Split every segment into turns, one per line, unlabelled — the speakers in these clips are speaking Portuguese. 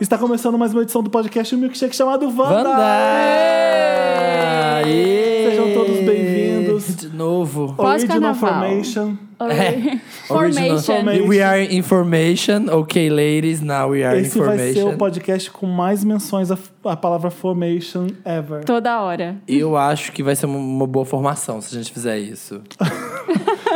Está começando mais uma edição do podcast O Milkshake chamado Vanda.
Wanda! Aê!
Sejam todos bem-vindos.
De novo.
Original
Pós-carnaval.
Formation.
Oi.
Original.
É. Formation.
We are information. Ok, ladies, now we are
Esse vai ser
É, information.
o podcast com mais menções à, à palavra formation ever.
Toda hora.
Eu acho que vai ser uma- uma boa formação se a gente fizer isso.
Tá.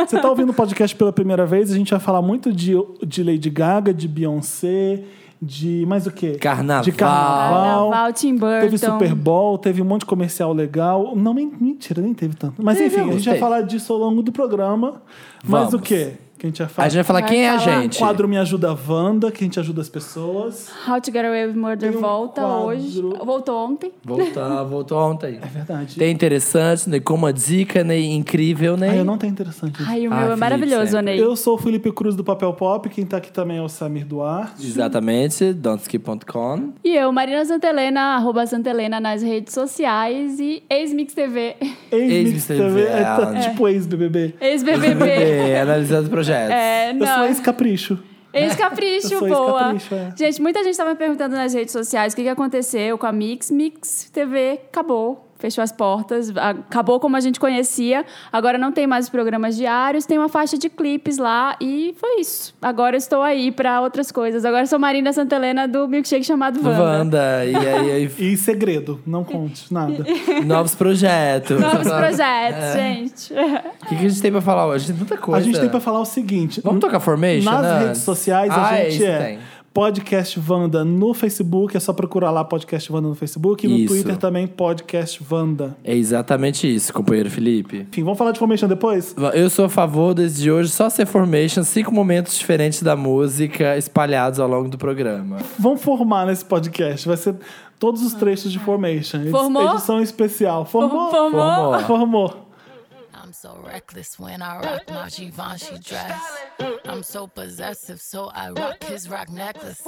Você está ouvindo o podcast pela primeira vez, a gente vai falar muito de, de Lady Gaga, de Beyoncé, de mais o quê?
Carnaval.
De carnaval.
Carnaval, Tim Burton.
Teve Super Bowl, teve um monte de comercial legal. Não, men- mentira, nem teve tanto. Mas enfim, a gente vai
teve.
falar disso ao longo do programa. Mas
Vamos.
o quê? Que a gente vai falar?
A gente vai falar
Vai
quem é a
falar.
gente.
Tá. quadro Me Ajuda a Wanda, que a gente ajuda as pessoas.
How to Get Away with Murder
Tem um
volta
quadro.
hoje. Voltou ontem.
Voltou, voltou ontem.
É verdade.
Nem interessante, nem como a dica, nem incrível, né? nem.
Ah, eu não tenho interessante. isso.
Ai, o
Ah,
meu é
Felipe,
maravilhoso,
sempre.
Anei.
Eu sou o Felipe Cruz do Papel Pop, quem tá aqui também é o Samir Duarte.
Exatamente, donski.com.
E eu, Marina Santelena, arroba Santelena nas redes sociais e ex-Mix TV,
Ex-Mix
Ex-Mix
TV, é, tá-
É.
tipo ex-BBB.
ex-BBB.
É, analisando projetos.
É,
Eu sou
não.
ex-capricho. Eu
Ex-capricho,
sou
boa.
ex-capricho, é.
Gente, muita gente estava perguntando nas redes sociais o que, que aconteceu com a Mix. Mix TV acabou, fechou as portas, a- acabou como a gente conhecia. Agora não tem mais os programas diários, tem uma faixa de clipes lá e foi isso. Agora eu estou aí para outras coisas. Agora eu sou Marina Santelena do milkshake chamado
Do
Wanda.
Wanda. E aí, aí
E segredo, não conte nada.
Novos projetos.
Novos projetos,
É.
gente.
O que, que a gente tem pra falar hoje? A gente tem muita coisa.
A gente tem pra falar o seguinte.
é. Vamos tocar Formation?
Nas
antes?
redes sociais a
ah,
gente
isso
é
Tem.
Podcast Vanda no Facebook, é só procurar lá Podcast Vanda no Facebook e no
Isso.
Twitter também Podcast Vanda.
É exatamente isso, companheiro Felipe.
Enfim, vamos falar de Formation depois?
Eu sou a favor desde hoje só ser Formation, cinco momentos diferentes da música espalhados ao longo do programa.
Vamos formar nesse podcast, vai ser todos os trechos de Formation. Edi-
Formou?
Edição especial. Formou?
Formou?
Formou.
Formou.
I'm so reckless when I rock my Givenchy dress. I'm so possessive, so I rock his rock necklaces.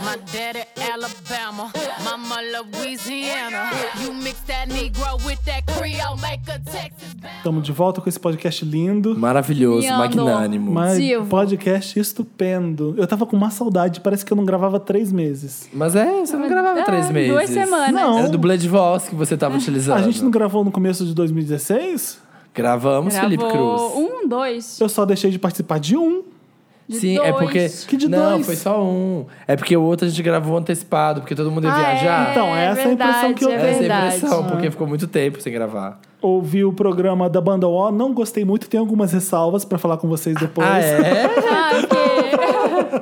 My daddy Alabama, mama Louisiana. You mix that Negro with that Creole, make a Texas bound.
Estamos de volta com esse podcast lindo.
Maravilhoso,
Me amo.
magnânimo. Mas...
Mas
Divo.
podcast estupendo. Eu tava com uma saudade, parece que eu não gravava três meses.
é, você não gravava
Ah,
três meses.
Duas semanas.
Não.
Era dublê de voz que você tava utilizando.
A gente não gravou no começo de 2016?
Gravamos, Felipe Cruz.
Gravou um, dois.
Eu só deixei de participar de um.
de
Sim, é
dois.
porque.
Que de
não,
dois?
foi só um. É porque o outro a gente gravou antecipado, porque todo mundo ia
Ah,
viajar.
Então, essa é a impressão que eu
é
tenho.
Essa é a
verdade.
impressão, porque ficou muito tempo sem gravar.
Ouvi o programa da Banda O, não gostei muito, tem algumas ressalvas pra falar com vocês depois.
Ah, é?
Ah, ok.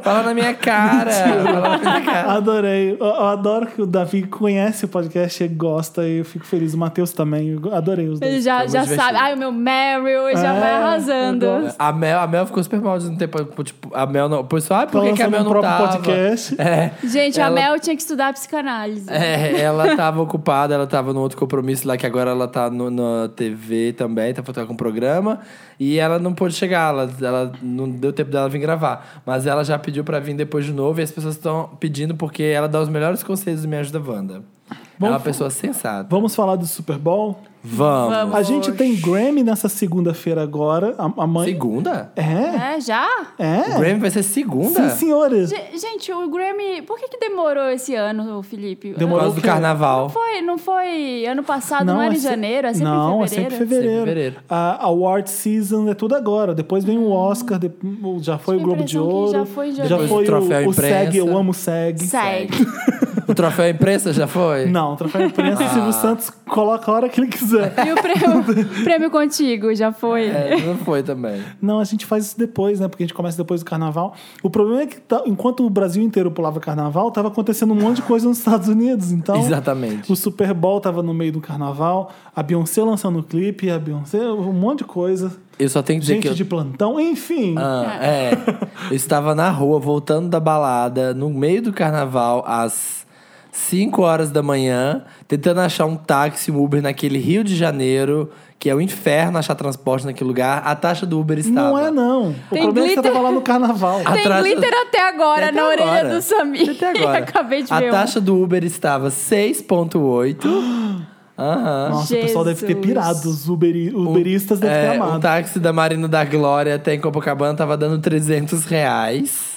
Fala na minha cara! Fala na minha cara.
Adorei. Eu, eu adoro que o Davi conhece o podcast e gosta, e eu fico feliz. O Matheus também, eu adorei os
Ele
dois.
já,
Foi
já
muito
sabe.
divertido.
Ai, o meu Meryl ele já
É,
vai arrasando.
eu gosto.
A Mel, a Mel ficou super mal de não ter. Tipo, a Mel não. Pois só, ah, por que, que a
lançando
Mel
um
não
próprio
tava?
podcast.
É,
Gente, a
Ela-
Mel tinha que estudar psicanálise.
é, ela tava ocupada, ela tava num outro compromisso lá, que agora ela tá no, na TV também, tá fotografando com um programa. E ela não pôde chegar, ela, ela não deu tempo dela vir gravar. Mas ela já pediu pra vir depois de novo, e as pessoas estão pedindo porque ela dá os melhores conselhos do Me Ajuda Wanda. é uma pessoa sensata.
Vamos falar do Super Bowl?
Vamos.
Vamos.
A gente tem Grammy nessa segunda-feira agora. A, a mãe.
Segunda?
É?
É, já?
É?
O Grammy vai ser segunda?
Sim, senhores.
Ge- Gente, o Grammy, por que, que demorou esse ano, Felipe?
Por
Demorou.
causa do carnaval.
Foi, não foi ano passado, não, era
é
em
se-
janeiro, é sempre
não,
em fevereiro.
é sempre fevereiro.
Sempre fevereiro.
A award season é tudo agora. Depois vem o Oscar, de- já foi o
Tive a
Globo de
Hum. impressão que
Ouro.
já foi em
já
janeiro.
foi o,
Troféu
o
imprensa.
SEG, eu amo o SEG.
Segue.
O troféu imprensa já foi?
Não, troféu imprensa, o
Ah.
Silvio Santos coloca a hora que ele quiser.
E o prêmio, prêmio contigo, já foi.
É, não foi também.
Não, a gente faz isso depois, né? Porque a gente começa depois do carnaval. O problema é que, tá- enquanto o Brasil inteiro pulava carnaval, tava acontecendo um monte de coisa nos Estados Unidos. Então,
Exatamente.
o Super Bowl tava no meio do carnaval, a Beyoncé lançando o clipe, a Beyoncé, um monte de coisa.
Eu só tenho que dizer
Gente
que eu...
de plantão, enfim.
Ah, é. Eu estava na rua, voltando da balada, no meio do carnaval, às 5 horas da manhã, tentando achar um táxi, um Uber naquele Rio de Janeiro, que é um inferno achar transporte naquele lugar. A taxa do Uber estava...
Não é, não. O
Tem
problema é que você
glitter.
tava lá no carnaval.
Ah,
Tem
atrás-
glitter até agora
Até
na orelha
agora.
do Samir.
Até agora.
Acabei de
A
ver. um.
taxa do Uber estava 6,8. Aham.
Nossa, o pessoal deve ter
Jesus.
pirado. Os uberi- uberistas devem ter
É, o
amado.
táxi da Marina da Glória até em Copacabana tava dando 300 reais.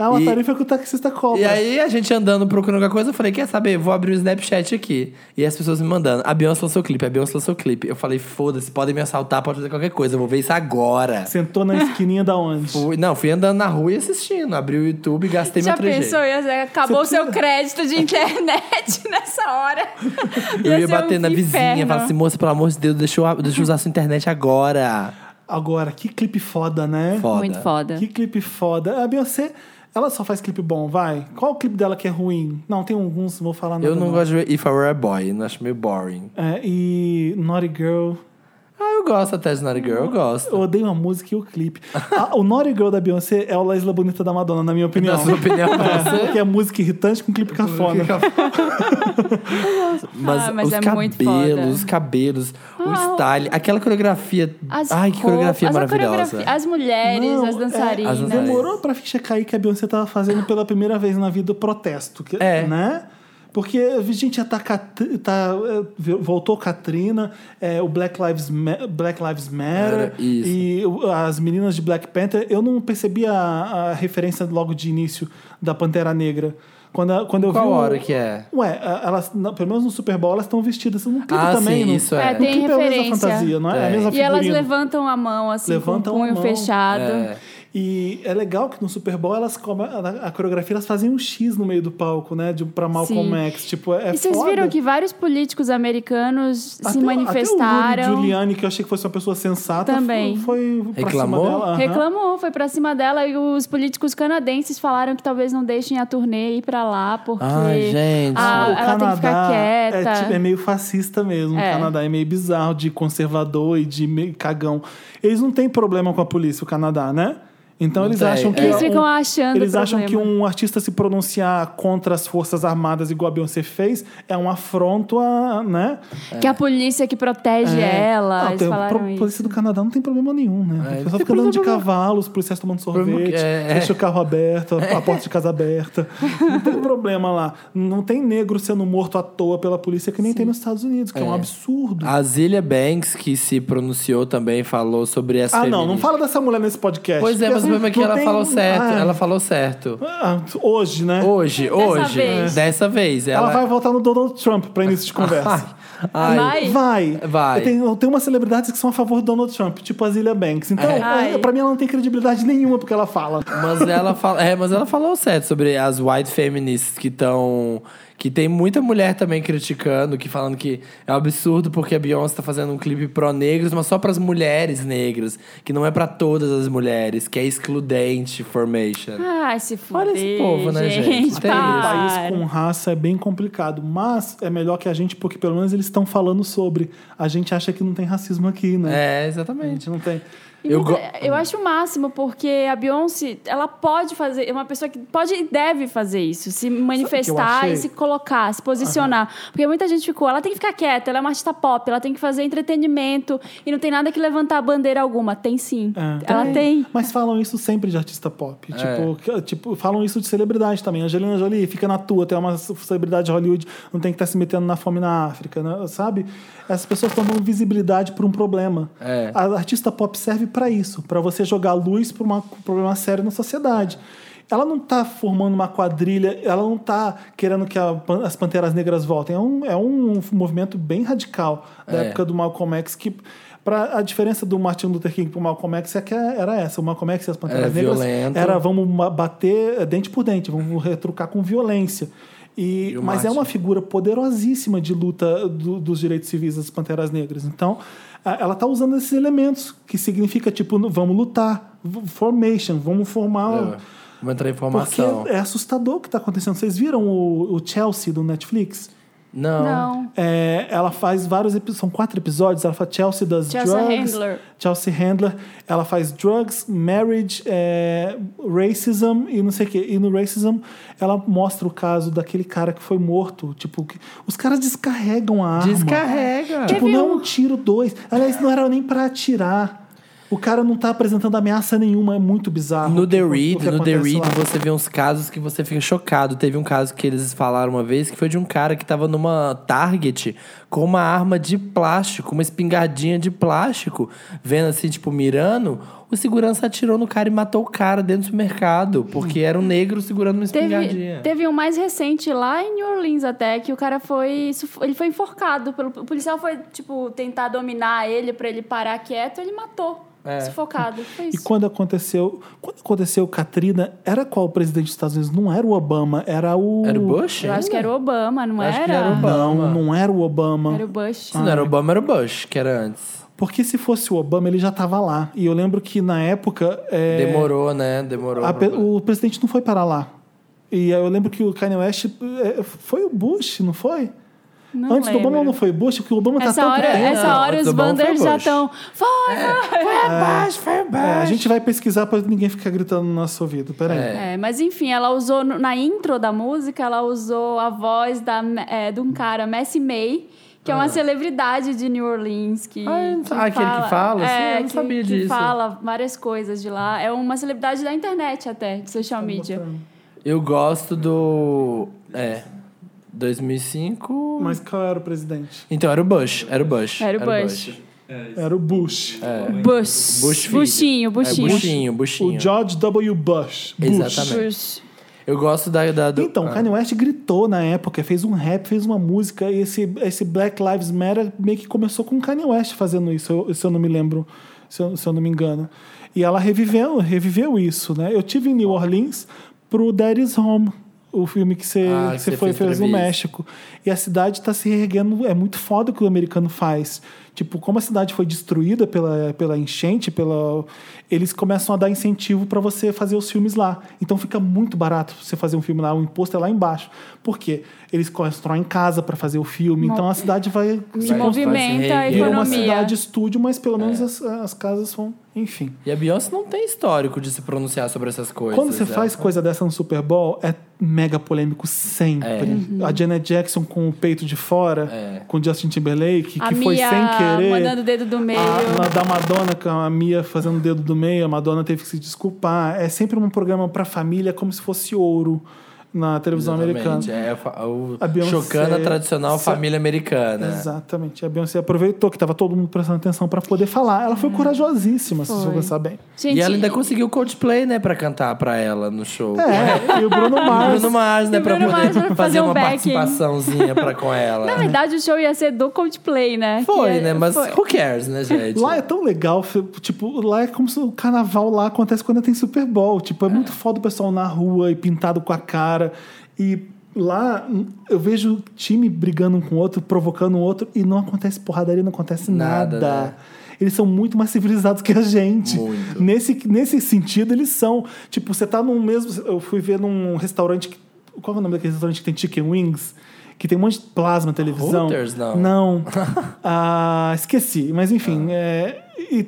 É uma
E-
tarifa que o taxista cobra.
E aí a gente andando procurando alguma coisa, eu falei, quer saber? Vou abrir o Snapchat aqui. E as pessoas me mandando, a Beyoncé lançou o clipe, a Beyoncé lançou o clipe. Eu falei, foda-se, podem me assaltar, pode fazer qualquer coisa, eu vou ver isso agora.
Sentou na esquininha da onde?
Fui- não, fui andando na rua e assistindo. Abri o YouTube, gastei
Já
meu 3G.
pensou? ia ser- Acabou o
Você
seu crédito de internet nessa hora.
Eu ia
ser
bater
um
na vizinha,
inferno.
falar assim, moça, pelo amor de Deus, deixa eu, deixa eu usar sua internet agora.
Agora, que clipe foda, né?
Foda.
Muito foda.
Que clipe foda. A Beyoncé, ela só faz clipe bom, vai. Qual o clipe dela que é ruim? Não, tem alguns, não vou falar nada.
Eu não gosto de ver If I Were a Boy, eu acho meio boring.
É, e Naughty Girl.
Ah, eu gosto até de Naughty Girl, eu gosto.
Eu odeio a música e o clipe. A- o Naughty Girl da Beyoncé é o La Isla Bonita da Madonna, na minha opinião.
Na sua opinião, você.
Porque é música irritante com clipe cafona.
Mas,
Ah, mas
os
é muito foda.
cabelos, os cabelos, o
Ah, o-
style, aquela coreografia.
As
Ai, que
cor-
coreografia
as
maravilhosa.
coreografia- As mulheres,
Não,
as
é-
dançarinas.
as dançarinas.
Demorou pra ficha cair que a Beyoncé tava fazendo pela primeira vez na vida o protesto, que-
É.
né? Porque a gente já tá, cat- tá, é, voltou Katrina, é, o Black Lives, Ma- Black Lives Matter
Era, isso.
e o- as meninas de Black Panther. Eu não percebi a, a referência logo de início da Pantera Negra. Quando, a- quando eu
Qual
vi o-
hora que é?
Ué, a- elas, na- pelo menos no Super Bowl, elas estão vestidas. No clipe
Ah,
também,
sim,
no-
isso é.
É, tem-
o clipe é a mesma
referência.
fantasia, não é? É a
Tem.
mesma
E elas
figurina.
levantam a mão, assim,
Levantam
com o
a
punho
mão.
fechado.
É.
E é legal que no Super Bowl elas come- a, a coreografia elas fazem um X no meio do palco, né? De, pra Malcolm
Sim.
X. Tipo, é
e vocês
foda.
viram que vários políticos americanos
Até-
se manifestaram.
Até o Rudy Giuliani, que eu achei que fosse uma pessoa sensata,
Também.
foi, foi pra
Reclamou?
cima dela. Aham.
Reclamou, foi pra cima dela e os políticos canadenses falaram que talvez não deixem a turnê ir pra lá, porque
Ai, gente.
a-
O
ela tem que ficar
Canadá é
quieta.
tipo- É, meio fascista mesmo.
É.
O Canadá é meio bizarro, de conservador e de meio cagão. Eles não têm problema com a polícia, o Canadá, né? Então eles
tem,
acham que.
é.
Eles ficam achando
Eles acham que
problema.
um artista se pronunciar contra as Forças Armadas, igual a Beyoncé fez, é um afronto a. né?
Que a polícia que protege ela.
Ah,
eles
tem-
falaram
pro-
isso.
polícia do Canadá não tem problema nenhum, né? O
É,
pessoal
tem
fica andando de
problema-
cavalo, os policiais tomando
Problema que-
sorvete,
é, é.
deixa o carro aberto, a porta de casa aberta. Não tem problema lá. Não tem negro sendo morto à toa pela polícia que nem tem nos Estados Unidos, que é, um absurdo.
A Zilia Banks, que se pronunciou também, falou sobre essa.
Ah, não, não fala dessa mulher nesse podcast.
Pois
Porque
é, mas
assim,
o problema é que
não
ela
tem-
falou certo.
Ah,
Ela falou certo.
ah, Hoje, né?
Hoje, hoje.
vez.
Dessa vez.
Ela...
Ela,
vai votar no Donald Trump pra início de conversa.
Ai,
Vai?
Vai.
Vai.
Eu tenho, eu tenho umas celebridades que são a favor do Donald Trump, tipo a Zilia Banks. Então,
Ai.
é, pra mim, ela não tem credibilidade nenhuma porque ela fala.
Mas ela, fala, é, mas ela falou certo sobre as white feminists que estão. Que tem muita mulher também criticando, que falando que é um absurdo porque a Beyoncé tá fazendo um clipe pró-negros, mas só pras mulheres negras, que não é pra todas as mulheres, que é excludente formation.
Ai, se fuder,
Olha esse povo, né, gente? Tem
país
para.
com raça é bem complicado, mas é melhor que a gente porque pelo menos eles estão falando sobre. A gente acha que não tem racismo aqui, né?
É,
A
exatamente.
gente não tem.
E
Eu
muita-
go-
eu acho o máximo, porque a Beyoncé, ela pode fazer, é uma pessoa que pode e deve fazer isso, se manifestar
achei?
e se colocar, se posicionar. Porque muita gente ficou, ela tem que ficar quieta, ela é uma artista pop, ela tem que fazer entretenimento e não tem nada que levantar a bandeira alguma. Tem sim.
É.
Ela tem.
Mas falam isso sempre de artista pop. Tipo, que- tipo, falam isso de celebridade também. Angelina Jolie fica na tua, tem uma celebridade de Hollywood, não tem que estar se metendo na fome na África, né? sabe? Essas pessoas estão dando visibilidade para um problema.
É.
A artista pop serve para isso, para você jogar luz para um problema sério na sociedade. Ela não tá formando uma quadrilha, ela não tá querendo que a pan- as Panteras Negras voltem. É um, é um movimento bem radical da
É.
época do Malcolm X que pra, a diferença do Martin Luther King pro Malcolm X é que era essa. O Malcolm X e as Panteras
Era
Negras
violento.
era vamos ma- bater eh, dente por dente, vamos retrucar com violência. E,
E o
mas é
Martin?
uma figura poderosíssima de luta eh, do- dos direitos civis das Panteras Negras. Então, a- ela está usando esses elementos, que significa, tipo, no- vamos lutar, v- formation, vamos formar. um
Vou entrar em
Porque
É, formação.
é assustador o que está acontecendo. Vocês viram o, o Chelsea do Netflix?
Não.
Não.
É, ela faz vários episódios, são quatro episódios. Ela faz Chelsea das
Chelsea
drugs.
Handler.
Chelsea Handler. Ela faz drugs, marriage, é, racism e não sei o quê. E no racism ela mostra o caso daquele cara que foi morto. Tipo, que- os caras descarregam a arma.
Descarrega.
Tipo,
Teve
não é
um-
um tiro, dois. Aliás, não era nem pra atirar. O cara não tá apresentando ameaça nenhuma, é muito bizarro.
No The
Tipo, o
Read,
que
no The
acontece
Read,
lá.
você vê uns casos que você fica chocado. Teve um caso que eles falaram uma vez que foi de um cara que tava numa Target com uma arma de plástico, uma espingardinha de plástico, vendo assim, tipo, mirando. o segurança atirou no cara e matou o cara dentro do mercado, porque era um negro segurando uma espingardinha.
Teve, teve um mais recente lá em New Orleans até, que o cara foi. sufo- Ele foi enforcado. Pelo, o policial foi, tipo, tentar dominar ele pra ele parar quieto, ele matou.
É.
Sufocado. Foi
E
isso.
quando aconteceu, quando aconteceu Katrina, era qual o presidente dos Estados Unidos? Não era o Obama, era o
Era o Bush?
um- Eu acho que era o Obama, não
Acho que
era?
era o Obama.
Não, não era o Obama.
Era o Bush.
Se não era o Obama, era o Bush, que era antes.
Porque se fosse o Obama, ele já estava lá. E eu lembro que na época é,
Demorou, né? Demorou.
a
pra-
pe- o presidente não foi parar lá. E aí eu lembro que o Kanye West é, foi o Bush, não foi?
Não
Antes do
lembro.
Obama não foi Bush, porque o Obama
Essa
tá
hora,
tão tempo.
essa
Não,
hora
antes
os
do Obama foi
banders
o
já
Bush. É.
estão. Vai, vai!
Foi o Bush, foi o Bush.
É, a gente vai pesquisar para ninguém ficar gritando no nosso ouvido. Peraí.
É.
É, mas enfim, ela usou no- na intro da música, ela usou a voz da, é, de um cara, Messi May, que é uma celebridade de New Orleans. Que, é,
Ah, eu não sa- ah, aquele que fala, assim? Eu não sabia
que
disso.
fala várias coisas de lá. É uma celebridade da internet até, de
Tá
social media.
Eu gosto do. É. 2005.
Mas qual era o presidente?
Então era o Bush, era o Bush.
Era o Bush.
Era o Bush.
É. Bush.
É. Bush filho.
Buchinho,
É,
buchinho.
buchinho, buchinho.
O George W. Bush. Bush.
Exatamente.
Bush.
Eu gosto da. da do...
Então,
ah.
Kanye West gritou na época, fez um rap, fez uma música, e esse, esse Black Lives Matter meio que começou com Kanye West fazendo isso, eu- se eu não me lembro, se eu, se eu não me engano. E ela reviveu, reviveu isso, né? Eu tive em New Orleans pro Daddy's Home, o filme que você
Ah,
que
que
você
você
foi,
fez
fez um no
entrevista.
México. E a cidade está se reerguendo, é muito foda o que o americano faz. Tipo, como a cidade foi destruída pela, pela enchente, pela, eles começam a dar incentivo para você fazer os filmes lá. Então fica muito barato você fazer um filme lá, o imposto é lá embaixo. Por quê? Eles constroem casa para fazer o filme, então a cidade vai
Se
se
Vai-
construir.
movimenta a
vai se
Vira
reerguer.
uma
economia.
cidade estúdio, mas pelo menos as, as casas vão. Enfim.
E a Beyoncé não tem histórico de se pronunciar sobre essas coisas.
Quando você
né?
faz coisa dessa no Super Bowl, é mega polêmico sempre.
É.
A Janet Jackson com o peito de fora,
É.
com o Justin Timberlake,
A
que foi
Mia
sem querer. Ah,
mandando o dedo do meio.
A, na- da Madonna com a Mia fazendo o dedo do meio, a Madonna teve que se desculpar. É sempre um programa pra família como se fosse ouro na televisão
Exatamente.
americana.
É, fa- o
A Beyoncé-
chocando a tradicional
Sa-
família americana.
Exatamente. A Beyoncé aproveitou que tava todo mundo prestando atenção pra poder falar. Ela foi corajosíssima, se você
É. Foi.
pensar bem.
Gente,
e ela ainda conseguiu Coldplay, né, pra cantar pra ela no show.
É, e o Bruno
O
Mars.
Bruno Mars, né,
E o
pra
Bruno
poder
Mars vai
fazer,
fazer um
uma
backing.
participaçãozinha pra, com ela.
na verdade, o show ia ser do Coldplay, né?
foi,
Que-
né, mas
foi.
who cares, né, gente?
Lá é tão legal, fe- tipo, lá é como se o carnaval lá acontece quando tem Super Bowl. Tipo, é muito foda o pessoal na rua e pintado com a cara. E lá hum, eu vejo time brigando um com o outro, provocando o outro, e não acontece porradaria, não acontece nada.
Nada, né?
Eles são muito mais civilizados que a gente.
Muito.
Nesse, nesse sentido, eles são. Tipo, você tá num mesmo. Eu fui ver num restaurante. que- Qual é o nome daquele restaurante que tem chicken wings? Que tem um monte de plasma, televisão.
Hooters, não. Ah.
Não. Ah, esqueci, mas enfim. é, e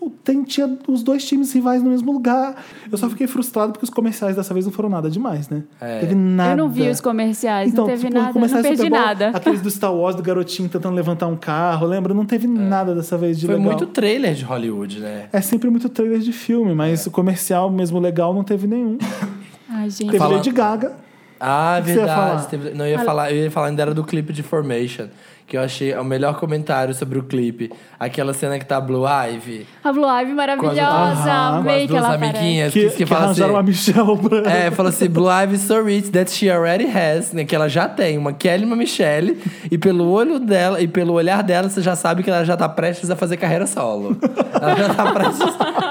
o- tem, tinha os dois times rivais no mesmo lugar. Eu só fiquei frustrado porque os comerciais dessa vez não foram nada demais, né?
É.
Teve nada.
Eu não vi os comerciais,
então,
não teve
tipo,
nada, não
comerciais do
perdi
Super Bowl,
nada.
Aqueles do Star Wars, do garotinho tentando levantar um carro, lembra? Não teve nada dessa vez de
É. Foi
legal.
muito trailer de Hollywood, né?
É sempre muito trailer de filme,
É.
mas o comercial mesmo legal não teve nenhum.
Ai, gente.
teve
Falando-
Lady Gaga.
Ah,
O que você ia falar?
verdade. Teve- Não, eu ia falar, eu ia falar ainda era do clipe de Formation, que eu achei o melhor comentário sobre o clipe. Aquela cena que tá a Blue Ivy.
A Blue Ivy maravilhosa,
Aham,
Com as
amei que
duas
ela aparece.
amiguinhas
Que,
que,
que,
que fala assim.
arranjaram a Michelle pra...
É, falou assim, Blue Ivy so rich that she already has, né? Que ela já tem uma Kelly e uma Michelle, e pelo olho dela, e pelo olhar dela, você já sabe que ela já tá prestes a fazer carreira solo. Ela já tá prestes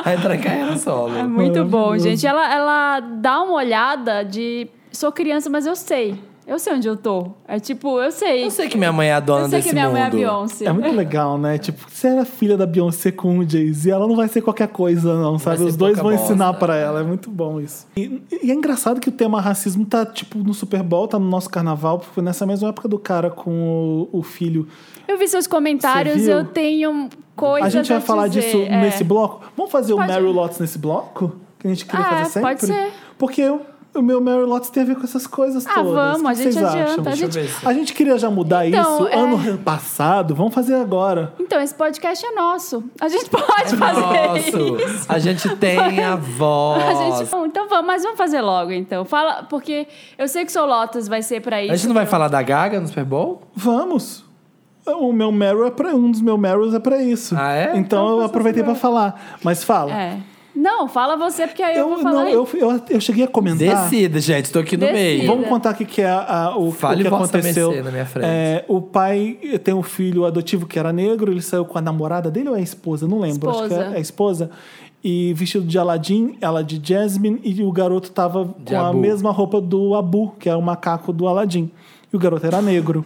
a entrar em carreira
É
solo.
muito bom, gente. Ela, ela dá uma olhada de. Sou criança, mas eu sei. Eu sei onde eu tô. É tipo, eu sei.
Eu sei que minha mãe é a dona
Eu sei
desse
que minha mãe é a
mundo.
Beyoncé.
É muito legal, né? Tipo, se ela é filha da Beyoncé com o Jay-Z, ela não vai ser qualquer coisa, não, sabe?
ser
Os dois vão
pouca
ensinar
bosta.
pra ela. É muito bom isso. E, e é engraçado que o tema racismo tá, tipo, no Super Bowl, tá no nosso carnaval, porque foi nessa mesma época do cara com o, o filho.
Eu vi seus comentários,
Você viu?
eu tenho coisas.
a gente vai falar
dizer,
disso
é.
nesse bloco. Vamos fazer o
Pode-
Mary Lots nesse bloco? Que a gente queria
Ah,
fazer sempre?
pode ser.
Porque eu- o meu Mary Lots tem a ver com essas coisas
Ah,
todas.
vamos,
O
a
que
gente
vocês acham?
adianta. A
Deixa eu
gente-
ver se-
A gente queria já mudar
Então,
isso
é.
ano passado, vamos fazer agora.
Então, esse podcast é nosso. A gente pode fazer isso.
Nossa, a gente tem a voz.
A gente- Bom, então vamos, mas vamos fazer logo, então. Fala, porque eu sei que o seu Lotus vai ser pra isso.
não vai falar da Gaga no Super Bowl?
Vamos! O meu Meryl é pra, um dos meus Meryls é pra isso.
Ah, é?
Então, eu aproveitei pra falar. Mas fala.
É. Não, fala você, porque aí eu, vou
Eu,
falar.
não, eu, eu, eu cheguei a comentar.
Decida, gente, tô aqui no
Decida.
meio.
Vamos contar o que, que é a- o,
Fale
o que
Vossa
aconteceu.
Mercê na minha frente.
É, o pai tem um filho adotivo que era negro, ele saiu com a namorada dele ou é a esposa? Não lembro, acho que
Esposa.
é a esposa. E vestido de Aladdin, ela de Jasmine, e o garoto tava
De
com a
Abu.
mesma roupa do Abu, que é o macaco do Aladdin. E o garoto era negro.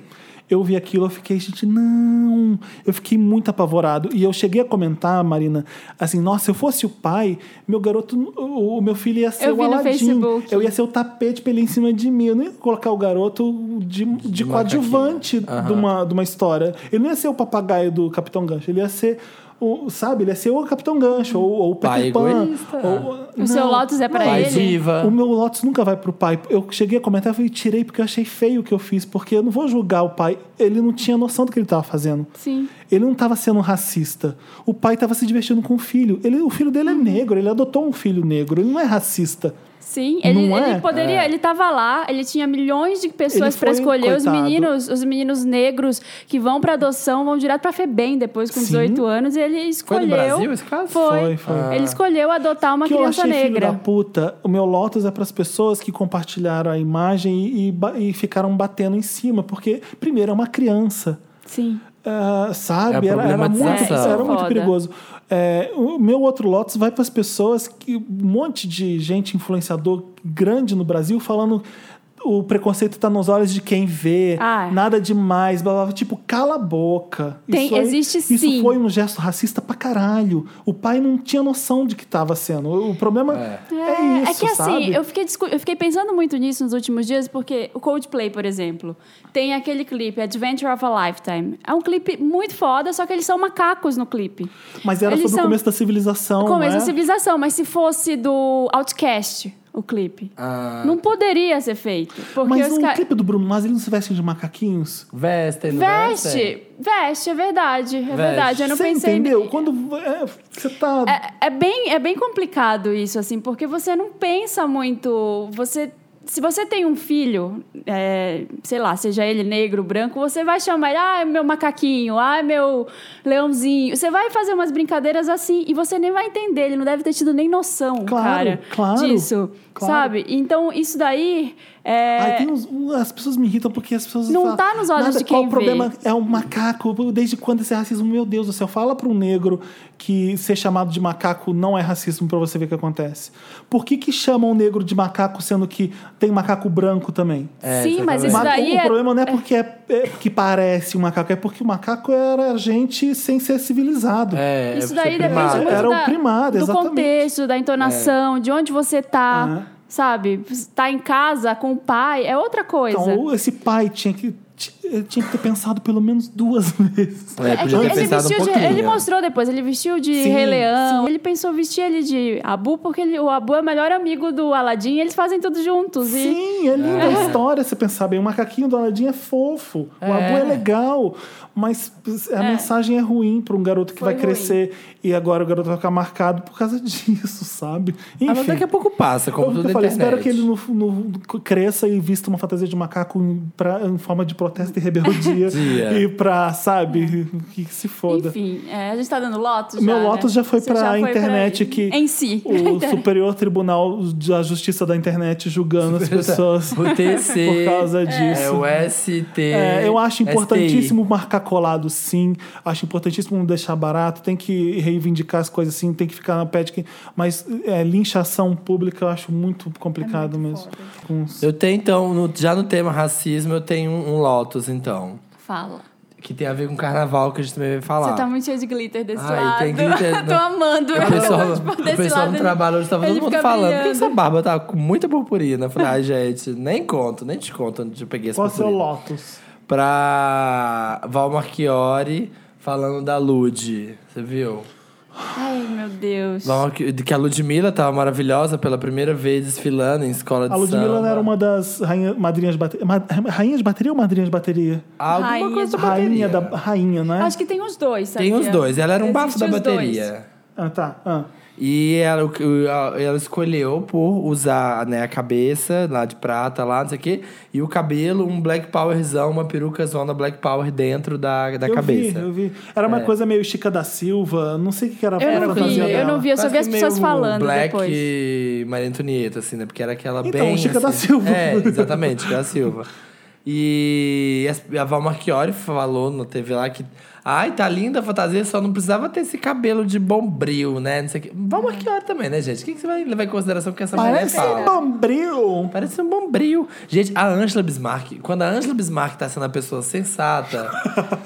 Eu vi aquilo, eu fiquei, gente, não. Eu fiquei muito apavorado. E eu cheguei a comentar, Marina, assim, nossa, se eu fosse o pai, meu garoto, o, o meu filho ia ser
Eu
o
vi no
Aladdin.
Facebook.
Eu ia ser o tapete pra ele em cima de mim. Eu não ia colocar o garoto de, de, coadjuvante de, uma, de uma história. Ele não ia ser o papagaio do Capitão Gancho. Ele ia ser. O, sabe, ele ia ser o Capitão Gancho, ou, ou o
Pai
Peter Pan.
egoísta.
Ou,
O seu Lotus é pra
não.
Pai
ele?
diva.
O meu Lotus nunca vai pro pai. Eu cheguei a comentar e tirei porque eu achei feio o que eu fiz, porque eu não vou julgar o pai. Ele não tinha noção do que ele tava fazendo.
Sim.
Ele não estava sendo racista. O pai estava se divertindo com o filho. Ele, o filho dele é negro, ele adotou um filho negro. Ele não é racista.
Sim, ele,
Não é?
ele poderia, ele tava lá, ele tinha milhões de pessoas
Ele
para
foi,
escolher os
coitado.
meninos, os meninos negros que vão para adoção, vão direto para Febem depois com
Sim.
18 anos e ele
Foi
escolheu.
no Brasil esse caso?
Foi.
Foi, foi.
Ele escolheu adotar uma
que eu
criança
achei filho da
negra.
puta. O meu Lotus é para as pessoas que compartilharam a imagem e, ba- e ficaram batendo em cima, porque primeiro é uma criança.
Sim.
Ah, sabe?
É a
era, era muito,
problematização.
isso era
É,
muito
foda.
perigoso. É, o meu outro Lotus vai para as pessoas que um monte de gente influenciador grande no Brasil falando o preconceito está nos olhos de quem vê,
Ah, é.
nada demais, blá, blá, blá. tipo, cala a boca.
Tem-
Isso aí-
existe
Isso
sim.
foi um gesto racista pra caralho. O pai não tinha noção de que estava sendo. O problema é,
É,
isso,
é que
sabe?
assim, eu fiquei, discu- eu fiquei pensando muito nisso nos últimos dias, porque o Coldplay, por exemplo, tem aquele clipe, Adventure of a Lifetime. É um clipe muito foda, só que eles são macacos no clipe.
Mas era
eles
sobre o
são-
começo da civilização,
começo
né?
da civilização, mas se fosse do Outcast, o clipe,
Ah,
não poderia ser feito. Porque
Mas
os
o
caras.
clipe do Bruno Mars, ele não se veste de macaquinhos?
vestem, não vestem?
Veste! Veste, é verdade. É verdade. Eu não
Você
pensei.
entendeu? Quando é, você tá...
É, é bem, é bem complicado isso, assim, porque você não pensa muito. Você. Se você tem um filho, é, sei lá, seja ele negro, branco, você vai chamar ele, ah, meu macaquinho, ah, meu leãozinho. Você vai fazer umas brincadeiras assim e você nem vai entender, ele não deve ter tido nem noção,
Claro,
cara,
claro,
disso,
claro.
sabe? Então, isso daí é...
Aí tem uns- um- as pessoas me irritam porque as pessoas
Não
falam,
tá nos olhos
nada,
de
qual
quem
o problema é um macaco desde quando esse racismo meu Deus do céu fala para um negro que ser chamado de macaco não é racismo para você ver o que acontece por que que chamam o negro de macaco sendo que tem macaco branco também
É,
Sim, mas isso
Mas
daí
o
é...
problema não é porque é, é porque parece um macaco é porque o macaco era gente sem ser civilizado
É,
Isso
é
daí
ser
depende
primado.
muito
Era o
da,
primado,
do
exatamente.
contexto, da entonação,
É.
de onde você tá,
Aham.
sabe? Tá em casa com o pai, é outra coisa.
então esse pai tinha que eh, tinha que ter pensado pelo menos duas vezes
É,
É que
podia ter
ele,
pensado um
vestiu de-
pouquinho.
ele mostrou depois, ele vestiu de
Sim,
Rei Leão. Ele pensou vestir ele de Abu, porque ele- o Abu é o melhor amigo do Aladim e eles fazem tudo juntos. E
Sim, é linda a história, se pensar bem. O macaquinho do Aladdin é fofo, o Abu é legal, mas a mensagem é ruim para um garoto que
Foi
vai crescer e agora o garoto vai ficar marcado por causa disso, sabe? Enfim.
Ah, mas daqui a pouco passa, como
eu
tudo na
falei,
internet.
espero que ele no, no- cresça e vista uma fantasia de macaco em, pra- em forma de protesto e rebeldia.
Dia.
e pra, sabe, que se foda.
enfim, é, a gente tá dando Lotus.
Meu
já,
Lotus
né?
já foi
Você
pra
foi
internet
pra-
que-
Em si.
O Superior Tribunal da Justiça da Internet julgando as pessoas
É,
O TC.
por causa disso.
É o ST.
É, eu acho
STI.
importantíssimo marcar colado, sim. Acho importantíssimo não deixar barato. Tem que reivindicar as coisas, sim. Tem que ficar na pet. que- Mas é, linchação pública eu acho muito complicado
É
mesmo. Com os-
Eu tenho, então, no- já no tema racismo, eu tenho um, um Lotus, então.
Fala.
Que tem a ver com carnaval, que a gente também vai falar.
Você tá muito cheio de glitter desse
Ai,
lado.
tem glitter,
Tô
não.
amando. Tipo,
O pessoal, o pessoal no
ele-
trabalho hoje tava
ele
todo mundo
fica
falando. Por que
brilhando."
essa barba tá com muita purpurina? Eu falei, ai, gente, nem conto, nem te conto onde eu peguei essa
Qual é o seu
purpurina.
Lotus?
Pra Val Marchiori falando da Lud. Você viu?
Ai, meu Deus.
Val Marchi- Que a Ludmilla tava maravilhosa pela primeira vez desfilando em escola de
A Ludmilla
samba.
era uma das rainha, madrinhas de bateria. Ma- rainha de bateria ou madrinha de bateria?
Alguma
Rainha
coisa
de
da bateria.
Rainha da rainha, né?
Acho que tem os dois, sabia?
Tem É. os dois. Ela era um bafo
Existe
da
os
bateria.
dois.
Ah, tá. Ah.
E ela, o que- o- a- ela escolheu por usar né, a cabeça lá de prata, lá, não sei o quê, e o cabelo, um black powerzão, uma peruca zona black power dentro da, da
eu
cabeça. É.
vi, eu vi. Era uma coisa meio Chica da Silva, não sei o que era a
Eu não vi,
fantasia
eu
dela.
não vi, eu só
Parece
vi as
que
pessoas
meio
falando
Black
depois.
Maria Antonieta, assim, né? Porque era aquela
Então,
bem.
Chica
assim.
da Silva.
É, exatamente, Chica da Silva. E as- a Val Marchiori falou na TV lá que. Ai, tá linda a fantasia, só não precisava ter esse cabelo de bombril, né? Não sei o quê. Val Marchiori também, né, gente? O que, que você vai levar em consideração que essa mulher
Parece
fala?
um bombril.
Parece um bombril. Gente, a Angela Bismarck, quando a Angela Bismarck tá sendo a pessoa sensata,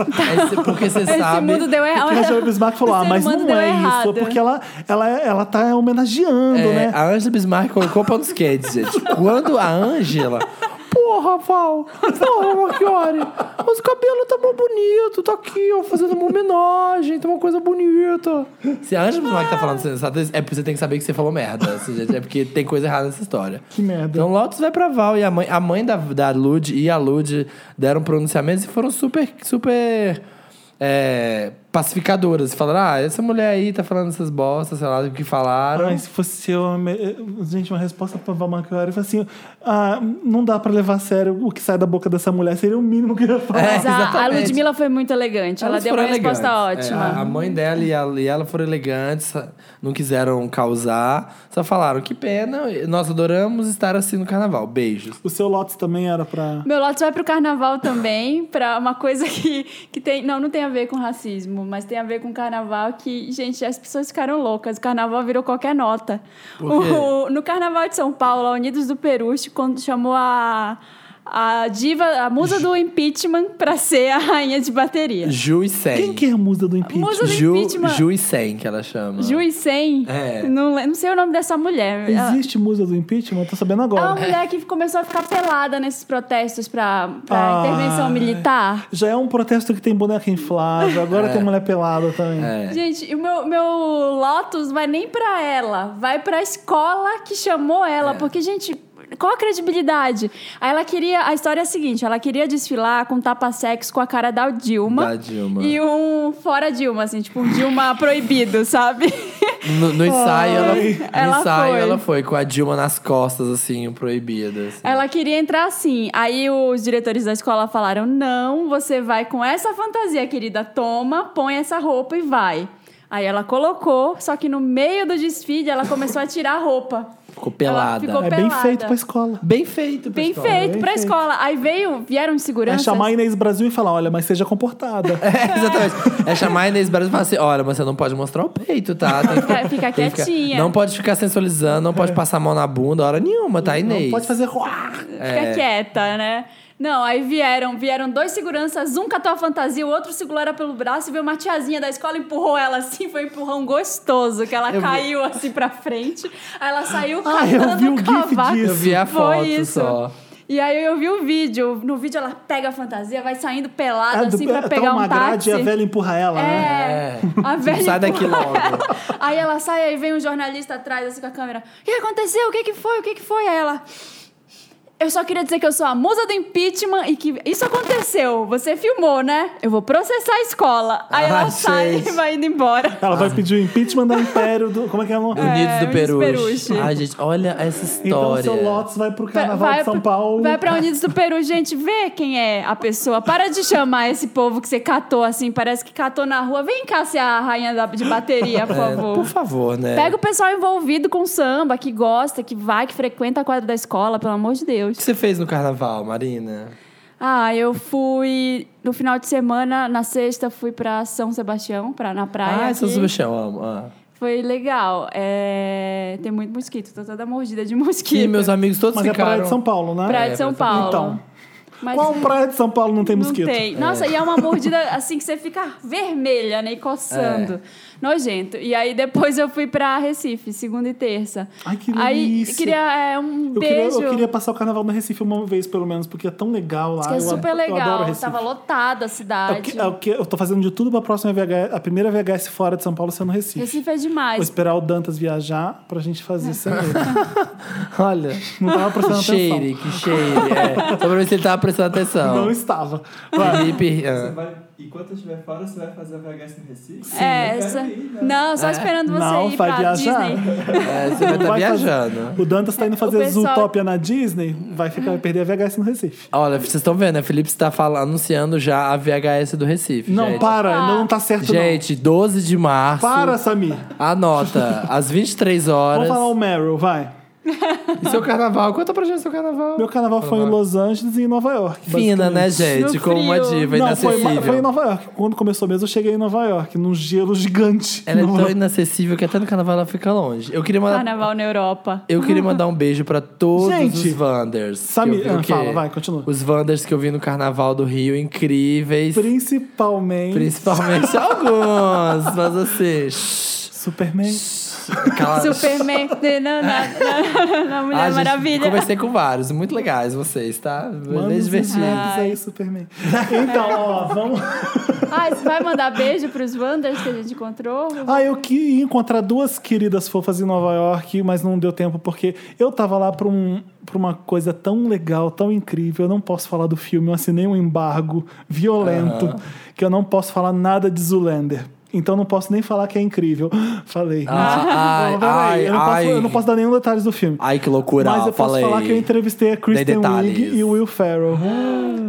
é se- porque você
Esse
sabe.
mundo deu
Porque a Angela
errado.
Bismarck falou,
É, O
ah,
ser
mas
humano
não
deu
é isso.
errado.
é Porque ela, ela, ela tá homenageando,
É,
né?
A Angela Bismarck colocou panos quentes, gente. Quando a Angela. Porra, Val! Porra, Marchiori! Mas o cabelo tá mó bonito, tá aqui, ó, fazendo uma homenagem, tá uma coisa bonita. Se a Angela Bismarck tá falando sensatez, é porque você tem que saber que você falou merda. assim, gente, É porque tem coisa errada nessa história.
Que merda.
Então Lotus vai pra Val e a mãe, a mãe da, da Lud e a Lud deram pronunciamentos e foram super, super é, pacificadoras. Falaram, ah, essa mulher aí tá falando essas bostas, sei lá, o que falaram.
Ai, ah, se fosse eu, eu me- eu- gente, uma resposta pra Val Machiori, eu falei assim, ah, não dá pra levar a sério o que sai da boca dessa mulher, seria o mínimo que eu ia falar.
É,
Mas a, a
exatamente.
Ludmilla foi muito elegante. Ela
Elas
deu uma
foram
resposta
elegantes. É, a- a
ótima.
mãe dela e ela, e ela foram elegantes, não quiseram causar, só falaram que pena, nós adoramos estar assim no carnaval. Beijos.
O seu Lotus também era pra...
Meu Lotus vai pro carnaval também, pra uma coisa que, que tem. Não, não tem a ver com racismo, mas tem a ver com carnaval que, gente, as pessoas ficaram loucas. O carnaval virou qualquer nota.
Por quê?
O- no carnaval de São Paulo, a Unidos do Peru quando chamou a. A diva, a musa do impeachment pra ser a rainha de bateria.
Ju e Sen.
Quem que é a musa do impeachment?
Musa do
Ju,
impeachment.
Ju e Sen, que ela chama.
Jui Sen.
Ah. É.
Não, le- não sei o nome dessa mulher. Ela-
Existe musa do impeachment? Eu tô sabendo
É uma
agora.
mulher que começou a ficar pelada nesses protestos pra, pra
Ah.
é.
intervenção militar.
Já é um protesto que tem boneca inflável, agora
É.
tem mulher pelada também.
É.
Gente, e o meu, meu Lotus vai nem pra ela, vai pra escola que chamou ela,
É.
porque, gente. Qual a credibilidade? Aí ela queria. A história é a seguinte: ela queria desfilar com tapa-sex com a cara da Dilma.
Da Dilma.
E um fora Dilma, assim, tipo um Dilma proibido, sabe?
No, no ensaio, ela, no
Ela
ensaio
foi.
ela foi com a Dilma nas costas, assim, proibida. assim.
Ela queria entrar assim. Aí os diretores da escola falaram: não, você vai com essa fantasia, querida, toma, põe essa roupa e vai. Aí ela colocou, só que no meio do desfile ela começou a tirar a roupa.
Ficou pelada.
Ela ficou
É bem
pelada.
feito pra escola. É
Bem feito,
Bem
pessoal.
feito
bem
pra
feito.
escola. Aí veio, vieram
É
seguranças.
chamar a Inês Brasil e falar, olha, mas seja comportada.
É, exatamente. É chamar a Inês Brasil e falar assim: olha, mas você não pode mostrar o peito, tá? Tem que
Fica- fica
tem que ficar-
quietinha.
não pode ficar sensualizando, não pode passar a mão na bunda, hora nenhuma, tá, Inês?
É. Não pode fazer...
Fica
É.
quieta, né? Não, aí vieram, vieram dois seguranças, um catou a fantasia, o outro segurou ela pelo braço e veio uma tiazinha da escola, empurrou ela assim, foi um empurrão gostoso, que ela caiu assim pra frente. Aí ela saiu
Ah, eu vi
catando
o
o
gif
cavaco.
disso.
Eu vi a
Foi
foto
isso.
só.
E aí eu vi o vídeo. No vídeo ela pega a fantasia, vai saindo pelada
É, do-
assim pra
tá
pegar
uma
um táxi.
grade e a velha empurra ela, né?
É. A velha
Tipo, Sai daqui
empurra
logo.
ela. Aí ela sai, aí vem um jornalista atrás, assim, com a câmera. O que aconteceu? O que, que foi? O que, que foi? Aí ela... Eu só queria dizer que eu sou a musa do impeachment e que isso aconteceu. Você filmou, né? Eu vou processar a escola. Aí ela
Ah,
sai
gente.
e vai indo embora.
Ela vai pedir o impeachment do Império do... Como é que é o nome?
Unidos
É,
do
Unidos
Peru.
do Peruche.
Ai, gente, olha essa
Então o
história.
seu Lotus vai pro Carnaval de São
pra-
Paulo.
Vai pra Unidos do Peru, gente, vê quem é a pessoa. Para de chamar esse povo que você catou assim, parece que catou na rua. Vem cá ser a rainha da- de bateria, por favor.
Por favor, né?
Pega o pessoal envolvido com samba, que gosta, que vai, que frequenta a quadra da escola, pelo amor de
O que
Deus.
você fez no carnaval, Marina?
Ah, eu fui no final de semana, na sexta, fui pra São Sebastião, pra, na praia.
ah,
aqui.
São Sebastião, amo. ah.
Foi legal. É, Tem muito mosquito, tô toda mordida de mosquito.
E meus amigos todos
Mas é
ficaram. É.
Praia de São Paulo, né?
Praia de São Paulo.
Então,
Mas-
qual praia de São Paulo não tem mosquito?
Não tem. Nossa, e é uma mordida assim que você fica vermelha, né? E
É.
coçando. Nojento. E aí depois eu fui pra Recife, segunda e terça.
Ai, que
Aí
delícia.
queria é, um
Eu queria,
beijo.
eu queria passar o carnaval no Recife uma vez, pelo menos, porque é tão legal lá.
Que é
eu,
super
Eu adoro
legal.
Recife.
Tava lotada a
É o
cidade.
que- é o que- eu tô fazendo de tudo pra próxima VHS, a primeira VHS fora de São Paulo ser no Recife.
Recife é
Vou
demais.
esperar o Dantas viajar pra gente fazer isso. aí.
Olha.
Não tava prestando
Que cheire,
atenção.
que cheire. É. Só pra ver se ele tava prestando atenção.
Não estava. Vai.
Felipe.
Você
ah.
vai, enquanto eu estiver fora, você vai fazer a VHS no Recife? Sim.
É, só- não, só esperando você
É, Não,
ir
vai
pra
viajar.
Disney.
É, você vai
Não
estar
vai fazer-
viajando.
O Dantas tá indo fazer
pessoal-
Zootopia na Disney, vai ficar, vai perder a VHS no Recife.
Olha, vocês estão vendo, né? Felipe está fala- anunciando já a VHS do Recife.
Não,
gente.
para, não, não tá certo
Gente, 12 de
não.
março.
Para, Samir.
Anota, às 23
Vamos
horas.
falar o Meryl, vai.
E seu carnaval? Conta pra gente seu carnaval.
Meu carnaval foi em Los Angeles e em Nova York.
Fina, né, gente?
No
Como uma
frio.
diva
Não, foi,
inacessível.
foi em Nova York. Quando começou mesmo, eu cheguei em Nova York, num gelo gigante.
Ela é
Nova-
tão inacessível que até no carnaval ela fica longe. Eu queria mandar,
Carnaval na Europa.
eu queria mandar um beijo pra todos
Gente,
os Wanders. que
Samir,
eu vi- o
ah,
quê?
fala, vai, continua.
Os Wanders que eu vi no carnaval do Rio, incríveis.
Principalmente
Principalmente alguns, mas assim. shh,
Superman.
Aquela...
Superman, na, na, na, na Mulher
Ah, gente,
Maravilha.
Conversei com vários, muito legais vocês, tá?
Manda
Bem
os
divertido.
e-mails aí, Superman. Então, ó, vamos.
Ah, você vai mandar beijo pros Wanders que a gente encontrou?
Ah, eu queria encontrar duas queridas fofas em Nova York, mas não deu tempo porque eu tava lá pra, um, pra uma coisa tão legal, tão incrível. Eu não posso falar do filme, eu assinei um embargo violento que eu não posso falar nada de Zulander. Então não posso nem falar que é incrível. Falei.
Ah,
Não,
ai,
peraí, eu, não posso,
ai.
eu não posso dar nenhum detalhe do filme.
Ai, que loucura,
Mas eu posso
falei.
falar que eu entrevistei a Kristen
detalhes.
Wiig e o Will Ferrell.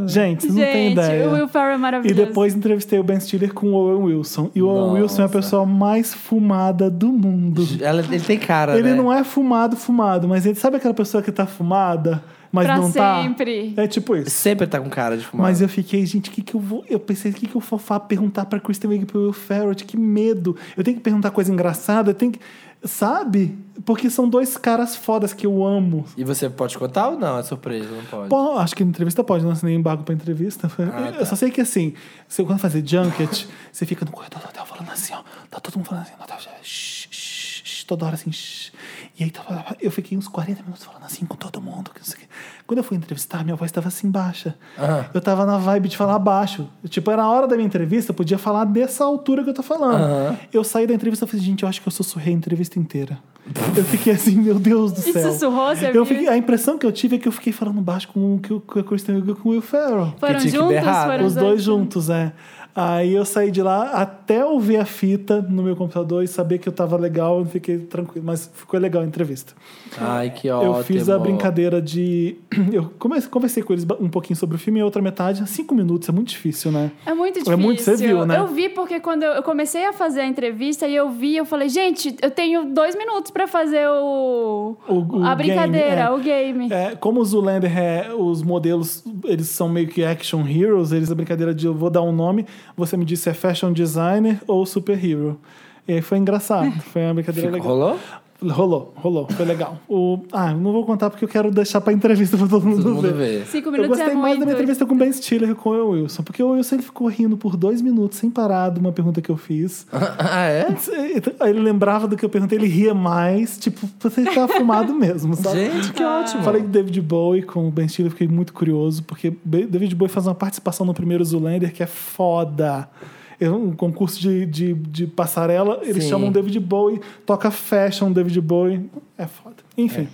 Gente, vocês não têm
gente,
ideia.
o Will Ferrell é
E
maravilhoso.
depois entrevistei o Ben Stiller com o Owen Wilson. E o Owen Wilson é a
Nossa.
pessoa mais fumada do mundo.
Ela, ele tem cara,
Ele
né?
não é fumado, fumado, mas ele sabe aquela pessoa que tá fumada, mas
Pra
não
sempre.
tá? É tipo isso.
Sempre tá com cara de fumar.
Mas eu fiquei, gente, o que que eu vou... Eu pensei, o que que eu vou fa- perguntar pra Kristen Wiig e pro Will Ferrell? Que medo. Eu tenho que perguntar coisa engraçada, eu tenho que... Sabe? Porque são dois caras fodas que eu amo.
E você pode contar ou não? É surpresa, não pode.
Bom, acho que entrevista pode, não assinei embargo pra entrevista. Eu só sei que assim, você, quando fazer junket, você fica no corredor do hotel falando assim, ó, tá todo mundo falando assim, no hotel, shh, shh, shh, toda hora assim, shh. E aí tava- eu fiquei uns 40 minutos falando assim com todo mundo. que não sei o quê. Quando eu fui entrevistar, minha voz tava assim baixa. Eu tava na vibe de falar baixo. Tipo, era a hora da minha entrevista, eu podia falar dessa altura que eu tô falando. Eu saí da entrevista e falei, gente, eu acho que eu sussurrei a entrevista inteira. eu fiquei assim, meu Deus do
E
céu.
sussurrou, você
eu
viu?
fiquei, a impressão que eu tive é que eu fiquei falando baixo com, o- que o- com a Kristen Wiig e com o Will Ferrell.
tinha
foram
que
juntos?
berrar.
Foram
Os dois juntos, é. Aí eu saí de lá até eu ver a fita no meu computador e saber que eu tava legal, eu fiquei tranquilo. Mas ficou legal a entrevista.
Ai, que ótimo.
Eu fiz a brincadeira de. Eu comecei, conversei com eles ba- um pouquinho sobre o filme e a outra metade, cinco minutos, é muito difícil, né?
É muito difícil.
É muito, você viu, né?
Eu vi porque quando eu eu comecei a fazer a entrevista e eu vi, eu falei, gente, eu tenho dois minutos pra fazer o...
O- o
a brincadeira,
game, é.
o game.
É, como o Zoolander, é, os modelos, eles são meio que action heroes, eles a brincadeira de eu vou dar um nome, você me diz se é fashion designer ou superhero. E aí foi engraçado, foi uma brincadeira legal.
Rolou?
Rolou, rolou, foi legal. O, ah, eu não vou contar porque eu quero deixar pra entrevista pra todo mundo,
Todo mundo
ver.
vê.
Cinco
Eu
minutos
gostei
é
mais
muito.
da minha entrevista com o Ben Stiller e com o Wilson, porque o Wilson ele ficou rindo por dois minutos sem parar de uma pergunta que eu fiz.
Ah, é?
Aí Ele lembrava do que eu perguntei, ele ria mais, tipo, você tá fumado mesmo, sabe?
Gente, que é ótimo.
Falei de David Bowie com o Ben Stiller, fiquei muito curioso, porque Be- David Bowie faz uma participação no primeiro Zoolander que é foda. É um concurso de, de, de passarela, eles
Sim.
chamam David Bowie, toca fashion David Bowie, é foda. Enfim,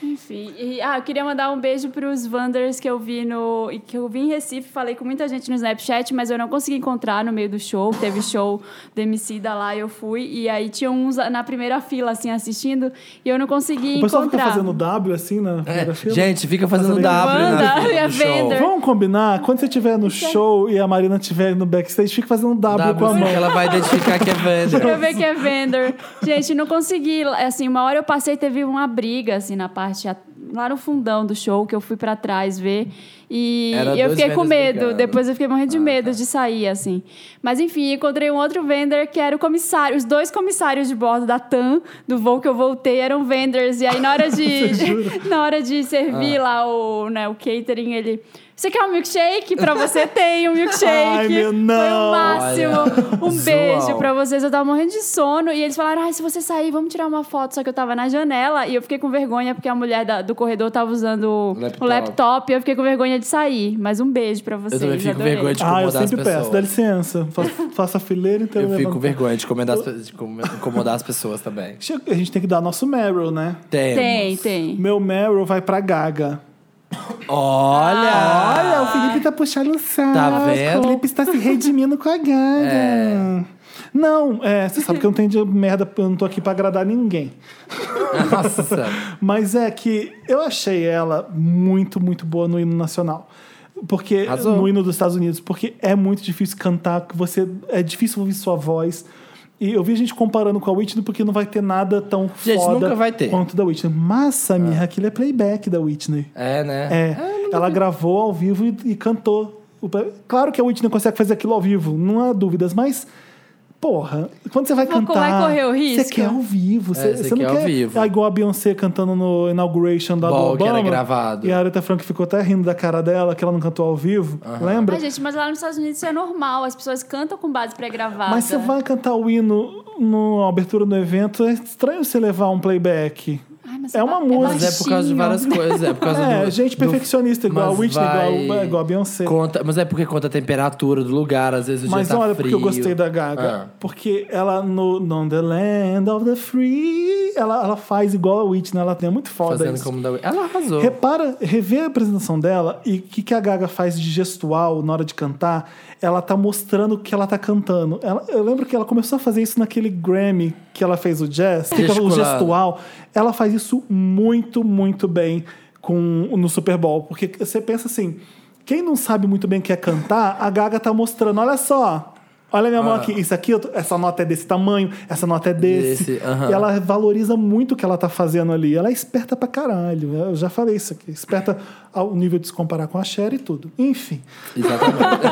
Enfim, e, ah, eu queria mandar um beijo pros Wanders que eu vi no. e que eu vi em Recife, falei com muita gente no Snapchat, mas eu não consegui encontrar no meio do show. Teve show do MC da lá, eu fui, e aí tinha uns na primeira fila, assim, assistindo, e eu não consegui
o pessoal fica
encontrar.
fazendo W assim na primeira
É,
fila.
Gente, fica fazendo
Fazendo
W na
Wanda,
fila do
é
show.
vender.
Vamos combinar? Quando você estiver no show e a Marina estiver no backstage, fica fazendo W,
W,
com a
porque
mão.
Ela vai identificar que é
Pra
Vander.
ver que é vendor. Gente, não consegui. Assim, uma hora eu passei, teve uma briga, assim, na parte. a- Lá no fundão do show, que eu fui pra trás ver. E
Era
eu
dois
fiquei com
vendors
medo.
brigando.
Depois eu fiquei morrendo de medo de sair, assim. Mas enfim, encontrei um outro vendor que era o comissário. Os dois comissários de bordo da TAM, do voo que eu voltei, eram vendors. E aí, na hora de. na hora de servir lá o, né, o catering, ele. Você quer um milkshake? Pra você tem um milkshake.
Ai, meu,
Foi
não.
o máximo.
Olha,
um beijo
zoão.
pra vocês, eu tava morrendo de sono. E eles falaram: ai, se você sair, vamos tirar uma foto. Só que eu tava na janela e eu fiquei com vergonha porque a mulher da- do corredor tava usando
Laptop.
o laptop. E eu fiquei com vergonha de sair. Mas um beijo pra vocês.
Eu também fico com
adorei.
vergonha de
Ah, eu
incomodar as
sempre peço, dá
pessoas.
licença. fa- Faça a fileira então inteira.
Eu fico com
levanta.
vergonha de incomodar as pe- de incom- incomodar as pessoas também.
Chega- A gente tem que dar nosso Meryl, né?
Temos.
Tem, tem.
Meu Meryl vai pra Gaga.
Olha!
Olha, o Felipe tá puxando o saco.
Tá vendo? É.
O Felipe está se redimindo com a Gaga. Não, é, você sabe que eu não tenho de merda, eu não tô aqui pra agradar ninguém.
Nossa!
Mas é que eu achei ela muito, muito boa no hino nacional. Porque
Arrasou.
no hino dos Estados Unidos, porque é muito difícil cantar, que você é difícil ouvir sua voz. E eu vi gente comparando com a Whitney porque não vai ter nada tão
Gente,
foda
nunca vai ter.
quanto da Whitney. Mas, Samir, aquilo é playback da Whitney.
É, né?
É,
Ah,
ela gravou ao vivo e, e cantou. O pe- Claro que a Whitney consegue fazer aquilo ao vivo, não há dúvidas, mas. Porra, quando você vai
Vou-
cantar.
vai correr o risco?
Você quer ao vivo. Você,
É, você
você não
quer ao
quer.
vivo.
É igual a Beyoncé cantando no Inauguration da do
Bom,
Obama.
que era gravado.
E a Aretha Frank ficou até rindo da cara dela, que ela não cantou ao vivo. Lembra?
Ai, gente, mas lá nos Estados Unidos isso é normal. As pessoas cantam com base pré-gravada.
Mas você vai cantar o hino no- na abertura do evento, é estranho você levar um playback.
Ai, mas
é uma
ba-
música.
Mas é por causa de
baixinho.
várias coisas. É, por causa
É,
do,
gente
do-
perfeccionista, igual
Mas
a Whitney,
vai-
igual, igual a Beyoncé.
Conta, mas é porque conta a temperatura do lugar, às vezes o
Mas
dia tá
olha porque eu
frio.
gostei da Gaga. Porque ela no On the Land of the Free, ela, ela faz igual a Whitney, ela tem é muito
Ah,
foda
fazendo
isso.
como da... Ela arrasou.
Repara, revê a apresentação dela e o que, que a Gaga faz de gestual na hora de cantar. Ela tá mostrando o que ela tá cantando. Ela- eu lembro que ela começou a fazer isso naquele Grammy que ela fez o jazz, que ela- o
Gesticulado.
gestual. Ela faz isso muito, muito bem com, no Super Bowl. Porque você pensa assim: quem não sabe muito bem o que é cantar, a Gaga tá mostrando, olha só. Olha minha mão
Ah.
aqui, isso aqui, eu tô- essa nota é desse tamanho, essa nota é desse.
Desse, aham.
E ela ela valoriza muito o que ela tá fazendo ali. Ela é esperta pra caralho. Eu já falei isso aqui. Esperta ao nível de se comparar com a Cher e tudo. Enfim.
Exatamente.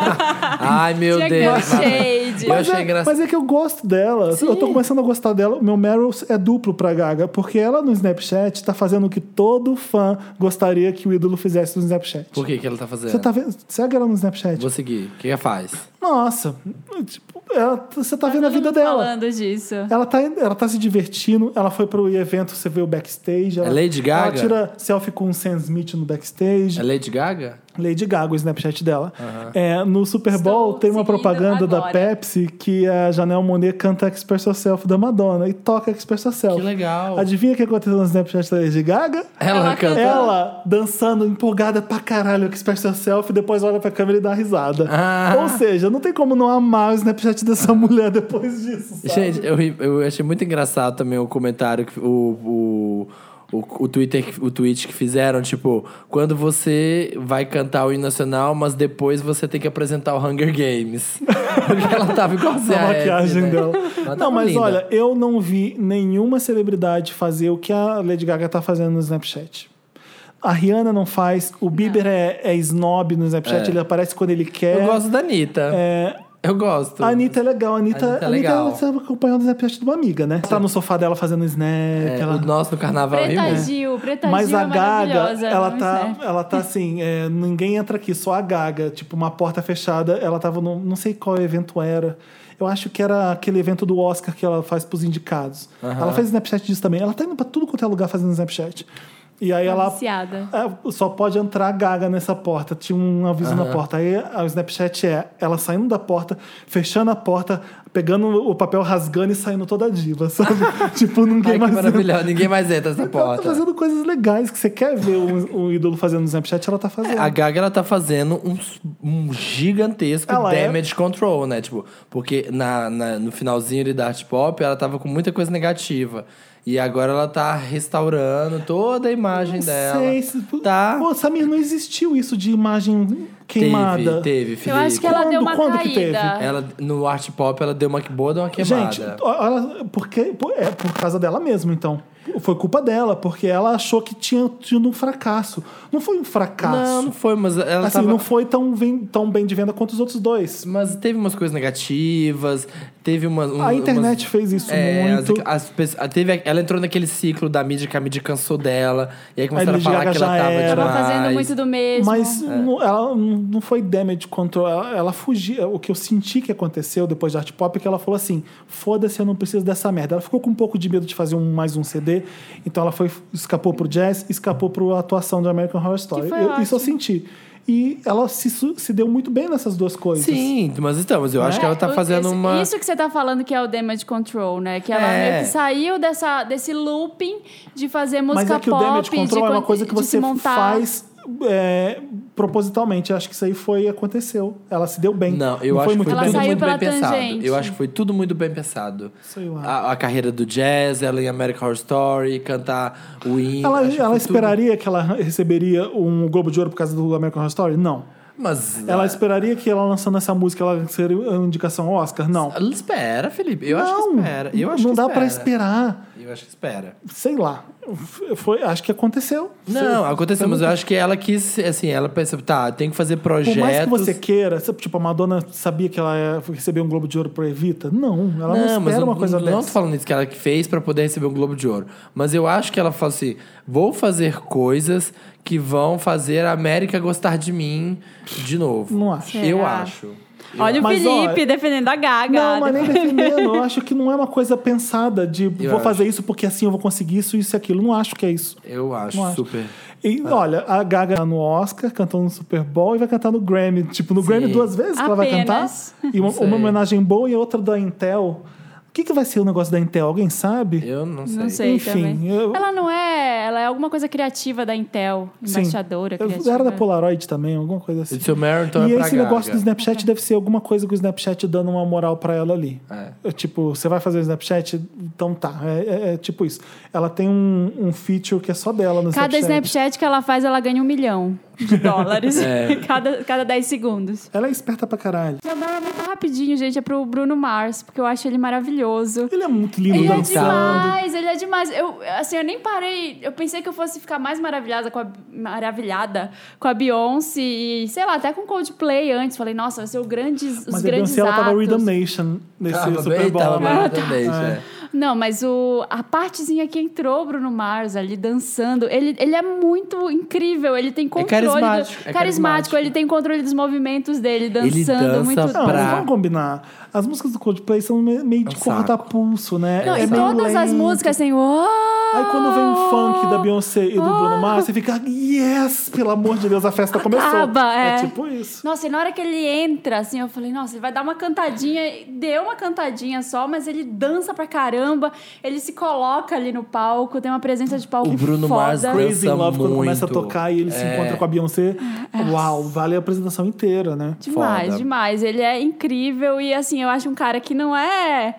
Ai, meu
Tinha que ter um
Deus.
shade.
Eu achei
é,
engraçado.
mas é que eu gosto dela. Eu tô começando a gostar dela. O Meu Meryl é duplo pra Gaga, porque ela no Snapchat tá fazendo o que todo fã gostaria que o ídolo fizesse no Snapchat.
Por que que ela tá fazendo?
Você tá vendo? Segue ela no Snapchat.
Vou seguir. O que que ela faz?
Nossa, tipo, ela- você tá vendo a
Todo
vida
mundo
dela.
falando disso.
Ela tá, ela tá se divertindo, ela foi pro evento, você vê o backstage. Ela,
É Lady
Ela
Gaga?
tira selfie com o Sam Smith no backstage.
É Lady Gaga?
Lady Gaga, o Snapchat dela. É, no Super Bowl tem uma
seguindo
propaganda da
agora.
Pepsi que a Janelle Monáe canta Express Yourself da Madonna e toca Express Yourself.
Que legal.
Adivinha o que aconteceu no Snapchat da Lady Gaga?
Ela,
Ela
canta.
Ela dançando empolgada pra caralho Express Yourself e depois olha pra câmera e dá risada.
Ah.
Ou seja, não tem como não amar o Snapchat dessa mulher depois disso. sabe?
Gente, eu, ri- eu achei muito engraçado também o comentário, que, o, o, o, o, Twitter, que- o tweet que fizeram, tipo, quando você vai cantar o hino nacional, mas depois você tem que apresentar o Hunger Games. Porque ela tava igualzinha.
a
a Abby,
maquiagem
né?
dela.
Ela
não,
tava
mas
linda.
olha, eu não vi nenhuma celebridade fazer o que a Lady Gaga tá fazendo no Snapchat. A Rihanna não faz, o Bieber é, é snob no Snapchat,
É.
ele aparece quando ele quer.
Eu gosto da Anitta.
É,
Eu gosto.
a Anitta é legal, a Anitta,
Anitta é
a Anitta
legal.
ela tá acompanhando o Snapchat de uma amiga, né? Tá no sofá dela fazendo snack.
É,
ela-
O nosso no carnaval aí,
Preta
né?
Gil, Preta
Mas
Gil
a
é
Gaga,
maravilhosa.
ela
não
tá,
serve.
ela tá assim, é, ninguém entra aqui, só a Gaga, tipo uma porta fechada. Ela tava no, não sei qual evento era. Eu acho que era aquele evento do Oscar que ela faz pros indicados. Ela fez Snapchat disso também. Ela tá indo pra tudo quanto é lugar fazendo Snapchat. E aí ela
Tá Viciada.
é, só pode entrar a Gaga nessa porta. Tinha um aviso na porta. Aí a- o Snapchat é ela saindo da porta, fechando a porta, pegando o papel, rasgando e saindo toda diva, sabe? tipo, ninguém
Ai, que
mais entra.
maravilhoso. Ninguém mais entra nessa
Então, Ela tá
porta.
fazendo coisas legais que você quer ver o, o ídolo fazendo no Snapchat, ela tá fazendo.
A Gaga, ela tá fazendo um, um gigantesco
Ela é-
damage control, né? Tipo, porque na, na- no finalzinho de Dart Pop, ela tava com muita coisa negativa. E agora ela tá restaurando toda a imagem dela.
Sei, se-
Tá.
Pô, Samir, não existiu isso de imagem queimada.
Teve, teve,
Eu
Felipe.
acho que ela
Quando-
deu uma
quando que teve?
caída.
Ela, no Art Pop, ela deu uma que boa, deu uma queimada.
Gente, olha, porque, pô, é por causa dela mesma, então. Foi culpa dela, porque ela achou que tinha tido um fracasso. Não foi um fracasso.
não, não foi, mas ela
assim,
tava...
não foi tão, ven- tão bem de venda quanto os outros dois.
Mas teve umas coisas negativas, teve uma... um-
A internet
umas-
fez isso
É, as-
muito.
as pessoas- a- teve, a- ela entrou naquele ciclo da mídia que a mídia cansou dela. E aí começaram a,
Lady
falar
Gaga
que ela
já
tava
era.
Tava
demais.
fazendo muito do mesmo. né?
Mas não- ela não não foi damage control, ela, ela fugia. O que eu senti que aconteceu depois de Art Pop é que ela falou assim: foda-se, eu não preciso dessa merda. Ela ficou com um pouco de medo de fazer um, mais um CD, então ela foi, escapou pro jazz, escapou pro atuação do American Horror Story.
foi
Eu-
ótimo.
isso eu senti. E ela se, su- se deu muito bem nessas duas coisas.
Sim, mas então, mas eu acho que ela tá
né? O-
fazendo
esse-
uma.
É, Isso que você tá falando que é o damage control, né? Que ela
É.
meio que saiu dessa, desse looping de fazer
Mas
música
é que
pop.
o damage
de
control é uma
con-
coisa que
de se
você
montar.
faz é, propositalmente. Acho que isso aí foi aconteceu. Ela se deu bem.
Não, eu
foi
acho que
muito
foi tudo
Ela
bem.
saiu
muito bem
pela
pensado.
tangente.
Eu acho que foi tudo muito bem pensado.
Sei lá.
A, a carreira do jazz, ela em American Horror Story, cantar o hino.
Ela,
acho que
ela
foi
esperaria que ela receberia um Globo de Ouro por causa do American Horror Story? Não.
tudo. Mas ah,
Ela esperaria que ela lançando essa música ela seria uma indicação ao Oscar? Não.
ela espera, Felipe. Eu acho
não,
que espera. Eu acho
não
que
dá pra
espera.
esperar.
Eu acho que espera.
Sei lá. F- Foi, acho que aconteceu.
Não, aconteceu, mas eu acho que ela quis, assim, ela pensou, tá, tem que fazer projetos.
Por mais que você queira, sabe, tipo, a Madonna sabia que ela ia receber um Globo de Ouro por Evita? Não, ela não, espera
mas
uma coisa
não
dessa.
tô falando isso que ela que fez pra poder receber um Globo de Ouro. Mas eu acho que ela falou assim: vou fazer coisas que vão fazer a América gostar de mim de novo.
Não acho.
Eu
Será?
acho.
Olha o
Mas,
Felipe
ó,
defendendo a Gaga.
Não, mas nem defendendo. Eu acho que não é uma coisa pensada de vou
acho.
fazer isso porque assim eu vou conseguir isso, isso e aquilo. Não acho que é isso.
Eu acho,
Não acho.
super.
E olha, a Gaga tá no Oscar, cantando no Super Bowl e vai cantar no Grammy. Tipo, no Grammy duas vezes que ela vai cantar.
Apenas.
E uma,
Sei.
uma homenagem boa e outra da Intel. O que, que vai ser o negócio da Intel? Alguém sabe?
Eu não sei.
Não sei
Enfim,
também.
eu-
Ela não é... Ela é alguma coisa criativa da Intel.
Sim.
Embaixadora
Eu-
criativa.
Era da Polaroid também, alguma coisa assim.
It's a marathon
e
é pra
esse negócio do
Gaga.
Snapchat deve ser alguma coisa que o Snapchat dando uma moral pra ela ali.
É.
É Tipo, você vai fazer o Snapchat? Então tá. É, é- é tipo isso. Ela tem um, um feature que é só dela no
Cada Snapchat que ela faz, ela ganha um milhão de dólares.
É.
cada, cada 10 segundos.
Ela é esperta pra caralho.
Rapidinho, gente, é pro Bruno Mars, porque eu acho ele maravilhoso.
Ele é muito lindo
Ele é
dançando.
demais, ele é demais. Eu, assim, eu nem parei. Eu pensei que eu fosse ficar mais maravilhada com a, maravilhada com a Beyoncé e, sei lá, até com Coldplay antes. Falei, nossa, vai ser o grandes, os
Mas a
grandes
Beyoncé, ela tava
atos.
Rhythm Nation nesse
Tava
Super
bem,
Bowl.
Ah, tava
né?
marathon é.
Não, mas o, a partezinha que entrou o Bruno Mars ali dançando, ele, ele é muito incrível. Ele tem controle. do-
carismático, é carismático.
ele tem controle dos movimentos dele dançando.
Ele dança
muito
Não,
pra-
mas vamos combinar. As músicas do Coldplay são me- meio de
É um
cortar
saco.
pulso, né?
Não,
É
e
meio
todas as
lento.
músicas assim, "Ah, tem.
Aí quando vem o funk da Beyoncé e do Bruno Mars, você fica, yes, pelo amor de Deus, a festa começou.
Acaba, é.
tipo isso.
Nossa, e na hora que ele entra, assim, eu falei, nossa, ele vai dar uma cantadinha. E Deu uma cantadinha só, mas ele dança pra caramba. Ele se coloca ali no palco, tem uma presença de palco
O Bruno
foda.
Mars dança
Crazy in Love, quando começa a
muito. É.
tocar e ele se encontra com a Beyoncé,
É.
uau, vale a apresentação inteira, né?
Demais,
Foda.
demais. Ele é incrível e, assim, eu acho um cara que não é...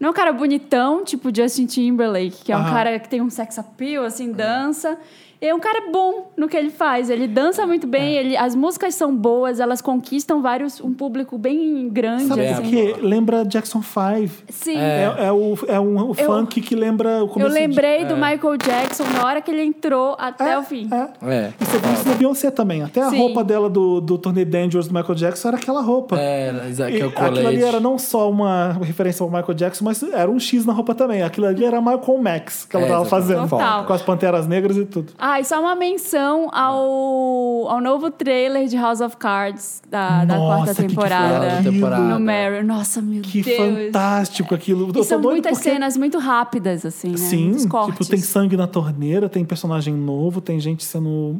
Não é um cara bonitão, tipo Justin Timberlake, que é um
Aham.
cara que tem um sex appeal, assim, dança. E é um cara bom no que ele faz. Ele dança muito
É.
bem, ele, as músicas são boas, elas conquistam vários, um público bem grande,
Sabe
assim.
por quê? Lembra Jackson 5.
Sim.
É, é o, é um, o
Eu-
funk que lembra o começo
Eu
de-
lembrei do Michael Jackson na hora que ele entrou até
É,
o fim.
é.
É.
E você viu isso da Beyoncé também. Até a
Sim.
roupa dela do, do Tony Dangerous do Michael Jackson era aquela roupa.
É, exa-
E
que é o
aquilo ali
colete.
era um não só uma referência ao Michael Jackson, mas era um X na roupa também. Aquilo ali era Michael Max que ela
É,
tava
exatamente.
fazendo.
Total.
Com as panteras negras e tudo.
Ah, e só uma menção ao, ao novo trailer de House of Cards Ah, da, da
Nossa,
quarta
que que
temporada.
foi? temporada.
no Mary. Nossa, meu
Que
Deus.
fantástico aquilo. Eu
E
tô
são
doido
muitas
porque-
cenas muito rápidas, assim, né?
Sim,
Muitos cortes.
tipo, tem sangue na torneira, tem personagem novo, tem gente sendo.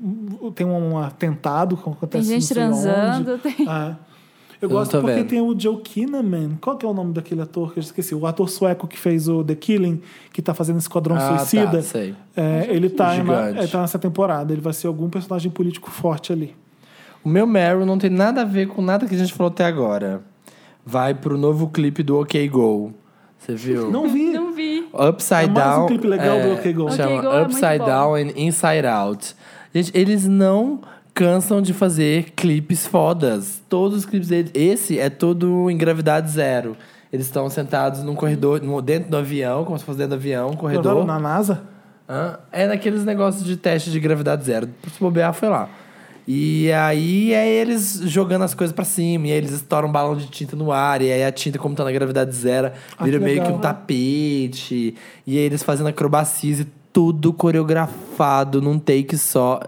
Tem um atentado que
Tem
acontece
gente
não sei
transando,
onde.
tem...
É. Eu,
Eu não
gosto
tô
porque
vendo.
tem o Joe Kinnaman. Qual que é o nome daquele ator que eu esqueci? O ator sueco que fez o The Killing, que tá fazendo Esquadrão
Ah,
Suicida.
tá, sei.
É, ele, tá em uma-
Gigante.
ele tá nessa temporada. Ele vai ser algum personagem político forte ali.
O meu Meryl não tem nada a ver com nada que a gente falou até agora. Vai pro novo clipe do OK Go. Você viu?
Não vi.
Não vi.
Upside
É mais um
Down.
clipe legal do OK Go.
Chama
OK Go é muito
Upside
bom.
Down and Inside Out. Gente, eles não cansam de fazer clipes fodas. Todos os clipes deles. Esse é todo em gravidade zero. Eles estão sentados num corredor, num- dentro do avião, como se fosse dentro do avião, um
Gravaram
corredor.
na NASA?
Hã? É naqueles negócios de teste de gravidade zero. Se bobear, foi lá. E aí é eles jogando as coisas pra cima, e aí eles estouram um balão de tinta no ar, e aí a tinta, como tá na gravidade zero,
Ah,
vira
que
meio que
legal.
um tapete. E aí eles fazendo acrobacias e tudo coreografado num take só.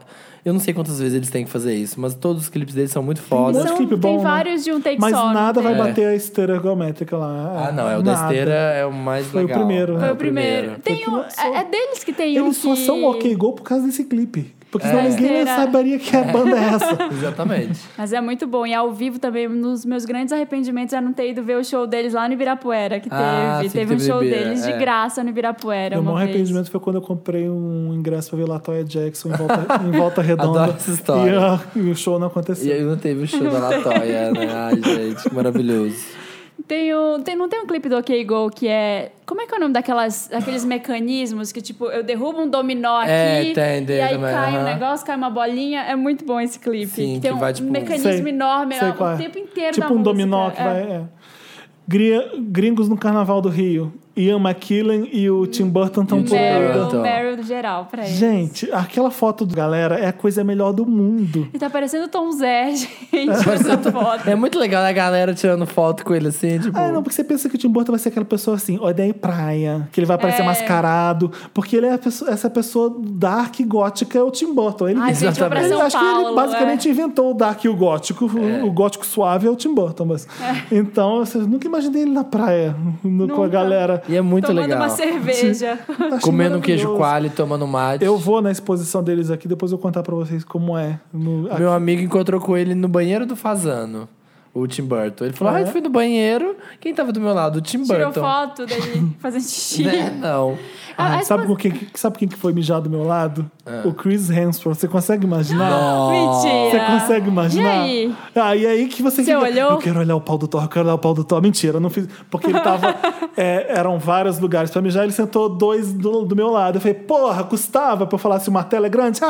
Eu não sei quantas vezes eles têm que fazer isso, mas todos os clipes deles são muito
Um
fodas.
monte de
São-
clipe
tem
bom, né?
vários de um take
Mas
só, não
nada vai
tem?
bater a esteira geométrica lá.
É. Ah, não, é o da
Nada.
esteira é o mais
Foi o
legal.
primeiro, né?
Foi
É
o primeiro. Tem
Foi o
um,
primeiro.
é, é deles que tem um
Eles só
que-
são ok gol por causa desse clipe. Porque
É.
senão ninguém
Besteira.
saberia que a banda é essa.
Exatamente.
Mas é muito bom. E ao vivo também, um dos meus grandes arrependimentos é não ter ido ver o show deles lá no Ibirapuera, que
Ah,
teve.
sim,
Teve um
teve
show
Ibira,
deles
é.
de graça no Ibirapuera.
Meu
uma
maior um
vez.
arrependimento foi quando eu comprei um ingresso pra ver Latoya Jackson em Volta, em Volta Redonda.
Adoro essa história.
E, ah, E, o show não
E
aconteceu.
aí não teve o show da Latoya, né? Ai, gente, que maravilhoso.
Tem um, tem, não tem um clipe do OK Go que é. Como é que é o nome daquelas, daqueles mecanismos que, tipo, eu derrubo um dominó aqui.
É, tem, tem
e aí
também,
cai um
aham.
negócio, cai uma bolinha. É muito bom esse clipe.
Sim, que
tem um
vai, tipo,
mecanismo
Sei-
enorme
sei
é,
qual é.
o tempo inteiro
Tipo
da
um
música.
dominó que
É.
vai... é. Gria- Gringos no Carnaval do Rio. Ian McKellen e o Tim Burton estão
Hum.
Tim Burton.
pulando.
Meryl, Meryl geral pra ele.
Gente, aquela foto do galera é a coisa melhor do mundo.
E tá parecendo o Tom Zé, gente, essa foto.
É muito legal né, a galera tirando foto com ele assim, tipo.
Ah, não, porque você pensa que o Tim Burton vai ser aquela pessoa assim, odeia praia, que ele vai aparecer
É.
mascarado, porque ele é a pessoa- essa pessoa dark gótica é o Tim Burton. Ele,
Ai, gente, vou pra
Exatamente.
Eu
São
acho que ele
Paulo, é.
basicamente inventou o dark e o gótico. O- O gótico suave é o Tim Burton, mas... Então, eu nunca imaginei ele na praia, no- com a
É. Nunca.
galera.
E é
é.
muito
tomando
legal.
uma cerveja.
Achei
Comendo um queijo
maravilhoso.
coalho, tomando mate.
Eu vou na exposição deles aqui, depois eu vou contar pra vocês como é. no-
Meu amigo encontrou com ele no banheiro do Fazano. O Tim Burton. Ele falou:
Ah,
Ah,
é?
eu fui no banheiro. Quem tava do meu lado? O Tim
Tirou
Burton.
foto dele fazendo xixi. é
Né? Não.
A-
então. Ah,
a
sabe,
expo-
com quem, sabe quem que foi mijar do meu lado?
É.
O Chris Hemsworth. Você consegue imaginar? Você
Mentira.
consegue imaginar?
É. E aí?
Ah, e aí que você,
Você
fica,
olhou?
Eu quero olhar o pau do Thor, eu quero olhar o pau do Thor. Mentira, eu não fiz. Porque ele tava. é, eram vários lugares pra mijar, ele sentou dois do, do meu lado. Eu falei, porra, custava pra eu falar se o martelo é grande?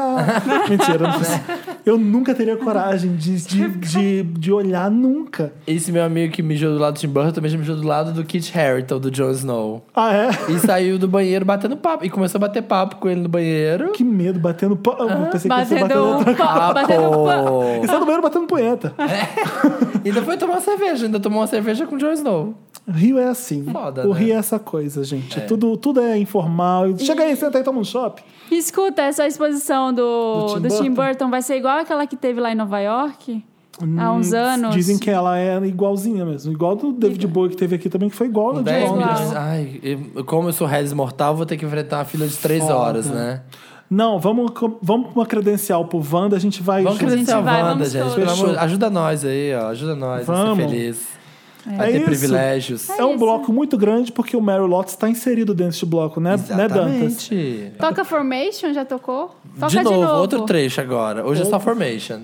Mentira, eu não fiz. Eu nunca teria coragem de, de, de, de olhar nunca.
Esse meu amigo que mijou do lado do Tim Burton também já mijou do lado do Kit Harington, do Jon Snow.
Ah, é?
E saiu do banheiro batendo papo. E começou a bater papo com ele no banheiro.
Que medo, batendo. pau. Eu pensei que ia ser
Batendo
batendo.
um papo, batendo um papo.
Ele saiu do tá banheiro batendo punheta.
E ainda foi tomar uma cerveja, ainda tomou uma cerveja com o Jon Snow.
Rio é assim.
Foda,
o
né?
Rio é essa coisa, gente. Tudo, tudo é informal. Chega aí, senta aí, toma um shopping.
Escuta, essa exposição do,
Do Tim
do Tim
Burton?
Burton vai ser igual aquela que teve lá em Nova York? Há uns
Hum,
anos.
Dizem que ela é igualzinha mesmo. Igual do David Bowie que teve aqui também, que foi igual no de
10
Jon
Londres.
Snow.
minutos. Ai, eu- como eu sou Reds Mortal, vou ter que enfrentar uma fila de 3
Foda.
horas, né?
Não, vamos, com- vamos pra uma credencial pro Wanda, a gente vai.
Vamos
junto.
crescer a
vai,
Wanda,
vamos
gente.
todos.
Pelo amor-
Fechou.
ajuda nós aí, ó. Ajuda nós a ser
Vamos.
feliz.
É
A ter
isso.
privilégios.
É um
isso.
bloco muito grande porque o Meryl Lotus tá inserido dentro deste bloco, né, né Dantas?
Exatamente.
Toca Formation, já tocou? Toca
De novo, outro trecho agora. Hoje é só Formation.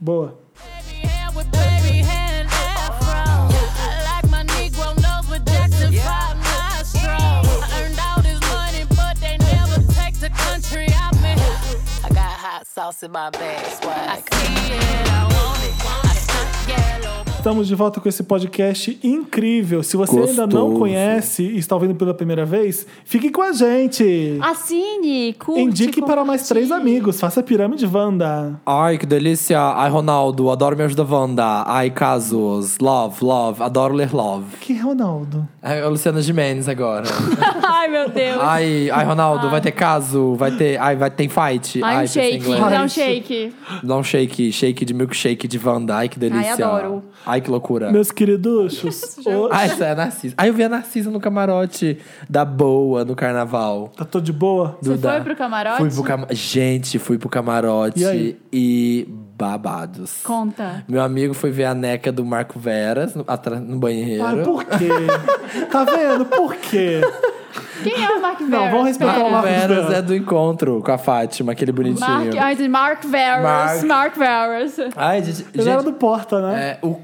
Boa.
Baby hair with baby hair and afro. I like my Negro nose with Jackson 5 nostrils. I earned all this money, but they never take the country out me. I got hot sauce in my bag, swag. I see it, I want it. I stunt yellow.
Estamos de volta com esse podcast incrível. Se você ainda não
Gostoso.
conhece e está ouvindo pela primeira vez, fique com a gente.
Assine, curte.
Indique para mais três
compartilhe.
amigos. Faça pirâmide Wanda.
Ai, que delícia. Ai, Ronaldo, adoro Me Ajuda Wanda. Ai, Casos. Love, love. Adoro ler love.
Que Ronaldo.
Ai, a Luciana Gimenez agora.
Ai, meu Deus.
Ai,
Ah.
ai, Ronaldo, vai ter caso. Vai ter... Ai, vai, tem fight.
Ai, um
pensei em
shake,
inglês.
dá um shake.
Dá um shake, shake de milkshake de Wanda. Ai, que delícia.
Ai, adoro.
Ai, que loucura.
Meus queriduchos, o-
Ah, essa é a Narcisa. Ah, eu vi a Narcisa no camarote da Boa no carnaval.
tá tô de boa?
Você
Duda.
foi pro camarote?
Fui pro cama... Gente, fui pro camarote
E aí?
e babados.
Conta.
Meu amigo foi ver a neca do Marco Veras no, atra- no banheiro.
Ah, por quê? tá vendo? Por quê?
Quem é o Mark Veras?
vamos respeitar
Pera.
o
Marco
Marcos
Veras
Veras.
é do encontro com a Fátima, aquele bonitinho.
Mark, ai, de Mark Veras.
Mark.
Mark Veras.
Ai, gente.
Ele era
gente,
do Porta, né?
é, o,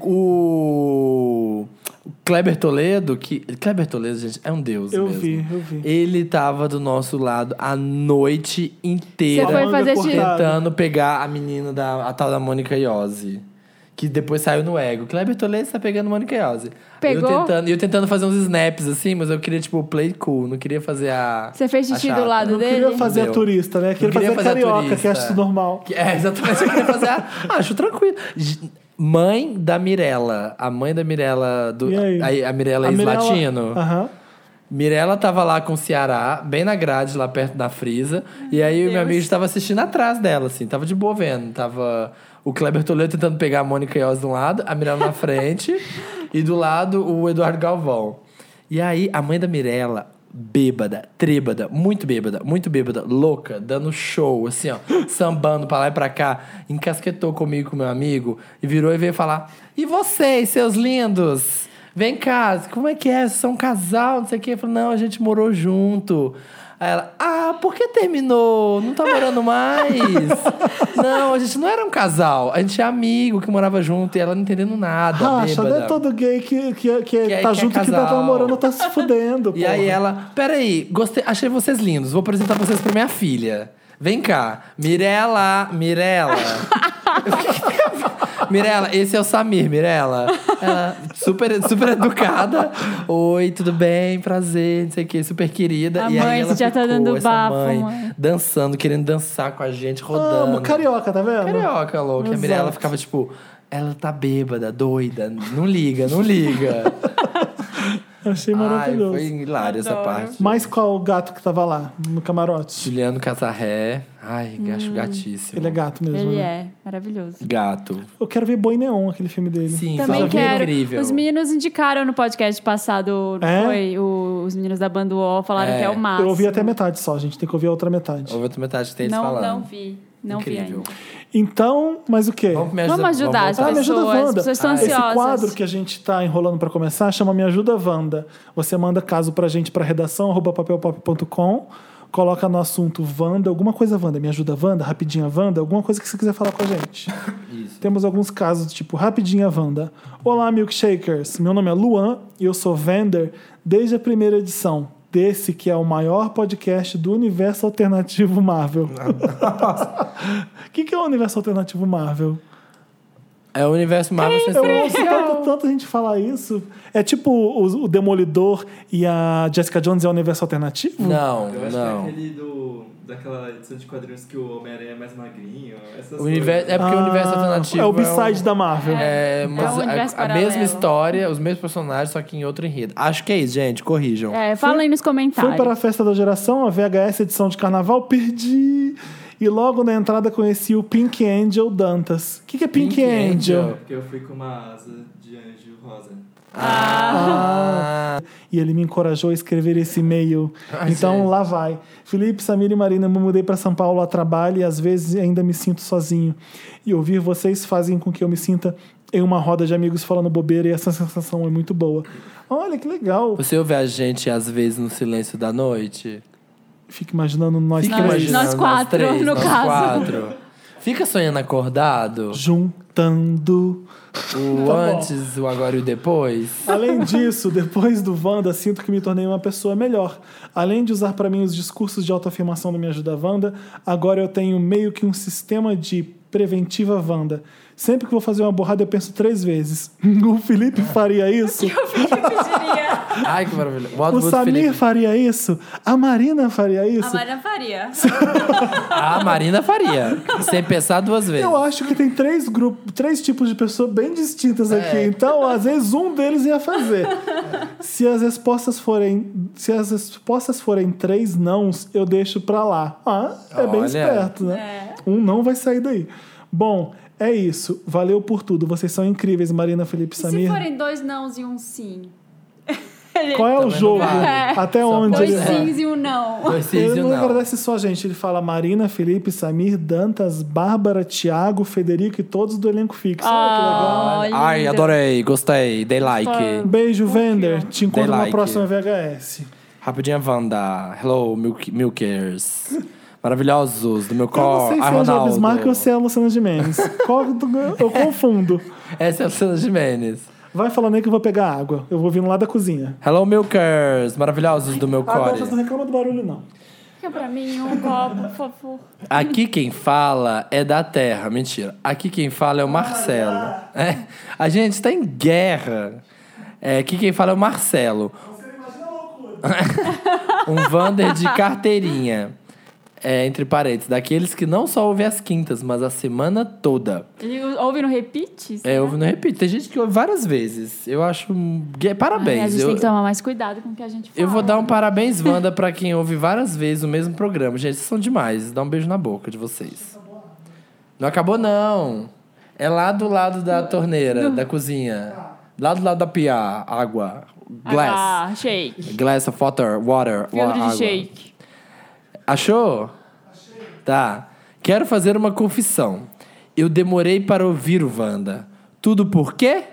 o- o Kleber Toledo, que. Kleber Toledo, gente, é um deus.
Eu
mesmo.
vi, eu vi.
Ele tava do nosso lado a noite inteira.
Você
a
foi
manga
fazer
cortada.
xixi.
tentando pegar a menina da a tal da Mônica Iose. Que depois saiu no ego. Kleber Toledo tá pegando Mônica Iose.
Pegou?
E eu tentando, e eu tentando fazer uns snaps, assim, mas eu queria, tipo, play cool. Não queria fazer a.
Você fez
a
xixi
chata.
do lado
Eu
dele?
queria fazer a
Entendeu?
turista, né? Queria
Não queria
fazer a
fazer a
carioca, que
turista.
acho isso normal.
Que- É, exatamente. Eu queria fazer a. Ah, acho tranquilo. G- Mãe da Mirella. A mãe da Mirella. Do,
E aí?
A, a Mirella é
A Mirella-
ex-latino.
Aham.
Mirella tava lá com o Ceará, bem na grade, lá perto da frisa. e aí o meu amigo estava assistindo atrás dela, assim, tava de boa vendo. Tava o Kleber Toledo tentando pegar a Mônica Iose de um lado, a Mirella na frente, e do lado o Eduardo Galvão. E aí a mãe da Mirella bêbada, trêbada, muito bêbada, muito bêbada, louca, dando show, assim, ó, sambando pra lá e pra cá, encasquetou comigo, com meu amigo, e virou e veio falar: E vocês, seus lindos? Vem cá, como é que é? Vocês são um casal, não sei o quê. Eu falei, não, a gente morou junto. Aí ela, ah, por que terminou? Não tá morando mais? não, a gente não era um casal, a gente é amigo que morava junto e ela não entendendo nada.
Racha, não
bêbada.
é todo gay que, que, que,
Que é-
tá
que é
junto que tá
casal.
namorando, tá se fudendo.
E aí
porra.
ela, peraí, gostei, achei vocês lindos, vou apresentar vocês pra minha filha. Vem cá, Mirella, Mirella. Mirella, esse é o Samir, Mirella. Ela, super, super educada. Oi, tudo bem? Prazer, não sei o que, super querida.
A
e
mãe,
aí ela
você já tá
ficou,
dando
essa
bafo,
mãe,
mãe.
Dançando, querendo dançar com a gente, rodando.
Amo, carioca, tá vendo?
Carioca, louca. E A
Exato.
Mirella ficava tipo, ela tá bêbada, doida, não liga, não liga.
Achei
Ai,
maravilhoso.
foi hilário essa
Adoro.
parte.
Mas qual o gato que tava lá no camarote?
Juliano Casarré. Ai,
Hum.
acho gatíssimo.
Ele é gato mesmo.
Ele
né?
é maravilhoso.
gato.
Eu quero ver Boi Neon, aquele filme dele.
Sim,
Também
foi
quero.
incrível.
Os meninos indicaram no podcast passado, não
É?
foi? O- os meninos da Banda UOL falaram
É.
que é o máximo.
Eu ouvi até metade só, gente. Tem que ouvir a outra metade.
Houve outra metade deles
Não,
falando.
não vi. Não vi
incrível.
ainda.
Então, mas o quê?
Vamos, me ajuda,
Vamos ajudar as
voltar.
Ah, me ajuda,
pessoas. As
Wanda.
pessoas estão
Ah, é.
Esse
ansiosas.
quadro que a gente tá enrolando pra começar chama Me Ajuda Wanda. Você manda caso pra gente pra redação arroba papelpop.com, coloca no assunto Wanda, alguma coisa Wanda, me ajuda Wanda, rapidinha Wanda, alguma coisa que você quiser falar com a gente.
Isso.
Temos alguns casos tipo rapidinha Wanda. Olá milkshakers, meu nome é Luan e eu sou vender desde a primeira edição desse que é o maior podcast do universo alternativo Marvel. O que, que é o universo alternativo Marvel?
É o universo Marvel sem
Eu
ser-
ouço tanto, tanto a gente falar isso. É tipo o, o Demolidor e a Jessica Jones é o universo alternativo?
Não,
Eu acho que é
não.
aquele do, daquela edição de quadrinhos que o Homem-Aranha é mais magrinho. Essas
O universo, é porque o universo
Ah,
alternativo.
É o
é um-
B-side da Marvel.
É, mas
um
a-
universo
a,
paralelo.
mesma história, os mesmos personagens, só que em outro enredo. Acho que é isso, gente. Corrijam.
É, fala aí nos comentários.
Fui para a festa da geração, a VHS edição de carnaval, perdi. E logo na entrada conheci o Pink Angel Dantas. O que, que é Pink,
Pink
Angel?
Angel.
Porque eu fui com uma asa de anjo rosa.
Ah.
E ele me encorajou a escrever esse e-mail.
Ai,
então
gente.
lá vai. Felipe, Samir e Marina, eu me mudei para São Paulo a trabalho e às vezes ainda me sinto sozinho. E ouvir vocês fazem com que eu me sinta em uma roda de amigos falando bobeira e essa sensação é muito boa. Olha que legal.
Você ouve a gente às vezes no silêncio da noite?
Fico imaginando nós
Fica
Nós-
três
imaginando
nós quatro,
três,
no
nós
caso.
quatro. Fica sonhando acordado?
juntando.
O antes, o agora e o depois?
Além disso, depois do Wanda, sinto que me tornei uma pessoa melhor. Além de usar para mim os discursos de autoafirmação do Me Ajuda Wanda, agora eu tenho meio que um sistema de preventiva Wanda. Sempre que vou fazer uma borrada, eu penso três vezes. O Felipe faria isso?
Ai, que maravilha. O
O
Aldo
Samir
Felipe.
faria isso? A Marina faria isso?
faria.
Ah, A Marina faria. Sem pensar duas vezes.
Eu acho que tem três grupos, três tipos de pessoas bem distintas
É.
aqui. Então, às vezes um deles ia fazer. Se as respostas forem, se as respostas forem três nãos, eu deixo pra lá. Ah, é bem
Olha.
esperto, né?
É.
Um não vai sair daí. Bom, é isso. Valeu por tudo. Vocês são incríveis, Marina, Felipe,
Se
Samir.
forem dois nãos e um sim.
Qual é o
Também não
jogo?
vale.
Até
Só
onde
pode
Dois
ele
ser.
vai?
sims e um não.
Dois sims
Ele
e um
não
não.
agradece só a gente, ele fala Marina, Felipe, Samir, Dantas, Bárbara, Tiago, Federico e todos do elenco fixo.
Ah.
Olha que legal.
Olha,
Ai,
lindo.
adorei, gostei, dei like.
Beijo, Vender. Te encontro
Dê
na
like.
próxima VHS.
Rapidinha, Wanda. Hello, milk, Milkers. Maravilhosos do meu
Eu não
cor.
sei se
Ai,
é o Jô
Ronaldo.
Bismarck ou se é a Luciana Gimenez. Qual do- eu confundo.
Essa é a Luciana Jimenez.
Vai falando aí que eu vou pegar água. Eu vou vindo lá da cozinha.
Hello, Milkers. Maravilhosos do meu
Ah, não,
core.
vocês não reclamam do barulho, não.
Fica pra mim um copo, por favor.
Aqui quem fala é da terra. Mentira. Aqui quem fala é o Marcelo. É. A gente está em guerra. É, aqui quem fala é o Marcelo. um Vander de carteirinha. É, entre parênteses, daqueles que não só ouve as quintas, mas a semana toda.
Ele ouve no repeat?
É, ouve no repeat. Tem gente que ouve várias vezes. Eu acho. um gue- Parabéns.
Ai, a gente
eu...
tem que tomar mais cuidado com o que a gente fala.
Eu vou dar um parabéns, Wanda, pra quem ouve várias vezes o mesmo programa. Gente, vocês são demais. Dá um beijo na boca de vocês. Não acabou, não. É lá do lado da torneira, da cozinha. Lá do lado da pia, água. Glass.
Ah, shake.
Glass of water, water,
Filtro de
água.
shake.
Achou? Tá. Quero fazer uma confissão. Eu demorei para ouvir o Wanda. Tudo por quê?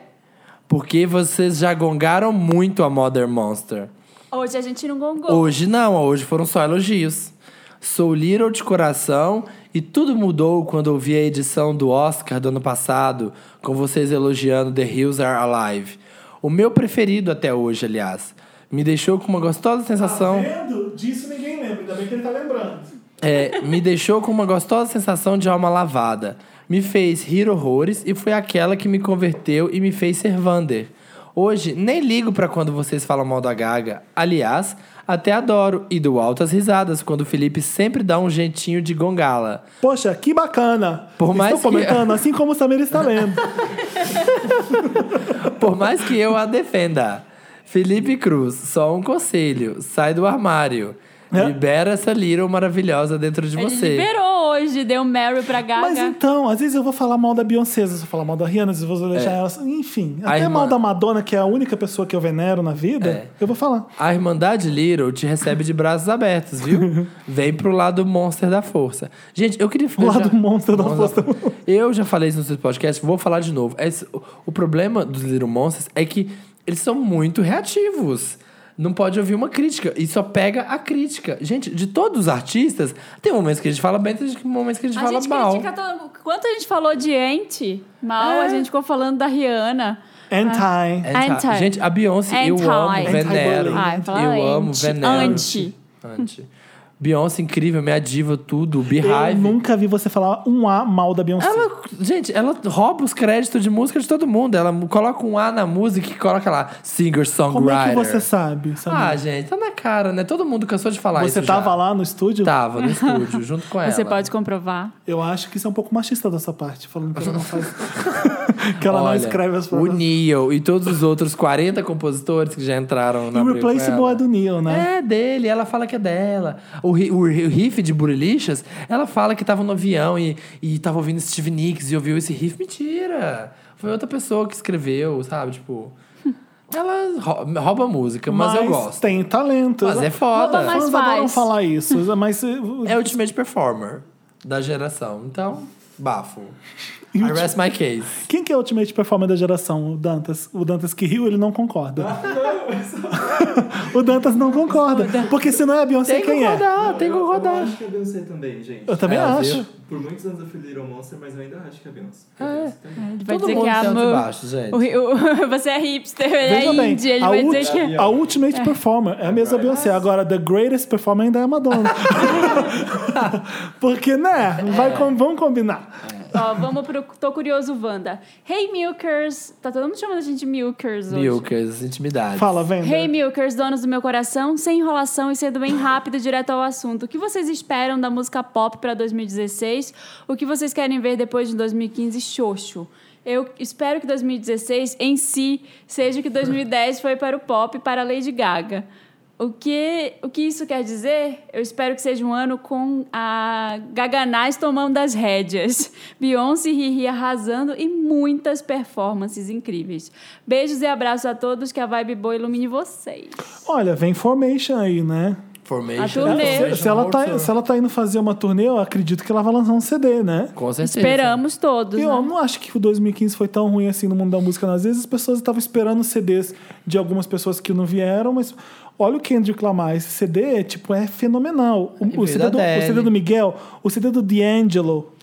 Porque vocês já gongaram muito a Mother Monster.
Hoje a gente não gongou.
Hoje não, hoje foram só elogios. Sou Little de coração e tudo mudou quando ouvi a edição do Oscar do ano passado, com vocês elogiando The Hills Are Alive. O meu preferido até hoje, aliás. Me deixou com uma gostosa
Ah,
sensação.
Vendo? Disso ninguém lembra, ainda bem que ele tá lembrando.
É, me deixou com uma gostosa sensação de alma lavada. Me fez rir horrores e foi aquela que me converteu e me fez ser Vander. Hoje, nem ligo pra quando vocês falam mal da Gaga. Aliás, até adoro e dou altas risadas quando o Felipe sempre dá um jeitinho de gongala.
Poxa, que bacana!
Por mais
Estou
que-
comentando, assim como o Samir está lendo.
Por mais que eu a defenda. Felipe Cruz, só um conselho. Sai do armário.
É?
Libera essa Little maravilhosa dentro de
Ele
você.
liberou hoje, deu Mary pra Gaga.
Mas então, às vezes eu vou falar mal da Beyoncé, às vezes eu vou falar mal da Rihanna, às vezes eu vou deixar elas. Enfim,
É. A
até
irmã-
mal da Madonna, que é a única pessoa que eu venero na vida,
É.
eu vou falar.
A Irmandade Little te recebe de braços abertos, viu? Vem pro lado monster da força. Gente, eu queria falar.
lado monster da força.
Eu já falei isso no seu podcast, vou falar de novo. Esse- o- o problema dos Little Monsters é que eles são muito reativos. Não pode ouvir uma crítica. E só pega a crítica. Gente, de todos os artistas, tem momentos que a gente fala bem, tem momentos que a gente
a
fala
gente
mal. É.
critica todo Quanto a gente falou de Ant, mal, a gente ficou falando da Rihanna.
Anti.
Anti-
Anti.
Gente, a Beyoncé, eu amo,
Anti.
venero.
Anti-bullying.
Ai, fala
eu amo,
anti.
venero.
Anti.
Anti. Beyoncé incrível, minha diva, tudo,
Eu
Beehive.
nunca vi você falar um A mal da Beyoncé.
Ela, gente, ela rouba os créditos de música de todo mundo. Ela coloca um A na música e coloca lá, singer,
Como
songwriter.
é que você sabe? sabe?
Ah, gente, tá na cara, né? Todo mundo cansou de falar
você
isso
tava
já. Tá.
lá no estúdio?
Tava no estúdio, junto com ela.
Você pode comprovar.
Eu acho que isso é um pouco machista da sua parte, falando que ela não faz. que ela
Olha,
não escreve as
O
palavras.
Neil e todos os outros 40 compositores que já entraram na
E o
briga com
Replaceable
ela.
é do Neil, né?
É dele, ela fala que é dela. O, ri- o ri- o riff de Burilixas, ela fala que tava no avião e, e tava ouvindo Steve Nicks e ouviu esse riff. Mentira! Foi outra pessoa que escreveu, sabe? Tipo. Ela rou- rouba a música, É, mas, eu gosto.
Tem talento.
Mas é foda.
Mas
Fãs adoram
faz.
falar isso, mas eh,
É o ultimate performer da geração. Então, bafo. I rest my case.
quem que é o ultimate performer da geração? O Dantas. O Dantas que riu, ele não concorda. o Dantas não concorda. Porque se não é a Beyoncé,
Tem que
quem é?
rodar, tem que
Eu
rodar.
acho que é a Beyoncé também, gente.
Eu também
É,
acho.
viu?
Por muitos anos eu fui Little Monster, mas eu ainda acho que é a Beyoncé.
Ah,
Que é a Beyoncé também.
Ele vai
Todo
dizer que
mundo
é
tem alto e
amor.
baixo, gente.
O Ri- o- você é hipster, ele
Veja
é
bem,
indie, ele
a,
vai
ulti-
dizer que é.
a Ultimate Performer é a mesma Beyoncé. Agora, The Greatest Performer ainda é a Madonna. Porque, né? Vai com- vamos combinar.
Ó, vamos pro Tô Curioso Wanda. Hey Milkers, tá todo mundo chamando a gente de Milkers hoje.
Milkers, intimidade.
Fala, venda.
Hey Milkers, donos do meu coração, sem enrolação e sendo bem rápido e direto ao assunto. O que vocês esperam da música pop pra 2016? O que vocês querem ver depois de 2015 xoxo? Eu espero que 2016 em si seja o que 2010 foi para o pop e para a Lady Gaga. O que, o que isso quer dizer? Eu espero que seja um ano com a Gaganais tomando as rédeas. Beyoncé e Riri arrasando e muitas performances incríveis. Beijos e abraços a todos, que a vibe boa ilumine vocês.
Olha, vem Formation aí, né?
A
Formation.
turnê.
Se- Se, ela tá,
Formation.
se ela tá indo fazer uma turnê, eu acredito que ela vai lançar um CD, né?
Com certeza.
Esperamos todos.
Eu
né?
não acho que o 2015 foi tão ruim assim no mundo da música. Às vezes as pessoas estavam esperando CDs de algumas pessoas que não vieram, mas olha o Kendrick Lamar. Esse CD tipo, é fenomenal.
É
O, o
veio da
CD do, o
Adele.
CD do Miguel, o CD do D'Angelo.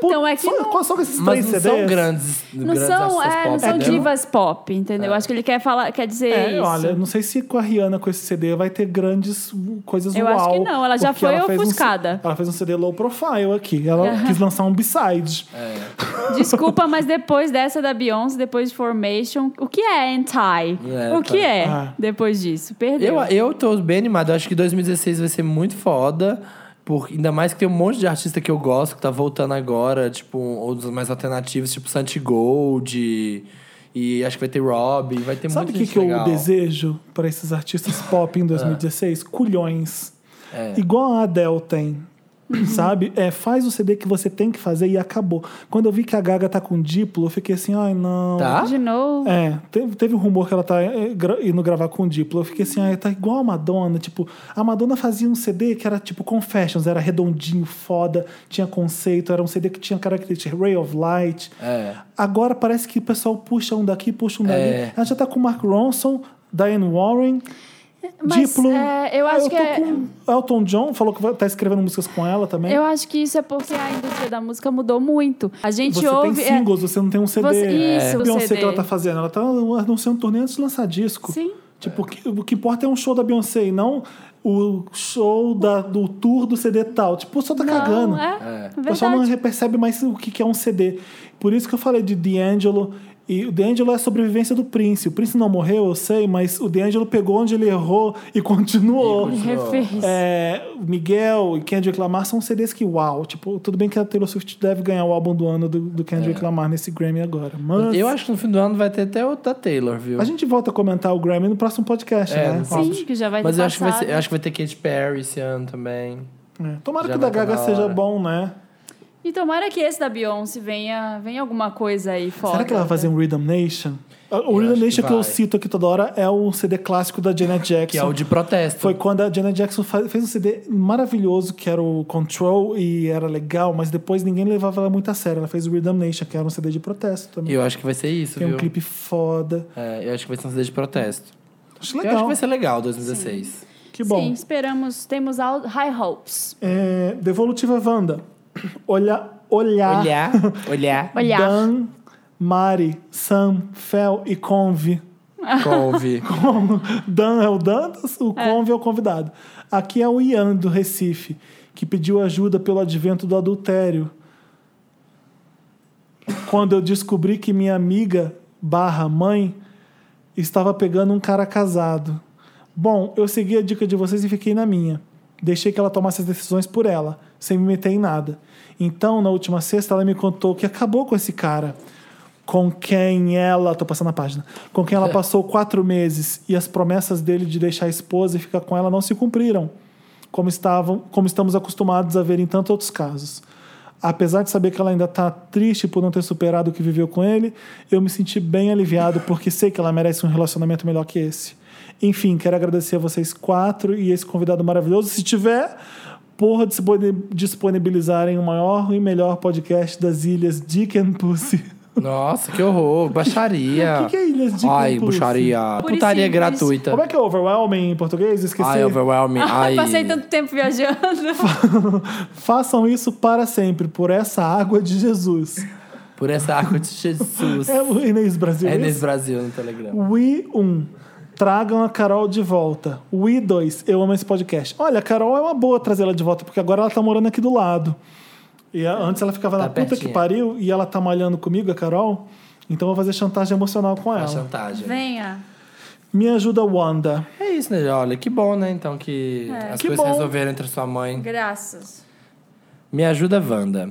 Pô,
Então, é que
só,
não-
qual- só com esses
Mas
três
não
CDs.
são grandes,
Não
grandes
são,
artistas
é,
pop,
não são
né? É.
divas pop, entendeu? Acho que ele quer falar, quer dizer
É,
isso.
olha, não sei se com a Rihanna com esse CD vai ter grandes uh, coisas
Eu
uau.
acho que não, ela já
porque
foi
fez um C-
ofuscada.
ela fez um CD low profile aqui. Ela quis lançar um B-side.
Desculpa, mas depois dessa da Beyoncé, depois de Formation, o que é anti?
É,
o que
tá.
é
Ah.
depois disso? Perdeu.
Eu, eu tô bem animado. Eu acho que 2016 vai ser muito foda. Por, ainda mais que tem um monte de artista que eu gosto que tá voltando agora, tipo, outros mais alternativos, tipo Santi Gold. E acho que vai ter Rob, vai ter
Sabe o
muita
que,
gente
que eu
legal.
desejo pra esses artistas pop em 2016? Culhões.
É. Uhum.
Igual a Adele tem. sabe? É, faz o CD que você tem que fazer e acabou. Quando eu vi que a Gaga tá com Diplo, eu fiquei assim, ai não.
Tá?
De novo.
É, teve, teve um rumor que ela tá é, gra- indo gravar com o Diplo. Eu fiquei assim, ah, tá igual a Madonna. Tipo, a Madonna fazia um CD que era tipo Confessions, era redondinho, foda, tinha conceito, era um CD que tinha característica Ray of Light.
É.
Agora parece que o pessoal puxa um daqui, puxa um dali.
É.
Ela já tá com o Mark Ronson, Diane Warren.
Mas,
Diplo. Ah,
é, eu acho
tô
que é-
com um, né? Elton John falou que vai- tá escrevendo músicas com ela também.
Eu acho que isso é porque a indústria da música mudou muito. A gente
Você
ouve.
tem
é,
singles, você não tem um CD.
Você-
É.
isso, o
Beyoncé
CD.
que ela tá fazendo. Ela tá anunciando turnê antes de lançar disco.
Sim.
Tipo, o que- o que importa é um show da Beyoncé e não o show da- do tour do CD tal. Tipo, o pessoal tá cagando.
Não, é,
O pessoal
verdade.
não percebe mais o que que é um CD. Por isso que eu falei de D'Angelo. E o D'Angelo é a sobrevivência do Prince. O Prince não morreu, eu sei, mas o D'Angelo pegou onde ele errou e continuou.
Refez.
É, Miguel e Kendrick Lamar são CDs que, uau, tipo, tudo bem que a Taylor Swift deve ganhar o álbum do ano do, do Kendrick
É.
Lamar nesse Grammy agora. Mas
Eu acho que no fim do ano vai ter até o da Taylor, viu?
a gente volta a comentar o Grammy no próximo podcast,
É,
né?
no
Óbvio.
Sim, que já vai
Mas
ter
eu acho, que vai ser-
passado.
eu acho que vai ter Katy Perry esse ano também.
É. Tomara
Já
que o da
vai tá
Gaga
na
seja
hora.
bom, né?
E tomara que esse da Beyoncé venha, venha alguma coisa aí fora.
Será que ela vai fazer um Rhythm Nation? O Rhythm
acho que
Nation que, eu
vai.
cito aqui toda hora é um CD clássico da Janet Jackson.
Que é o de protesto.
Foi quando a Janet Jackson fa- fez um CD maravilhoso que era o Control e era legal, mas depois ninguém levava ela muito a sério. Ela fez o Rhythm Nation, que era um CD de protesto
E
também.
eu acho que vai ser isso,
Tem
viu?
um clipe foda.
É, eu acho que vai ser um CD de protesto.
Acho
Eu acho que
legal.
vai ser legal 2016.
Que bom.
Sim, esperamos, temos al- high hopes.
É, Devolutiva Wanda. Olha, olhar.
Olhar, olhar,
Olhar.
Dan, Mari, Sam, Fel e Conve.
couve.
Dan é o Dantas, o Conve é. o convidado. Aqui é o Ian do Recife, que pediu ajuda pelo advento do adultério. Quando eu descobri que minha amiga barra mãe estava pegando um cara casado. Bom, eu segui a dica de vocês e fiquei na minha. Deixei que ela tomasse as decisões por ela, sem me meter em nada. Então, na última sexta, ela me contou que acabou com esse cara. Com quem ela. tô passando a página. Com quem ela passou quatro meses e as promessas dele de deixar a esposa e ficar com ela não se cumpriram, como, estavam, como estamos acostumados a ver em tantos outros casos. Apesar de saber que ela ainda está triste por não ter superado o que viveu com ele, eu me senti bem aliviado porque sei que ela merece um relacionamento melhor que esse. Enfim, quero agradecer a vocês quatro e esse convidado maravilhoso. Se tiver, por dispone- disponibilizarem o maior e melhor podcast das ilhas Dick and Pussy.
Nossa, que horror. Baixaria.
O que que é Ilhas de
Ai,
Campos?
bucharia.
Pura e
Putaria
simples.
gratuita.
Como é que é overwhelming em português? Esqueci.
Ai,
Ah,
overwhelming. Ai.
Passei tanto tempo viajando.
Façam isso para sempre, por essa água de Jesus.
Por essa água de Jesus.
É o Inês Brasil.
É
isso?
nesse Brasil no Telegram.
We 1. Tragam a Carol de volta. We 2. Eu amo esse podcast. Olha, a Carol é uma boa trazer ela de volta, porque agora ela tá morando aqui do lado. E a- antes ela ficava na puta
Tá pertinho.
que pariu e ela tá malhando comigo, a Carol. Então eu vou fazer chantagem emocional com
A
ela.
chantagem.
Venha.
Me ajuda, Wanda.
É isso, né? Olha, que bom, né? Então que as
É. Que
coisas
bom.
resolveram entre sua mãe.
Graças.
Me ajuda, Wanda.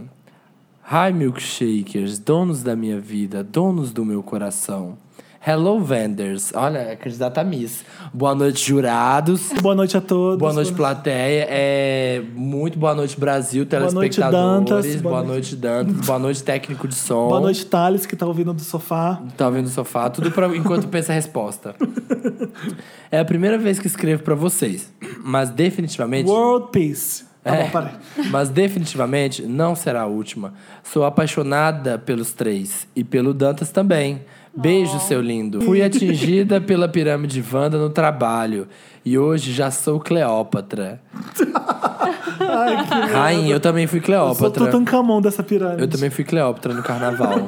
Hi, milkshakers, donos da minha vida, donos do meu coração. Hello, vendors. Olha, a candidata Miss. Boa noite, jurados.
Boa noite a todos.
Boa noite, plateia. É, muito boa noite, Brasil,
Boa noite,
telespectadores.
Dantas. Boa
Boa
noite.
noite, Dantas. Boa noite, técnico de som.
Boa noite, Thales, que tá ouvindo do sofá.
Tá ouvindo o sofá, tudo pra, enquanto pensa a resposta. É a primeira vez que escrevo pra vocês, mas definitivamente.
World Peace. Tá
É,
bom, parei.
mas definitivamente não será a última. Sou apaixonada pelos três e pelo Dantas também. Beijo, seu lindo. Fui atingida pela pirâmide Wanda no trabalho e hoje já sou Cleópatra.
Ai, que
Rainha, eu também fui
eu sou
Cleópatra.
Tutankamon dessa pirâmide.
Eu também fui Cleópatra no carnaval.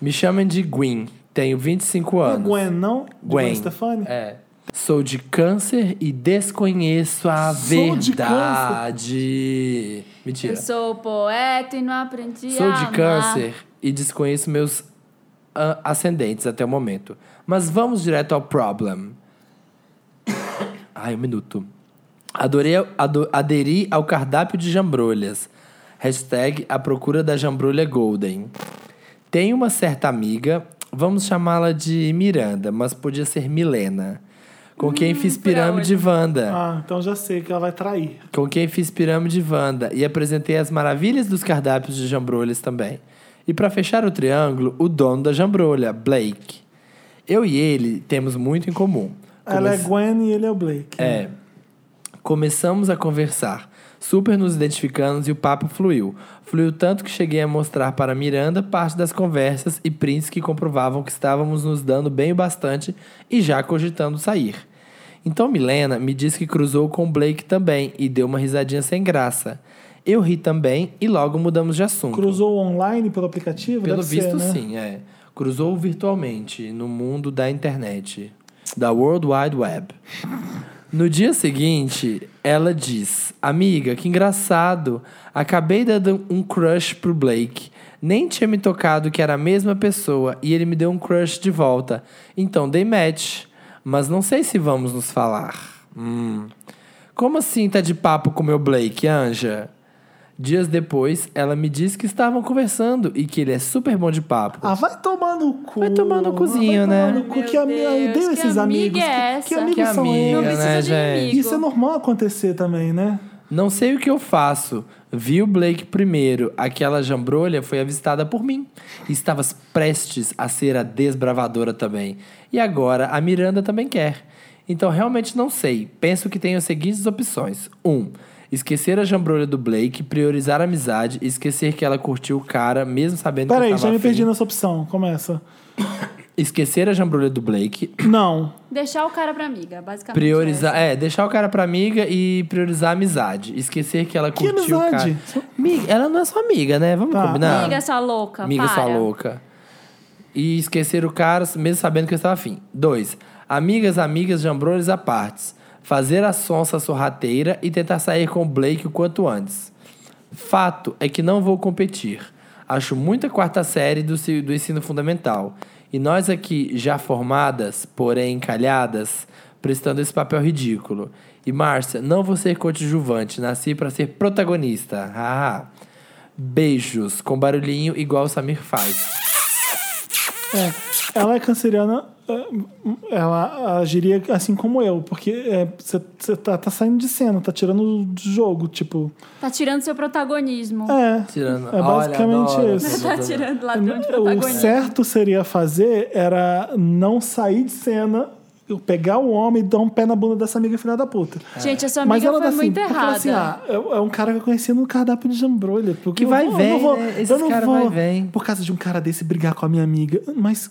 Me chamem de Gwen. Tenho 25
Não é
anos.
Gwen, não? De Gwen
Gwen.
Stefani?
É. Sou de câncer e desconheço a
Sou de
verdade. Mentira.
Eu sou poeta e não aprendi
Sou
a
de
amar.
câncer e desconheço meus ah, ascendentes até o momento. Mas vamos direto ao problem. Ai, um minuto. Adorei, ado- aderi ao cardápio de jambrolhas. Hashtag a procura da jambrolha golden. Tem uma certa amiga, vamos chamá-la de Miranda, mas podia ser Milena. Com quem fiz
por
pirâmide
Hum, aonde?
Wanda.
Ah, então já sei que ela vai trair.
com quem fiz pirâmide Wanda e apresentei as maravilhas dos cardápios de jambrolhas também. E para fechar o triângulo, o dono da jambrolha, Blake. Eu e ele temos muito em comum.
Ela é
Comece-
Gwen e ele é o Blake.
é. Começamos a conversar, super nos identificamos e o papo fluiu. Fluiu tanto que cheguei a mostrar para Miranda parte das conversas e prints que comprovavam que estávamos nos dando bem o bastante e já cogitando sair. Então Milena me disse que cruzou com Blake também e deu uma risadinha sem graça. Eu ri também e logo mudamos de assunto.
Cruzou online pelo aplicativo?
Pelo
Deve
visto,
ser, né?
sim, é. Cruzou virtualmente no mundo da internet, da World Wide Web. No dia seguinte, ela diz: Amiga, que engraçado. Acabei dando um crush pro Blake. Nem tinha me tocado que era a mesma pessoa e ele me deu um crush de volta. Então dei match. Mas não sei se vamos nos falar. Hum. Como assim tá de papo com meu Blake, Anja? Dias depois, ela me diz que estavam conversando e que ele é super bom de papo.
Ah, vai tomar no cu. Ah,
Vai tomar no cuzinho,
vai tomar
né?
no cu,
Meu
que ami- eu
Deus,
odeio
que
esses amigos.
amiga é
que, que
essa?
amigos
Que
são
amiga,
eles?
Não precisa
né,
de
gente?
inimigo.
Isso é normal acontecer também, né?
Não sei o que eu faço. Vi o Blake primeiro. Aquela jambrolha foi avistada por mim. Estavas prestes a ser a desbravadora também. E agora a Miranda também quer. Então realmente não sei. Penso que tenho as seguintes opções: 1. Um, esquecer a jambrolha do Blake, priorizar a amizade e esquecer que ela curtiu o cara, mesmo sabendo que
Peraí,
estava
já me
afim.
perdi nessa opção. Começa.
Esquecer a jambrolha do Blake,
Não.
Deixar o cara pra amiga, basicamente.
Priorizar, é, deixar o cara pra amiga e priorizar a amizade. Esquecer que ela
Que
curtiu
amizade?
o cara. Amiga, ela não é sua amiga, né? Vamos
Tá.
combinar.
Amiga sua louca,
Amiga
para.
sua louca. E esquecer o cara, mesmo sabendo que eu estava afim. Dois, amigas, amigas, jambrolhos à partes. Fazer a sonsa sorrateira e tentar sair com o Blake o quanto antes. Fato é que não vou competir. Acho muita quarta série do, ci- do ensino fundamental. E nós aqui, já formadas, porém encalhadas, prestando esse papel ridículo. E Márcia, não vou ser coadjuvante, nasci para ser protagonista. Haha. Beijos, com barulhinho igual o Samir faz.
Ela é canceriana, é, ela agiria assim como eu, porque você tá, tá saindo de cena, tá tirando do jogo, tipo.
Tá tirando seu protagonismo.
É.
Tirando.
É basicamente
Olha, adoro.
isso.
Tá tirando ladrão de
É O
protagonismo.
certo seria fazer era não sair de cena, eu pegar o homem e dar um pé na bunda dessa amiga filha da puta.
É. Gente, essa
Mas
amiga
ela
foi
dá assim,
muito
porque ela
errada.
assim, ah, é, é um cara que eu conheci no cardápio de jambrolha. Porque
Que
eu
vai
vou-
vem,
eu não vou,
né? Esses
eu não
cara
vou
vai vem.
por causa de um cara desse brigar com a minha amiga. Mas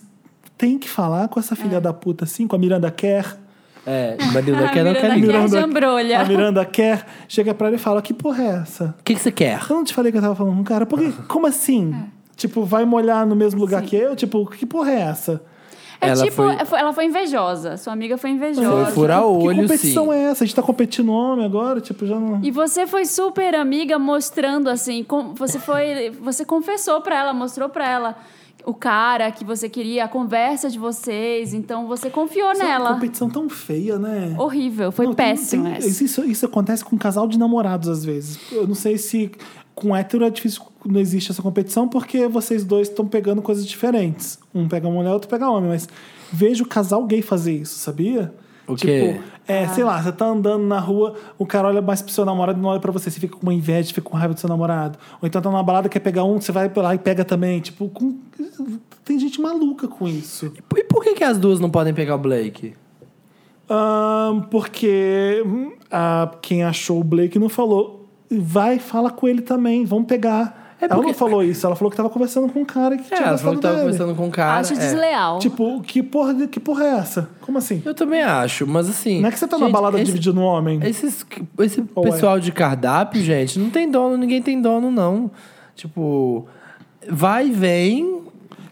tem que falar com essa
É.
filha da puta assim, com a Miranda Kerr.
É, Manila
A
quer, não
Miranda
quer ninguém.
quer.
O
Miranda,
jambrolha.
A Miranda Kerr chega pra ela e fala, que porra é essa?
que, que você quer?
Eu não te falei que eu tava falando com um cara. Por quê? Como assim?
É.
Tipo, vai molhar no mesmo lugar que eu? Tipo, que porra é essa?
É
Ela
tipo,
foi-
é, foi- ela foi invejosa. Sua amiga foi
Foi
invejosa.
furar o
que
olho, sim.
competição é essa? A gente tá competindo homem agora? Tipo, já não...
E você foi super amiga mostrando assim, com- você foi, você confessou pra ela, mostrou pra ela o cara que você queria, a conversa de vocês, então você confiou
Isso é uma
nela.
competição tão feia, né?
Horrível, foi
Não, tem-
péssimo
tem- um-
essa.
Isso, isso acontece com um casal de namorados, às vezes. Eu não sei se com hétero é difícil, não existe essa competição, porque vocês dois estão pegando coisas diferentes. Um pega mulher, outro pega homem, mas vejo casal gay fazer isso, sabia?
O quê?
Tipo, é, sei lá, você tá andando na rua, o cara olha mais pro seu namorado e não olha pra você. Você fica com uma inveja, fica com raiva do seu namorado. Ou então tá numa balada, quer pegar um, você vai lá e pega também. Tipo, com- tem gente maluca com isso.
E por que, que as duas não podem pegar o Blake?
Ahn, porque hum, a, quem achou o Blake não falou. Vai, fala com ele também, vamos pegar.
É
Ela
porque-
não falou isso, ela falou que tava conversando com um cara que
É,
tinha
ela falou
gostado
que tava
dele.
conversando com o cara.
Acho
é.
desleal.
Tipo, que porra, de- que porra é essa? Como assim?
Eu também acho, mas assim.
Não é que você tá na
gente,
balada
esse,
dividindo um homem?
Esses, esse
Ou é?
pessoal de cardápio, gente, não tem dono, ninguém tem dono, não. Tipo, vai e vem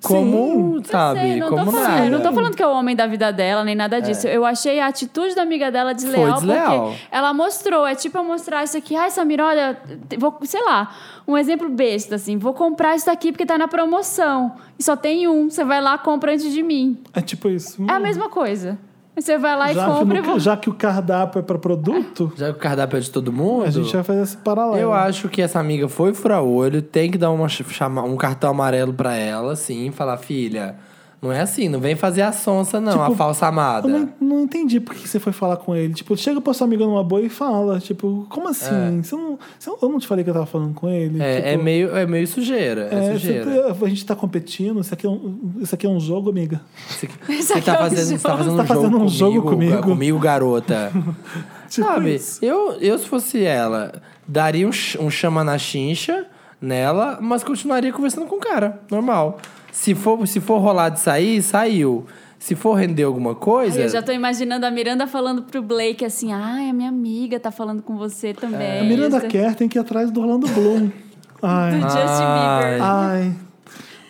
como,
Eu
sabe?
sei, é, não
como
tô falando,
nada.
eu não tô falando que é o homem da vida dela, nem nada disso. Eu achei a atitude da amiga dela desleal,
Foi desleal.
porque ela mostrou, é tipo eu mostrar isso aqui, ai, Samir, olha, te- vou, sei lá, um exemplo besta, assim, vou comprar isso daqui porque tá na promoção. E só tem um, você vai lá, compra antes de mim.
É tipo isso.
É a
Hum.
mesma coisa. Você vai lá e
já, que
compra e
no-
vo-
já que o cardápio é pra produto,
Já que o cardápio é de todo mundo.
a gente vai fazer esse paralelo.
Eu acho que essa amiga foi furar olho, tem que dar uma ch- chama, um cartão amarelo pra ela, assim, e falar, filha, Não é assim, não vem fazer a sonsa, não, a
Tipo,
falsa amada.
Eu não, não entendi por que você foi falar com ele. Tipo, chega pra sua amiga numa boa e fala. Tipo, como assim? Você não, você não- eu não te falei que eu tava falando com ele?
É,
Tipo,
é, meio, é meio sujeira. É,
é,
sujeira.
você tá- a gente tá competindo. Isso aqui é um, isso aqui é um jogo, amiga.
Você,
Isso
você
aqui
tá
é um
fazendo, você tá
jogo.
fazendo um
Tá
jogo,
fazendo um jogo
comigo,
comigo.
comigo, garota.
Tipo
Sabe,
isso.
eu, eu se fosse ela, daria um, ch- um chama na chincha nela, mas continuaria conversando com o cara, normal. Se for, se for rolar de sair, saiu. Se for render alguma coisa.
Ai, eu já tô imaginando a Miranda falando pro Blake assim: ai, a minha amiga tá falando com você também.
É. A Miranda
É Isso-
quer tem que ir atrás do Orlando Bloom. Ai,
Do Justin Bieber.
Ah, ai.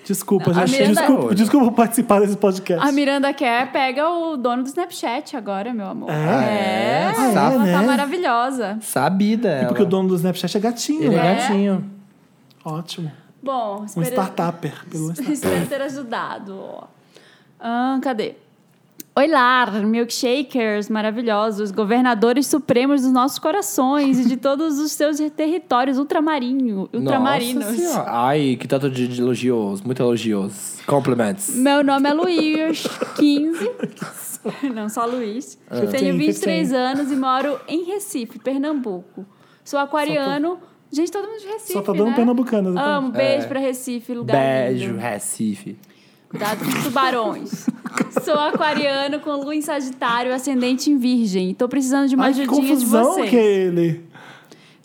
Desculpa,
Não, a
gente.
Miranda-
Desculpa, desculpa por participar desse podcast.
A Miranda quer pega o dono do Snapchat agora, meu amor.
É?
É,
Ah, é?
ela
Ah, é,
tá
né?
maravilhosa.
Sabida.
E
Ela.
porque o dono do Snapchat é gatinho,
Ele é
né?
É.
gatinho.
Ótimo.
Bom,
Um
espero,
startupper. Pelo
espero ter ajudado. ó. Ah, cadê? Oi lá, milkshakers maravilhosos, governadores supremos dos nossos corações e de todos os seus territórios ultramarinho, ultramarinos.
Nossa Senhora. Ai, que tanto de de elogios. Muito elogios. Compliments.
Meu nome é Luiz, 15. Não, só Luiz.
É.
Tenho 23 anos e moro em Recife, Pernambuco. Sou aquariano. Gente, todo mundo de Recife,
Só tá dando
né?
pernambucana, exatamente.
Amo, beijo
É.
pra Recife, lugar
Beijo,
lindo.
Recife.
Cuidado com os tubarões. Sou aquariano com lua em Sagitário, ascendente em Virgem. Tô precisando de uma
Ai, que
ajudinha de
confusão
vocês.
que é ele.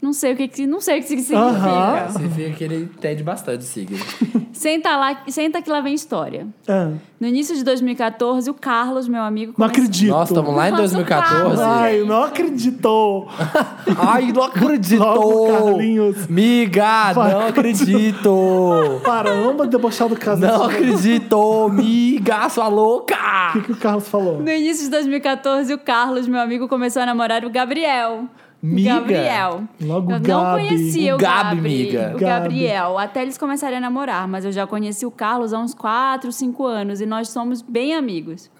Não sei o que, que- não sei o que significa.
Aham.
Você vê que ele entende bastante signo.
Senta lá, senta que lá vem história.
Ah,
No início de 2014, o Carlos, meu amigo,
não
começou-
acredito.
Nossa, estamos lá em
Nossa,
2014.
Ai, não acredito.
Ai, não acredito!
Logo, Carlinhos.
Miga, não acredito!
Para, não vou debochar do caso.
Não acredito! Miga, sua louca!
O que, que o Carlos falou?
No início de 2014, o Carlos, meu amigo, começou a namorar o Gabriel.
Miga.
Gabriel.
Logo
eu não
Gabi.
conhecia o,
O Gabi,
Gabi,
miga.
o
Gabi.
Gabriel, até eles começarem a namorar, mas eu já conheci o Carlos há uns 4, 5 anos e nós somos bem amigos.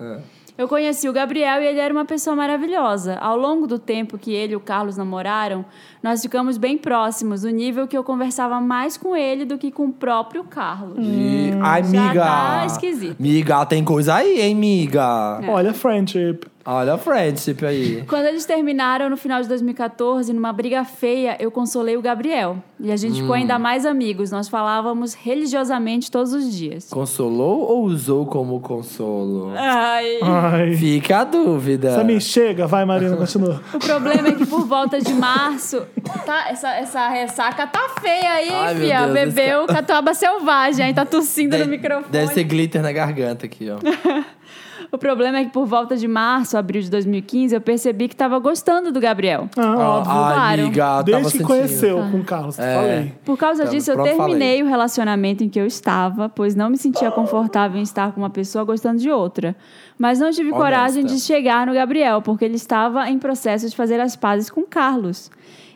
Eu conheci o Gabriel e ele era uma pessoa maravilhosa. Ao longo do tempo que ele e o Carlos namoraram, nós ficamos bem próximos, no nível que eu conversava mais com ele do que com o próprio Carlos.
E- Ai,
já
miga!
tá esquisito. É.
Miga, tem coisa aí, hein, miga?
Olha, friendship.
Olha a friendship aí.
Quando eles terminaram no final de 2014, numa briga feia, eu consolei o Gabriel. E a gente ficou
Hum.
ainda mais amigos. Nós falávamos religiosamente todos os dias.
Consolou ou usou como consolo?
Ai.
Ai.
Fica a dúvida.
Samir, chega. Vai, Marina, continua.
O problema é que por volta de março. Tá, essa, essa ressaca tá feia aí,
Ai,
hein,
meu
fia?
Deus, esse
Bebeu catuaba selvagem, aí tá tossindo
Deve-
no microfone.
Deve ser glitter na garganta aqui, ó.
O problema é que por volta de março, abril de 2015, eu percebi que tava gostando do Gabriel.
Ah, óbvio.
Ai,
claro.
miga, Ah, tava
Desde que
sentindo.
conheceu com o Carlos,
É.
falei.
Por causa
Tá,
disso, eu
pronto,
terminei
falei.
o relacionamento em que eu estava, pois não me sentia confortável em estar com uma pessoa gostando de outra. Mas não tive
Honesta.
coragem de chegar no Gabriel, porque ele estava em processo de fazer as pazes com o Carlos.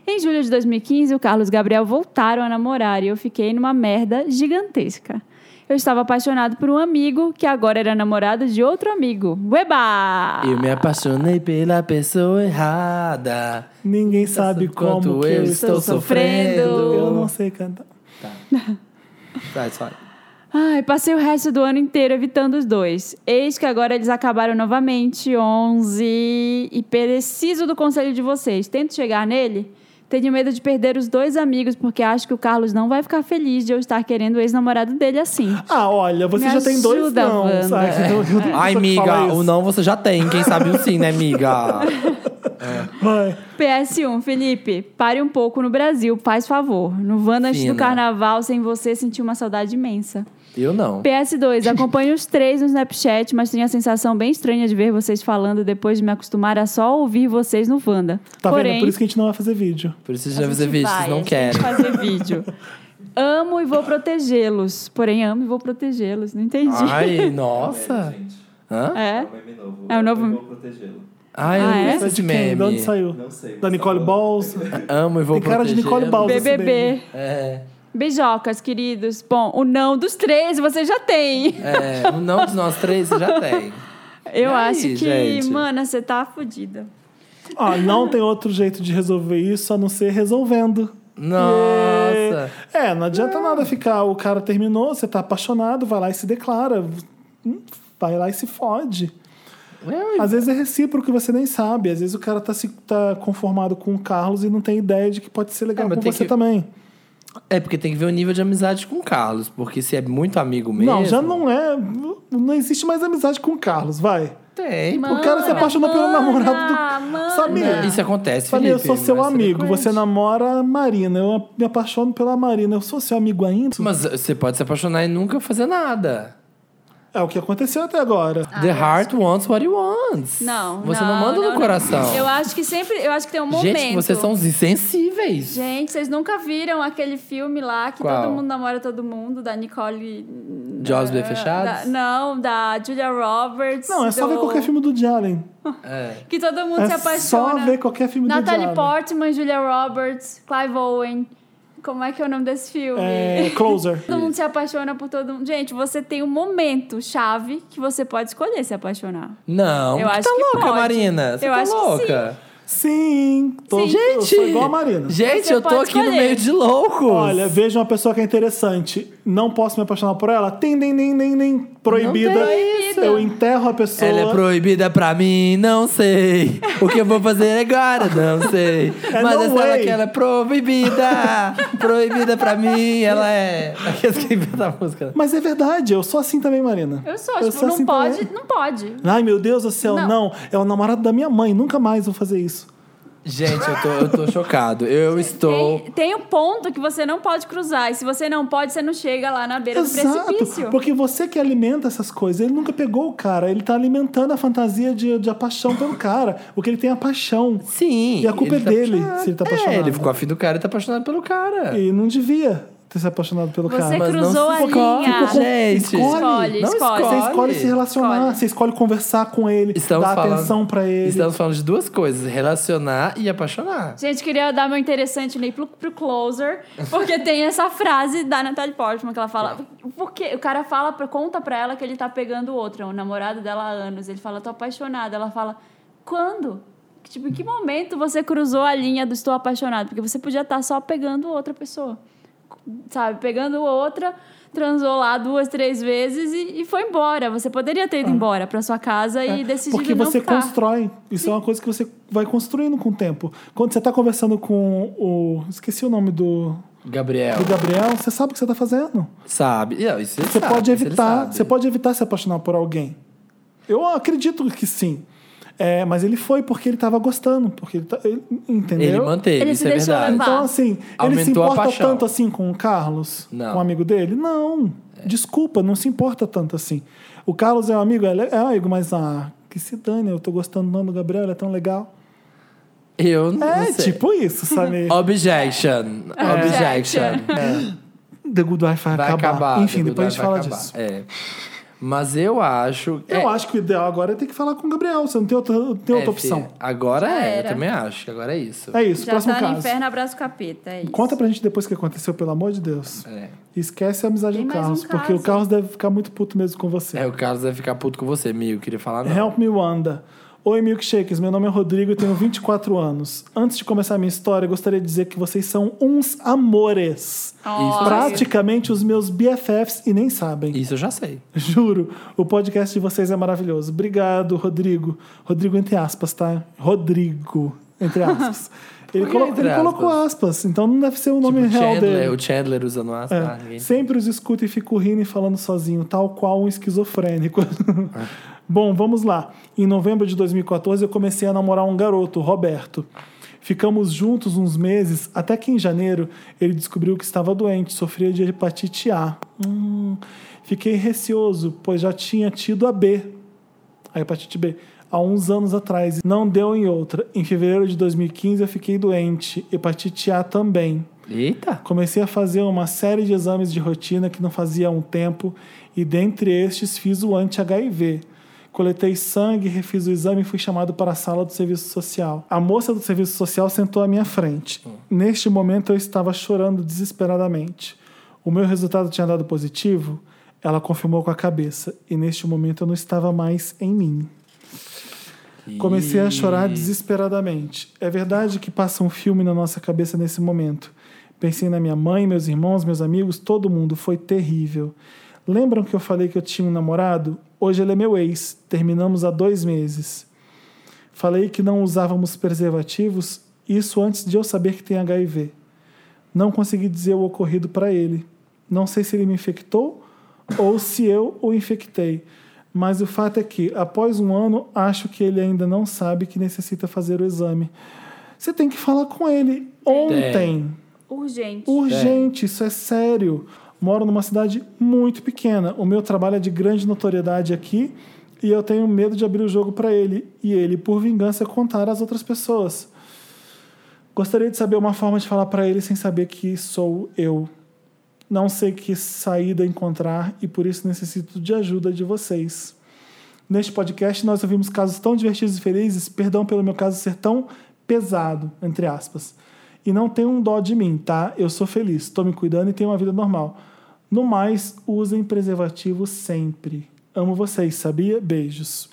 Em julho de 2015, o Carlos e o Gabriel voltaram a namorar e eu fiquei numa merda gigantesca. Eu estava apaixonado por um amigo que agora era namorado de outro amigo. Ueba!
Eu me apaixonei pela pessoa errada.
Tá
Ninguém sabe
quanto
como que
eu
eu
estou
estou
sofrendo.
sofrendo. Eu não sei cantar.
Vai, vai.
Ai, passei o resto do ano inteiro evitando os dois. Eis que agora eles acabaram novamente, 11. E preciso do conselho de vocês. Tento chegar nele? Tenho medo de perder os dois amigos, porque acho que o Carlos não vai ficar feliz de eu estar querendo o ex-namorado dele assim.
Ah, olha, você
Me
já tem dois
ajuda,
não.
Wanda.
sabe? Eu não
É. Ai,
sou que fala
miga,
isso.
o não você já tem. Quem sabe o sim, né, miga?
Vai.
PS1, Felipe, pare um pouco no Brasil, faz favor. No Wanda antes do
Fina.
carnaval, sem você, senti uma saudade imensa.
Eu não.
PS2, acompanho os três no Snapchat, mas tenho a sensação bem estranha de ver vocês falando depois de me acostumar a só ouvir vocês no Wanda.
Tá
Porém,
vendo? Por isso que a gente não vai fazer vídeo.
Por isso
a
já fazer
gente
vídeo,
vai,
vocês
a
não
gente
querem.
vai fazer vídeo. Amo e vou protegê-los. Porém, amo e vou protegê-los. Não entendi.
Ai, nossa.
Ah.
Hã?
É?
É um meme novo.
É um
Eu
novo-
Vou protegê-lo.
Ai, eu
Ah,
não
é?
sei
Mas
esse
de quem? De
meme.
onde saiu?
Não sei, mas
Da Nicole
tá bom.
Balls?
Amo e vou
Tem cara de
proteger.
Nicole Balls.
BBB.
É,
Beijocas, queridos. Bom, o não dos três você já tem.
é. O não de nós três você já tem.
Eu
É. E aí,
acho que,
gente?
mana, você tá fodida.
Ó, Ah, não tem outro jeito de resolver isso a não ser resolvendo.
Nossa.
É, não adianta nada ficar. O cara terminou, você tá apaixonado, vai lá e se declara. Hum, vai lá e se fode.
É,
Às vezes é recíproco e você nem sabe. Às vezes o cara tá, se, tá conformado com o Carlos e não tem ideia de que pode ser legal
É, mas
com
tem
você
que-
também.
É, porque tem que ver o nível de amizade com o Carlos. Porque se é muito amigo mesmo.
Não, já não é. Não existe mais amizade com o Carlos, vai.
Tem.
o cara
é
se apaixonou pelo namorado do.
Mano.
Samir.
Isso acontece,
Samir, eu
Felipe.
sou seu
mas é
amigo. Você
frequente.
namora a Marina. Eu me apaixono pela Marina. Eu sou seu amigo ainda?
Mas eh, você pode se apaixonar e nunca fazer nada.
É o que aconteceu até agora.
Ah,
The heart wants what it wants.
Não.
Você não, manda no
não.
coração.
Eu acho que sempre. Eu acho que tem um
Gente,
momento.
vocês são os insensíveis.
Gente, vocês nunca viram aquele filme lá que
Qual?
todo mundo namora todo mundo, da Nicole.
De olhos bem
da-
fechados?
da- não, da Julia Roberts.
Não, é só
do-
ver qualquer filme do Jalen.
É.
Que todo mundo se
É
apaixona.
só ver qualquer filme do
Natalie
Jalen.
Portman, Julia Roberts, Clive Owen. Como é que é o nome desse filme?
É, Closer.
Todo mundo se apaixona por todo mundo. Gente, você tem um momento chave que você pode escolher se apaixonar.
Não,
Eu
tá
acho que
louca,
pode.
Marina. Você
Eu
tá
acho que
louca.
Sim. Tô,
Sim.
Eu
Gente,
sou igual a Marina.
gente,
Você
eu tô
pode
aqui no
escolher.
meio de loucos.
Olha, veja uma pessoa que é interessante. Não posso me apaixonar por ela? Tem, nem, nem, nem, nem. Proibida.
Não tem isso.
Eu enterro a pessoa.
Ela é proibida pra mim, não sei. O que eu vou fazer agora, não sei.
É
Mas
no
essa ela
way.
que ela é proibida. proibida pra mim, ela é. Aqueles que inventam a música.
Mas é verdade, eu sou assim também, Marina.
Eu sou, tipo, não
assim
pode,
também.
não pode.
Ai, meu Deus do céu, não.
Não.
É o namorado da minha mãe, nunca mais vou fazer isso.
Gente, eu tô, eu tô chocado. Eu estou.
Tem, tem um ponto que você não pode cruzar. E se você não pode, você não chega lá na beira do
Exato.
precipício.
Porque você que alimenta essas coisas, ele nunca pegou o cara, ele tá alimentando a fantasia de, de a paixão pelo cara. Porque ele tem é a paixão.
Sim.
E a culpa
ele
é dele,
apaixonado.
se ele tá
É, ele
apaixonado.
ficou afim do cara e tá apaixonado pelo cara.
E não devia ter se apaixonado pelo
Você
cara.
Mas não
cruzou
se
a
escolhe.
linha.
Ficou com- Gente,
escolhe,
não
escolhe.
escolhe.
Você escolhe se relacionar,
Escolhe.
você escolhe conversar com ele,
Estamos
dar
falando-
atenção pra ele.
Estamos falando de duas coisas: relacionar e apaixonar.
Gente, queria dar meu interessante nem pro, pro closer, porque tem essa frase da Natalie Portman que ela fala. Porque o cara fala, pra- conta pra ela que ele tá pegando outra, o namorado dela há anos. Ele fala, tô apaixonada. Ela fala, quando? Tipo, em que momento você cruzou a linha do estou apaixonado? Porque você podia estar só pegando outra pessoa. Sabe, pegando outra, transou lá duas, três vezes e, e foi embora. Você poderia ter ido embora pra sua casa e decidido
Ah. É, Porque
não tá.
você
ficar.
constrói. Isso é uma coisa que você vai construindo com o tempo. Quando você tá conversando com o. Esqueci o nome do,
Gabriel.
do Gabriel, você sabe o que você tá fazendo.
Sabe? E, ó, isso ele
Você
sabe,
pode
isso Ah, ele
evitar.
sabe.
Você pode evitar se apaixonar por alguém. Eu acredito que sim. É, mas ele foi porque ele tava gostando. Porque ele, tá, ele- entendeu?
Ele manteve,
Ele se
isso é
deixou
verdade.
levar.
Então, assim, ele se
Aumentou a
importa
paixão.
tanto assim com o Carlos,
Não. É.
com o amigo dele? Não. Desculpa, não se importa tanto assim. O Carlos é um amigo, ele é amigo, mas ah, que se dane, eu tô gostando não do Gabriel, ele é tão legal.
Eu não
É
sei.
tipo isso, sabe?
Objection. Objection.
The Good Wife É. vai,
Vai
acabar.
acabar.
Enfim,
The
depois a
Good
gente
Wife
fala
vai acabar.
disso.
É. Mas eu acho.
Eu
é,
acho que o ideal agora é ter que falar com o Gabriel, você não tem outra, não tem
é,
outra
filha,
opção.
Agora
Já
é, eu
era.
também acho que agora é isso.
É isso,
Já
próximo
tá no
caso.
inferno, abraço capeta. É isso.
Conta pra gente depois o que aconteceu, pelo amor de Deus.
É.
E Esquece a amizade
Tem
do
mais um
Carlos, porque o
caso.
Carlos deve ficar muito puto mesmo com você. É,
É, o Carlos vai ficar puto com você, Mio. Queria falar, não.
Help me Wanda. Oi, milkshakers. Meu nome é Rodrigo e tenho 24 anos. Antes de começar a minha história, gostaria de dizer que vocês são uns amores.
Isso.
Praticamente os meus BFFs e nem sabem.
Isso eu já sei.
Juro, o podcast de vocês é maravilhoso. Obrigado, Rodrigo. Rodrigo, entre aspas, tá? Rodrigo, entre aspas. Ele,
Por que
colo-
entre
ele
aspas?
colocou aspas, então não deve ser o nome
Tipo, o
real
Chandler,
dele.
o Chandler usando aspa.
É.
ah, ninguém-
Sempre os escuto e fico rindo e falando sozinho, tal qual um esquizofrênico. Bom, vamos lá. Em novembro de 2014, eu comecei a namorar um garoto, Roberto. Ficamos juntos uns meses, até que em janeiro ele descobriu que estava doente, sofria de hepatite A. Hum, fiquei receoso, pois já tinha tido a B, a hepatite B, há uns anos atrás. Não deu em outra. Em fevereiro de 2015, eu fiquei doente, hepatite A também.
Eita!
Comecei a fazer uma série de exames de rotina que não fazia há um tempo e dentre estes fiz o anti-HIV. Coletei sangue, refiz o exame e fui chamado para a sala do serviço social. A moça do serviço social sentou à minha frente. Neste momento eu estava chorando desesperadamente. O meu resultado tinha dado positivo? Ela confirmou com a cabeça e neste momento eu não estava mais em mim. Comecei a chorar desesperadamente. É verdade que passa um filme na nossa cabeça nesse momento. Pensei na minha mãe, meus irmãos, meus amigos, todo mundo. Foi terrível. Lembram que eu falei que eu tinha um namorado? Hoje ele é meu ex. Terminamos há dois meses. Falei que não usávamos preservativos, isso antes de eu saber que tem HIV. Não consegui dizer o ocorrido para ele. Não sei se ele me infectou ou se eu o infectei. Mas o fato é que, após um ano, acho que ele ainda não sabe que necessita fazer o exame. Você tem que falar com ele ontem.
Urgente.
Urgente, isso é sério. Moro numa cidade muito pequena. O meu trabalho é de grande notoriedade aqui e eu tenho medo de abrir o jogo para ele e ele, por vingança, contar às outras pessoas. Gostaria de saber uma forma de falar para ele sem saber que sou eu. Não sei que saída encontrar e por isso necessito de ajuda de vocês. Neste podcast, nós ouvimos casos tão divertidos e felizes, perdão pelo meu caso ser tão pesado, entre aspas. E não tenham um dó de mim, tá? Eu sou feliz, estou me cuidando e tenho uma vida normal. No mais, usem preservativo sempre. Amo vocês, sabia? Beijos.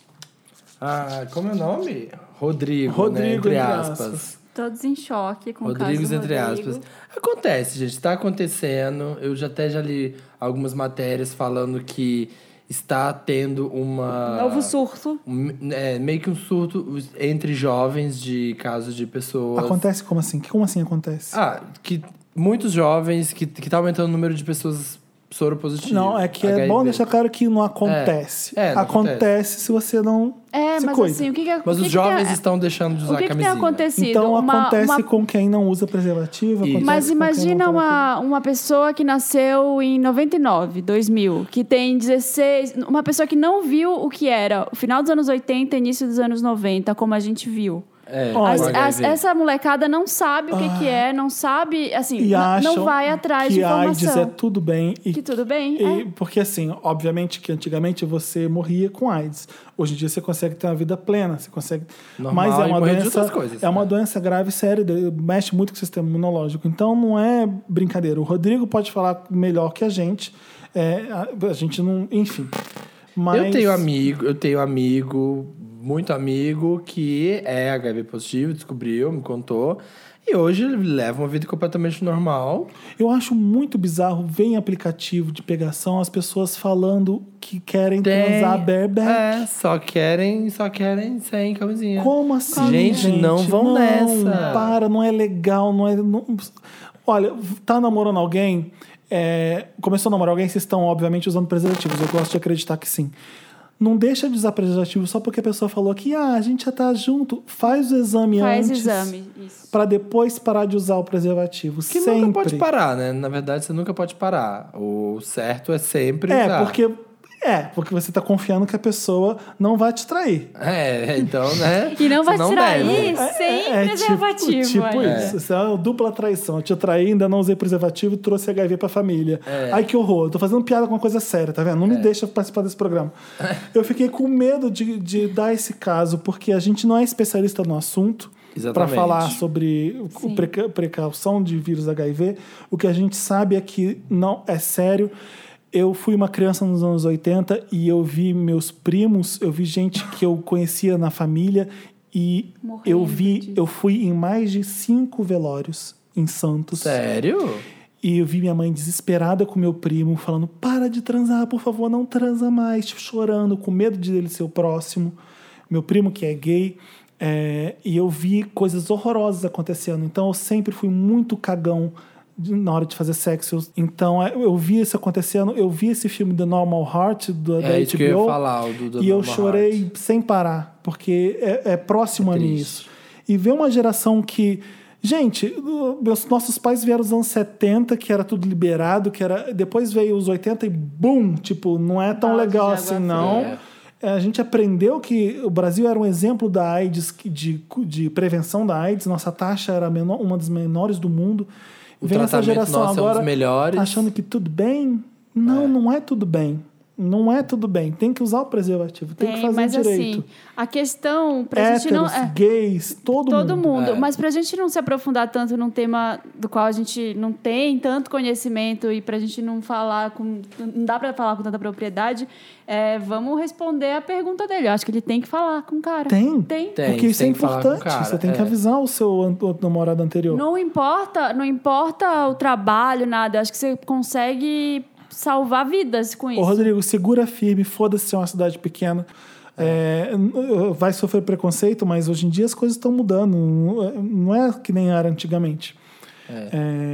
Ah, como é o nome? Rodrigo,
Rodrigo,
né? entre
entre
aspas.
aspas.
Todos em choque com o
Rodrigues,
Um caso do
entre
Rodrigo.
aspas. Acontece, gente, tá acontecendo. Eu já até já li algumas matérias falando que está tendo uma.
Novo surto.
um- é, meio que um surto entre jovens de casos de pessoas.
Acontece como assim? Como assim acontece?
Ah, que muitos jovens que, que tá aumentando o número de pessoas soropositivas.
não, é que é
HIV.
bom deixar claro que não acontece.
É, é, não
acontece,
acontece.
se você não
É,
se
mas
cuida.
assim, o que que
Mas
o que
os
que
jovens
tem-
estão deixando de usar
O que, que tem
camisinha.
acontecido?
então
Uma-
acontece
uma-
com quem não usa preservativo.
Isso.
acontece
Mas
com quem
imagina
não toma
uma, uma pessoa que nasceu em 99, 2000, que tem 16. Uma pessoa que não viu o que era o final dos anos 80, início dos anos 90, como a gente viu.
É,
Olha, Ah.
As-
com
as-
HIV.
essa molecada não sabe o que, que é, não sabe, assim,
e
n-
acham
não vai atrás
que
de
AIDS é
informação.
tudo bem e
Que tudo bem,
e-
é.
porque assim obviamente que antigamente você morria com AIDS hoje em dia você consegue ter uma vida plena você consegue
Normal
mas é
e
uma
morrer de
doença
outras coisas,
é uma
né?
doença grave e séria de- mexe muito com o sistema imunológico então não é brincadeira o Rodrigo pode falar melhor que a gente é, a, a gente não enfim mas
Eu tenho amigo, eu tenho amigo, muito amigo, que é HIV positivo, descobriu, me contou. E hoje ele leva uma vida completamente normal.
Eu acho muito bizarro ver em aplicativo de pegação as pessoas falando que querem transar bareback.
É, só querem, só querem sem camisinha.
Como assim?
Gente, não vão
Não,
nessa.
Para, não é legal, não é. não- Olha, tá namorando alguém, é, começou a namorar alguém, vocês estão, obviamente, usando preservativos. Eu gosto de acreditar que sim. Não deixa de usar preservativo só porque a pessoa falou que ah, a gente já tá junto. Faz o exame
Faz
antes.
exame. Isso.
Pra depois parar de usar o preservativo.
Que
sempre.
nunca pode parar, né? Na verdade, você nunca pode parar. O certo é sempre
É,
usar.
porque. É, porque você tá confiando que a pessoa não vai te trair.
É, então, né?
E não vai
Você
te trair
deve.
sem
É, é
preservativo.
Tipo, tipo
olha.
isso. Isso é uma dupla traição. Eu te traí, ainda não usei preservativo e trouxe HIV pra família. Ai, que horror. Eu tô fazendo piada com uma coisa séria, tá vendo? Não me deixa participar desse programa. Eu fiquei com medo de, de dar esse caso, porque a gente não é especialista no assunto. Pra
Exatamente.
falar sobre o- o
Sim.
preca- precaução de vírus HIV, o que a gente sabe é que não é sério. Eu fui uma criança nos anos 80 e eu vi meus primos, eu vi gente que eu conhecia na família e
Morrendo
eu vi,
disso.
eu fui em mais de cinco velórios em Santos.
Sério?
E eu vi minha mãe desesperada com meu primo, falando: para de transar, por favor, não transa mais. Tipo, chorando, com medo de ele ser o próximo. Meu primo, que é gay. é, e eu vi coisas horrorosas acontecendo. Então eu sempre fui muito cagão de- na hora de fazer sexo. Então é, eu vi isso acontecendo. Eu vi esse filme The Normal Heart, do, da
É isso que eu ia
HBO,
falar, o do- do
e eu
Normal
chorei
Heart.
sem parar, porque é, é próximo
É
a mim
triste.
isso. E ver uma geração que. Gente, o- meus, nossos pais vieram dos anos 70, que era tudo liberado, que era. Depois veio os 80 e bum! Tipo, não é tão
Balde de
legal
água
assim,
fria.
não.
É.
É, A gente aprendeu que o Brasil era um exemplo da AIDS, que- de, de prevenção da AIDS, nossa taxa era menor- uma das menores do mundo.
O tratamento nosso é um dos melhores.
achando que tudo bem. Não, não é tudo bem. Não é tudo bem. Tem que usar o preservativo, tem, que fazer
mas
direito.
assim, a questão pra gente não.
Héteros,
é-
gays, todo,
Todo
mundo.
mundo.
É.
Mas pra gente não se aprofundar tanto num tema do qual a gente não tem tanto conhecimento e pra gente não falar com. Não dá pra falar com tanta propriedade, é, vamos responder a pergunta dele. Eu acho que ele tem que falar com o cara.
Tem.
Tem.
Tem,
Porque isso é
tem que falar com o
importante.
cara,
Você tem que
é.
avisar o seu an- outro namorado anterior.
Não importa, não importa o trabalho, nada. Eu acho que você consegue salvar vidas com isso.
Ô, Rodrigo, segura firme, foda-se, é uma cidade pequena. É, n- vai sofrer preconceito, mas hoje em dia as coisas estão mudando. Não- Não é que nem era antigamente.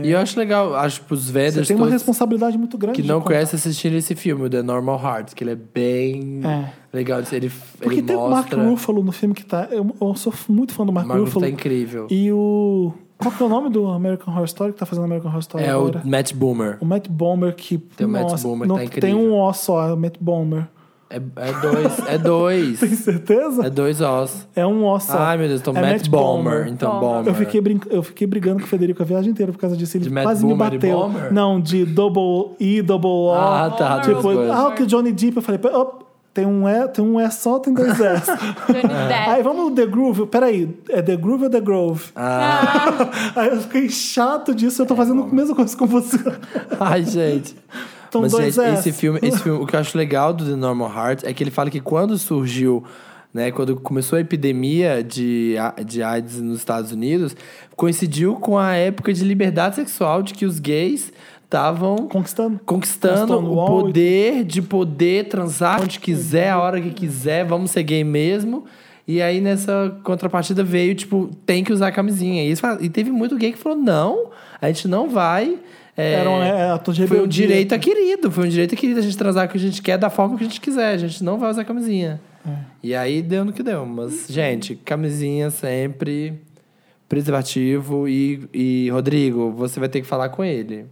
E eu acho legal, acho pros
Você
vendors
tem uma
É todos
responsabilidade muito grande.
que
de
não
contar.
conhecem assistirem esse filme, o The Normal Heart, que ele é bem
É.
legal. de ser- Ele,
Porque
ele
tem o Mark
mostra.
Ruffalo no filme que tá. Eu, eu sou muito fã do Mark,
O Mark
Ruffalo.
Ruffalo tá incrível.
E o. Qual que é o nome do American Horror Story que tá fazendo American Horror Story
É o
agora?
Matt Boomer.
O Matt Bomber que.
o Matt
nossa,
Bomer,
não,
tá
Tem
incrível.
um O só, é o Matt Bomber.
É, é dois. É dois.
Tem certeza?
é dois Os.
É, um O só.
Ai, meu Deus, então
É
Matt,
Matt
Bomer.
Bomer.
Então,
Bomer.
Bomer.
Eu fiquei, brin... eu fiquei brigando com o Federico a viagem inteira por causa disso. Ele
De Matt
quase
Bomer
me
e
bateu.
Bomer?
Não, de double E, double O.
Ah, tá. duas
tipo,
coisas.
ah, o que o Johnny Depp. Eu falei, pera, op, tem um E, tem um E só, tem dois S.
Johnny Depp.
Aí vamos The Groove. Peraí, é The Groove ou The Grove?
Ah, É,
Aí eu fiquei chato disso, eu tô fazendo a mesma coisa com você.
ai, gente.
Então,
Mas,
dois
gente,
S.
esse filme, esse filme, o que eu acho legal do The Normal Heart é que ele fala que quando surgiu, né, quando começou a epidemia de, A- de AIDS nos Estados Unidos, coincidiu com a época de liberdade sexual de que os gays estavam
Conquistando.
conquistando o
Stonewall e-
poder de poder transar onde quiser, a hora que quiser, vamos ser gay mesmo. E aí nessa contrapartida veio, tipo, tem que usar camisinha. E, isso, e teve muito gay que falou: não, a gente não vai. é,
Era um, é, ato de
foi um
rebeldia.
direito adquirido, foi um direito adquirido a gente transar com o que a gente quer da forma que a gente quiser, a gente não vai usar camisinha. E aí deu no que deu, mas, gente, camisinha sempre, preservativo e, e Rodrigo, você vai ter que falar com ele.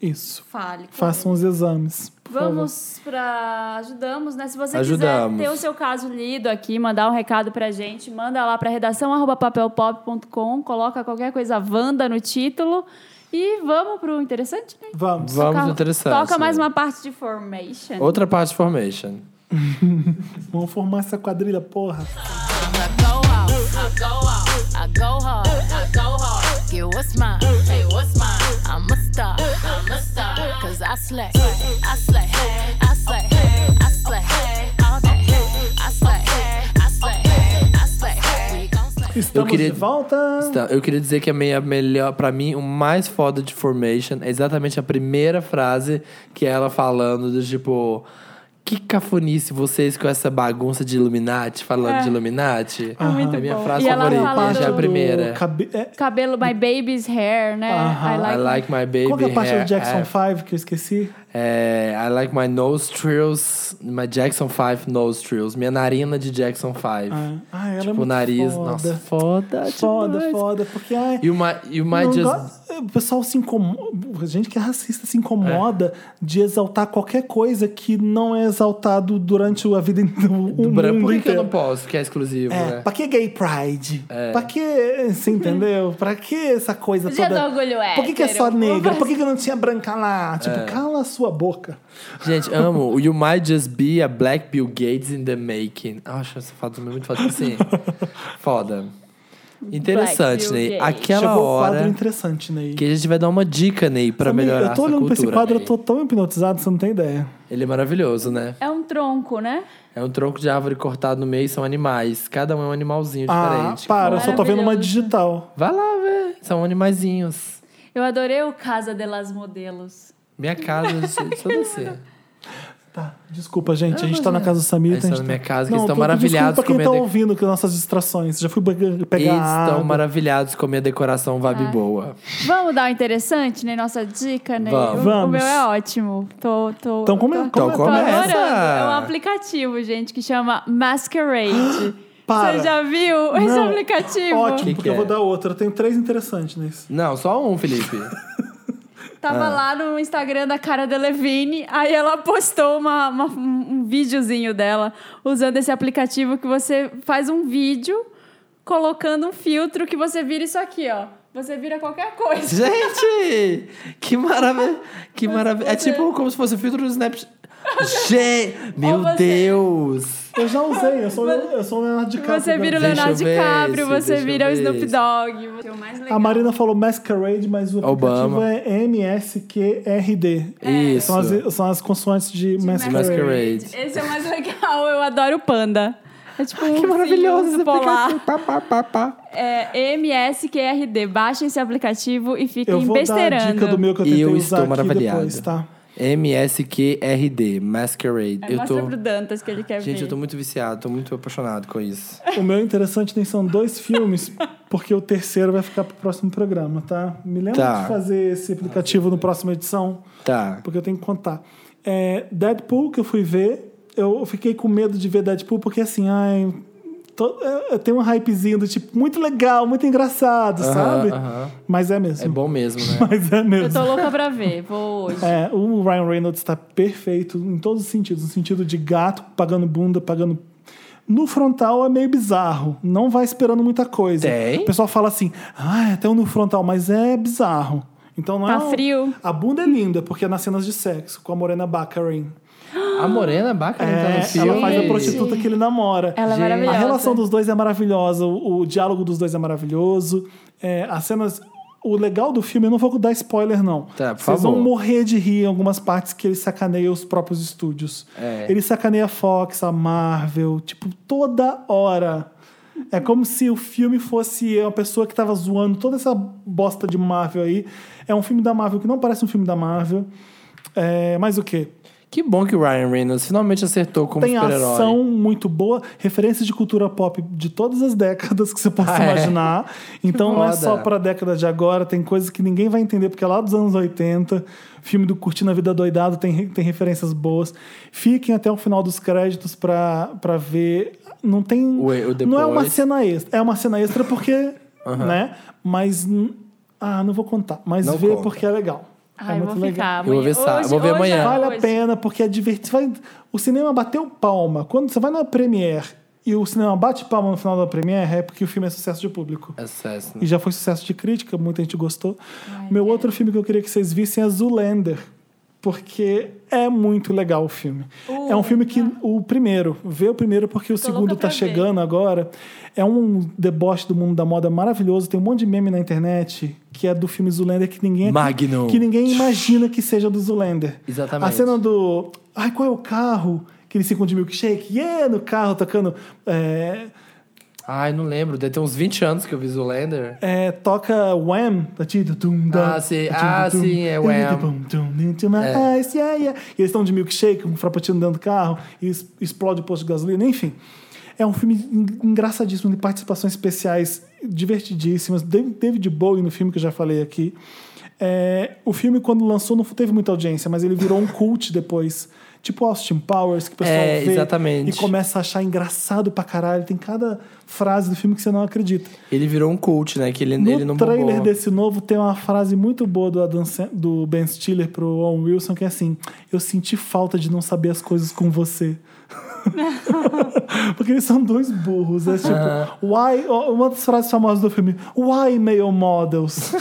Isso.
Fale. com
Façam os exames. por favor.
Vamos pra. Ajudamos, né? Se você
Ajudamos.
quiser ter o seu caso lido aqui, mandar um recado pra gente, manda lá pra redação arroba papelpop.com, coloca qualquer coisa Wanda no título e vamos pro interessante, né?
Vamos.
Vamos
Toca-
no interessante.
Toca mais uma parte de formation.
Outra parte formation.
Vamos formar essa quadrilha, porra.
I go out, I go out, I go hard, I go hard. Get what's mine, hey, what's mine? I'm a star, I'm a star. Cause I slay, I slay, I slay, I slay, all day. I slay, I slay, I slay. We gon' slay.
Estamos
queria-
de volta.
Tá, eu queria dizer que a meia melhor, pra mim, o mais foda de Formation é exatamente a primeira frase que é ela falando do tipo. Que cafonice vocês com essa bagunça de Illuminati, falando de Illuminati. É
muito
minha
bom.
frase
E ela
favorita,
fala
já é a
do-
primeira.
Do cabe- é,
Cabelo My Baby's Hair, né?
Aham.
I like.
I like my baby
Qual que é a parte
hair.
do Jackson
é,
5 que eu esqueci?
é, I like my nostrils, my Jackson 5 nostrils. Minha narina de Jackson 5.
Ah, ah, ela é
tipo,
muito
nariz,
foda.
nossa,
Tá
foda
Foda,
demais.
foda. Porque, ai,
E o my, you my
não
just...
go- o pessoal se incomoda. Gente que é racista se incomoda
É.
de exaltar qualquer coisa que não é exaltado durante a vida in- o
do branco.
mundo
Por que, que eu
inteiro.
não posso? Que é exclusivo,
Hum, É,
né? É.
pra que gay pride? Pra que, você entendeu? Pra que essa coisa
Dia
toda...
do orgulho
Por que, que é só
hétero?
negra? Por que, que não tinha branca lá? Tipo,
É.
cala a sua boca.
Gente, amo. O You Might Just Be a Black Bill Gates in the Making. Acho essa foto muito foda. Assim, foda. Interessante,
Bill
Ney.
Gates.
Aquela
Chegou o quadro
hora
interessante, Ney.
que a gente vai dar uma dica, Ney, pra
Amigo,
melhorar
eu tô
essa
olhando pra
cultura.
esse quadro,
Ney.
eu tô tão hipnotizado, você não tem ideia.
Ele é maravilhoso, né?
É um tronco, né?
É um tronco de árvore cortado no meio, são animais. Cada um é um animalzinho
Ah,
diferente.
para, eu só tô vendo uma
Maravilhoso.
digital.
Vai lá, velho. São animaizinhos.
Eu adorei o Casa de las Modelos.
Minha casa, gente, sou você.
Tá, desculpa, gente. A gente tá na casa do Samir.
Eles
então a
estão
gente
na
tá-
minha casa, que
Não,
eles estão
tô-
maravilhados
Desculpa
com a
quem
minha
tá
dec-
ouvindo com nossas distrações. Já fui be- pegar
Eles estão
água.
maravilhados com a minha decoração Vibe Boa.
Vamos dar um interessante, né? Nossa dica, né?
Vamos.
O- O
Vamos.
meu é ótimo. Tô, tô,
Então come-
tô-
come-
Então
tô
começa.
adorando. É um aplicativo, gente, que chama Masquerade.
Para.
Você já viu esse
Não.
aplicativo?
Ótimo,
Que
porque
que
eu vou
é?
dar outra. Eu tenho três interessantes nesse.
Não, só um, Felipe. Ah.
Tava lá no Instagram da Cara Delevingne, aí ela postou uma, uma- um videozinho dela usando esse aplicativo que você faz um vídeo colocando um filtro que você vira isso aqui, ó. Você vira qualquer coisa.
Gente! Que maravilha! Que maravilha! É
você-
tipo como se fosse o filtro do Snapchat. Gente! Meu
você-
Deus!
Eu já usei, eu sou, eu sou o Leonardo DiCaprio.
Você vira o
né?
Deixa eu
Leonardo
ver
DiCaprio,
esse,
você
deixa eu
vira o
ver
Snoop
esse.
Dogg. Você é o mais legal.
A Marina falou Masquerade, mas o aplicativo
Obama.
é MSQRD.
É.
Isso.
São as, são as consoantes de, Masquerade.
Masquerade.
Esse é o mais legal, eu adoro o panda. É tipo um
Que maravilhoso esse
ursinho polar.
aplicativo. Pá, pá, pá, pá.
É MSQRD. Baixem esse aplicativo e fiquem
Eu vou dar a
besteirando.
dica do meu que eu
E
tentei
eu
usar
estou
aqui
maravilhado.
depois, tá?
MSQRD, Masquerade.
É,
eu
mostra
tô...
pro Dantas que ele quer ver.
Gente, eu tô muito viciado, tô muito apaixonado com isso.
O meu interessante nem são dois filmes, porque o terceiro vai ficar pro próximo programa, tá? Me lembra
Tá.
de fazer esse aplicativo no próximo edição,
Tá.
porque eu tenho que contar. É, Deadpool, que eu fui ver, eu fiquei com medo de ver Deadpool, porque assim, ai. tô- eu- eu tenho um hypezinho do tipo, muito legal, muito engraçado,
Aham,
sabe?
aham.
Mas é mesmo.
É bom mesmo, né?
Mas é mesmo.
Eu tô louca pra ver, vou hoje.
É, o Ryan Reynolds está perfeito em todos os sentidos. No sentido de gato, pagando bunda, pagando. No frontal é meio bizarro. Não vai esperando muita coisa.
Tem?
O pessoal fala assim, ah, é até um no frontal, mas é bizarro. Então não é.
Tá
um-
frio.
A bunda é linda, porque é nas cenas de sexo, com a Morena Baccarin.
A Morena Baca não tá
É,
no filme.
ela faz a prostituta que ele namora.
Então, assim, Ela é
Gente.
maravilhosa.
A relação dos dois é maravilhosa, o, o diálogo dos dois é maravilhoso. é, as cenas. O legal do filme, eu não vou dar spoiler, não.
Tá, por
Vocês vão
favor.
morrer de rir em algumas partes que ele sacaneia os próprios estúdios.
É.
Ele sacaneia a Fox, a Marvel, tipo, toda hora. É como se o filme fosse uma pessoa que tava zoando toda essa bosta de Marvel aí. É um filme da Marvel que não parece um filme da Marvel. É, mas o quê?
Que bom que o Ryan Reynolds finalmente acertou como
tem
super-herói.
ação muito boa, referências de cultura pop de todas as décadas que você possa
Ah, é?
imaginar. Então não é
foda.
só pra década de agora, tem coisas que ninguém vai entender, porque é lá dos anos 80. Filme do Curtindo a Vida Doidado tem, tem referências boas. Fiquem até o final dos créditos pra, pra ver. Não tem.
O- o
não é uma
depois.
cena extra. É uma cena extra porque. né? Mas. hum, Ah, não vou contar. Mas
Não
vê
conta.
porque é legal. é
Ai, eu
muito
vou
legal.
ficar.
Eu vou ver sá-
hoje,
vou ver
hoje
amanhã.
à
Vale a
noite.
pena, porque é divertido. Vai- O cinema bateu palma. Quando você vai na Premiere e o cinema bate palma no final da Premiere, é porque o filme é sucesso de público.
Acesso. né?
E já foi sucesso de crítica, muita gente gostou. Meu outro filme que eu queria que vocês vissem é Zoolander. Porque é muito legal o filme. é um filme que o primeiro, vê o primeiro porque o segundo
Uh, louca
tá
pra ver.
chegando agora. É um deboche do mundo da moda maravilhoso. Tem um monte de meme na internet que é do filme Zoolander que ninguém
Magnum.
que ninguém imagina que seja do Zoolander.
Exatamente.
A cena do. Ai, qual é o carro? Que eles ficam de milkshake. Yeah, no carro tocando. é,
Ai, não lembro. Deve ter uns 20 anos que eu vi Zoolander.
é, toca Wham. da ti, du, dum, da,
Ah,
da
sim.
ti, du,
Ah,
dum,
sim, é
da ti,
Wham.
du, dum, dum, into my
É.
eyes, yeah, yeah. E eles estão de milkshake, um frappuccino dentro do carro, e es- explode o posto de gasolina, enfim. É um filme en- engraçadíssimo, de participações especiais divertidíssimas. Da- David Bowie no filme que eu já falei aqui. É, o filme, quando lançou, não teve muita audiência, mas ele virou um cult depois. Tipo Austin Powers, que o pessoal
É,
vê
exatamente.
e começa a achar engraçado pra caralho. Tem cada frase do filme que você não acredita.
Ele virou um cult, né? Que ele,
No
ele não
trailer
bombou.
desse novo tem uma frase muito boa do, Adam Sa- do Ben Stiller pro Owen Wilson, que é assim: Eu senti falta de não saber as coisas com você. Porque eles são dois burros. É tipo, why, uma das frases famosas do filme, why male models?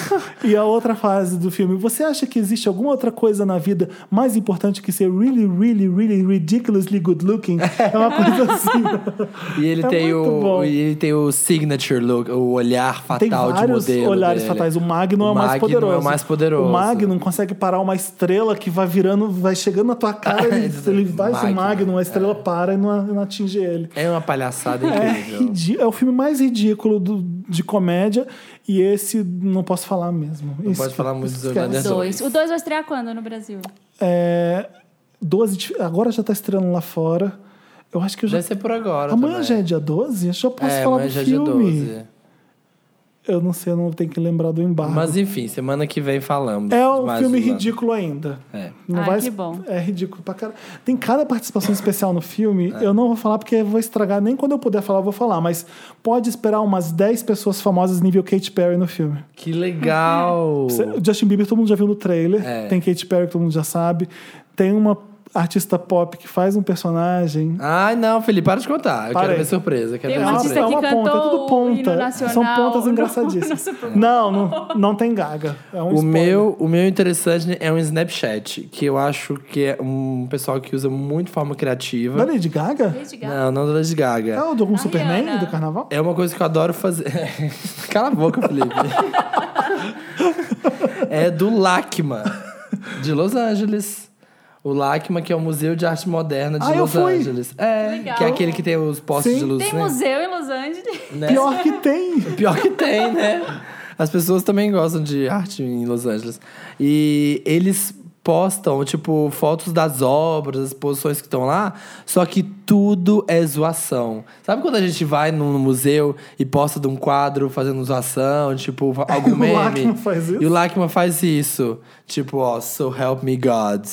e a outra frase do filme, você acha que existe alguma outra coisa na vida mais importante que ser really, really, really ridiculously good looking? É uma coisa assim.
E ele,
É
tem
muito
o,
bom.
e ele tem o signature look, o olhar fatal
Tem
de
vários
modelo.
olhares
dele.
fatais. O Magnum, é o
Magnum
mais poderoso.
é o mais poderoso.
O Magnum consegue parar uma estrela que vai virando, vai chegando na tua cara. ele, ele vai
Magnum,
Magnum, Magnum, a estrela para e não, não atinge ele.
É uma palhaçada
É,
incrível.
ridi- é o filme mais ridículo do- de comédia. E esse não posso falar mesmo. Não
pode falar muito do
Os
Zoolander.
dois. O dois vai estrear quando no Brasil?
É, 12 de- agora já tá estreando lá fora. Eu acho que eu já.
Deve ser por agora.
Amanhã
tá também.
já é dia 12? Eu já posso
É,
falar
amanhã
do
já é dia
filme.
12.
Eu não sei, eu não tenho que lembrar do embargo.
Mas enfim, semana que vem falamos.
é um
mais
filme
Zoolander.
ridículo ainda.
É.
Não
Ai,
vai-
Ah, que bom.
É ridículo pra caralho. Tem cada participação especial no filme,
É.
eu não vou falar porque eu vou estragar, nem quando eu puder falar, eu vou falar, mas pode esperar umas 10 pessoas famosas nível Katy Perry no filme.
Que legal!
Cê- o Justin Bieber todo mundo já viu no trailer,
É.
tem Katy Perry que todo mundo já sabe, tem uma artista pop que faz um personagem.
Ai, não, Felipe, para de contar. Eu
Para
quero
aí.
ver surpresa. eu Quero
Tem
ver
uma artista
surpresa.
que
ponta, é
cantou
tudo
o hino
ponta.
nacional
São pontas
no- no
engraçadíssimas.
Super
Não, não, não tem gaga. É um
O
spoiler.
meu, o meu interessante é um Snapchat, que eu acho que é um pessoal que usa muito de forma
Não é
criativa.
Lady Gaga?
Lady Gaga.
Não, não da Lady Gaga.
É o de algum
A
Superman
Rihanna.
do carnaval?
É uma coisa que eu adoro fazer. Cala a boca, Felipe. é do LACMA, de Los Angeles. O LACMA, que é o Museu de Arte Moderna de
Ah, eu
Los
fui.
Angeles. É,
Legal.
que é aquele que tem os postes
Sim.
de luz.
Tem
né?
museu em Los Angeles.
Né?
Pior que tem.
Pior que tem, né? As pessoas também gostam de arte em Los Angeles. E eles postam, tipo, fotos das obras, das exposições que estão lá, só que tudo é zoação. Sabe quando a gente vai num museu e posta de um quadro fazendo zoação, tipo, algum
O
meme?
Lachman faz isso?
E o Lachman faz isso. Tipo, ó, so help me God.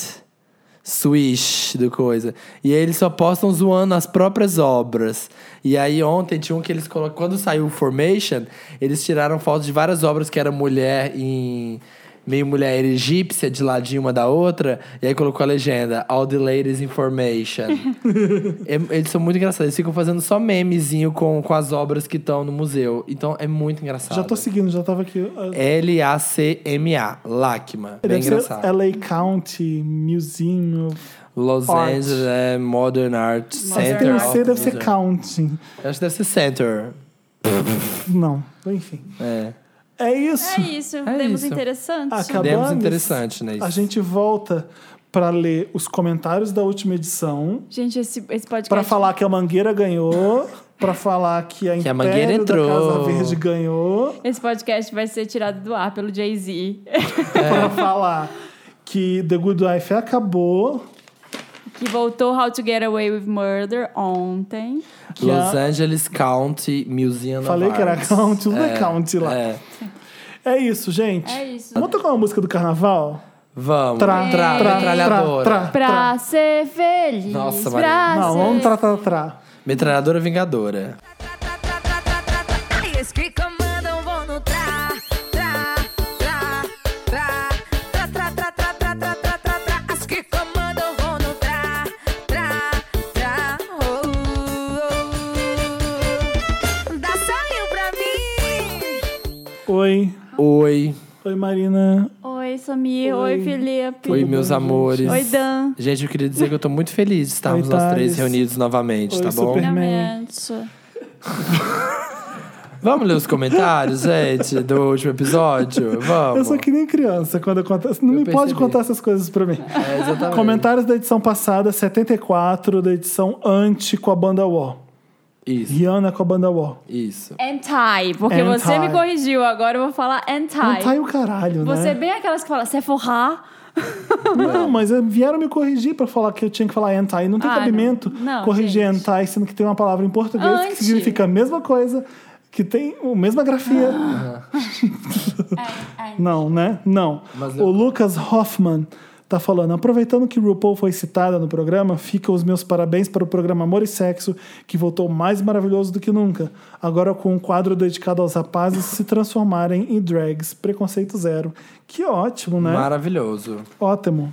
Swish do coisa. E aí eles só postam zoando as próprias obras. E aí ontem tinha um que eles colocaram. Quando saiu o Formation, eles tiraram fotos de várias obras que era mulher em. Meio mulher egípcia, de ladinho uma da outra. E aí colocou a legenda: All the ladies in Formation. É- eles são muito engraçados. Eles ficam fazendo só memezinho com, com as obras que estão no museu. Então é muito engraçado.
Tá, Já tô seguindo, já tava
É
aqui. ah,
L-A-C-M-A, LACMA. Bem
Deve ser
engraçado.
LA County, Museum.
Los
Art.
Angeles é, Modern Art
Se
Center.
tem um
of
C, deve ser
Museum.
County.
Eu Acho que deve ser Center.
Não, enfim.
É.
É isso.
É isso, demos
isso.
interessantes.
Acabou.
Demos
Abanes.
interessante, né? isso?
Tá A gente volta pra ler os comentários da última edição,
Gente, esse, esse podcast.
Pra falar que a Mangueira ganhou, Pra falar que a
Que a
Império
Mangueira
da
entrou.
Casa Verde ganhou,
Esse podcast vai ser tirado do ar pelo Jay-Z.
É.
Pra falar que The Good Wife acabou,
Que voltou How to Get Away with Murder ontem.
que
Los
a-
Angeles County Museum
Falei
of
que era
Arts.
county, tudo é county lá.
é.
É isso, gente.
É isso.
Vamos tocar uma música do carnaval?
Vamos.
Tra,
Tra-
tra,
metralhadora.
tra, tra.
Pra ser feliz.
Nossa,
pra
Maria.
Não,
ser-
vamos tra, tra, tra.
Metralhadora vingadora.
Ai, os que comandam vão no tra, tra, tra, tra, tra, tra, tra, tra, tra, tra, tra, tra, tra. As que comandam vão no tra, tra, tra, oh, oh, oh. Dá sonho pra mim.
Oi.
Oi.
Oi, Marina.
Oi, Samir. Oi,
Oi.
Felipe.
Oi, meus
bem,
amores.
gente?
Oi, Dan.
Gente, eu queria dizer que eu tô muito feliz de estarmos
Oi,
nós
Thales.
três reunidos novamente,
Oi,
tá bom?
Superman.
Finalmente.
Vamos ler os comentários, gente, do último episódio? Vamos.
Eu sou que nem criança quando acontece. Não
Eu
me pode
percebi.
contar essas coisas pra mim.
É, exatamente.
Comentários da edição passada, 74, da edição anti com a banda War.
Isso,
Rihanna com a banda War.
isso.
Anti, porque
Anti.
você me corrigiu, agora eu vou falar anti.
Não tá aí o caralho,
Você é
né?
bem aquelas que falam Sephora.
Não, mas eh, vieram me corrigir pra falar que eu tinha que falar anti. Não tem
Ah,
cabimento
não. Não,
corrigir
gente.
anti, sendo que tem uma palavra em português
Anti.
que significa a mesma coisa, que tem a mesma grafia.
Ah. É,
Não, né? Não.
Mas
o Lucas Hoffman tá falando, aproveitando que RuPaul foi citada no programa, fica os meus parabéns para o programa Amor e Sexo, que voltou mais maravilhoso do que nunca. Agora com um quadro dedicado aos rapazes se transformarem em drags, preconceito zero. Que ótimo, né?
Maravilhoso.
Ótimo.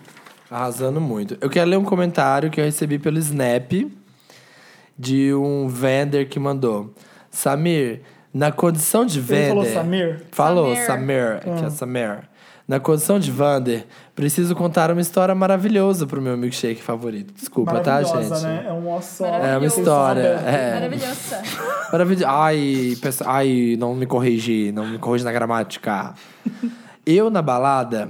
Arrasando muito. Eu quero ler um comentário que eu recebi pelo Snap de um vender que mandou. Samir, na condição de
Ele
vender.
falou Samir? Ah.
Falou,
Samir.
Samir. Que é Samir. Na condição de Vander, preciso contar uma história maravilhosa pro meu milkshake favorito. Desculpa, tá,
Maravilhosa,
gente?
né? É um osso.
É uma
Maravilhoso.
história. É.
Maravilhosa.
Maravilhoso. Ai, peço- ai, não me corrigi, não me corrija na gramática. Eu na balada,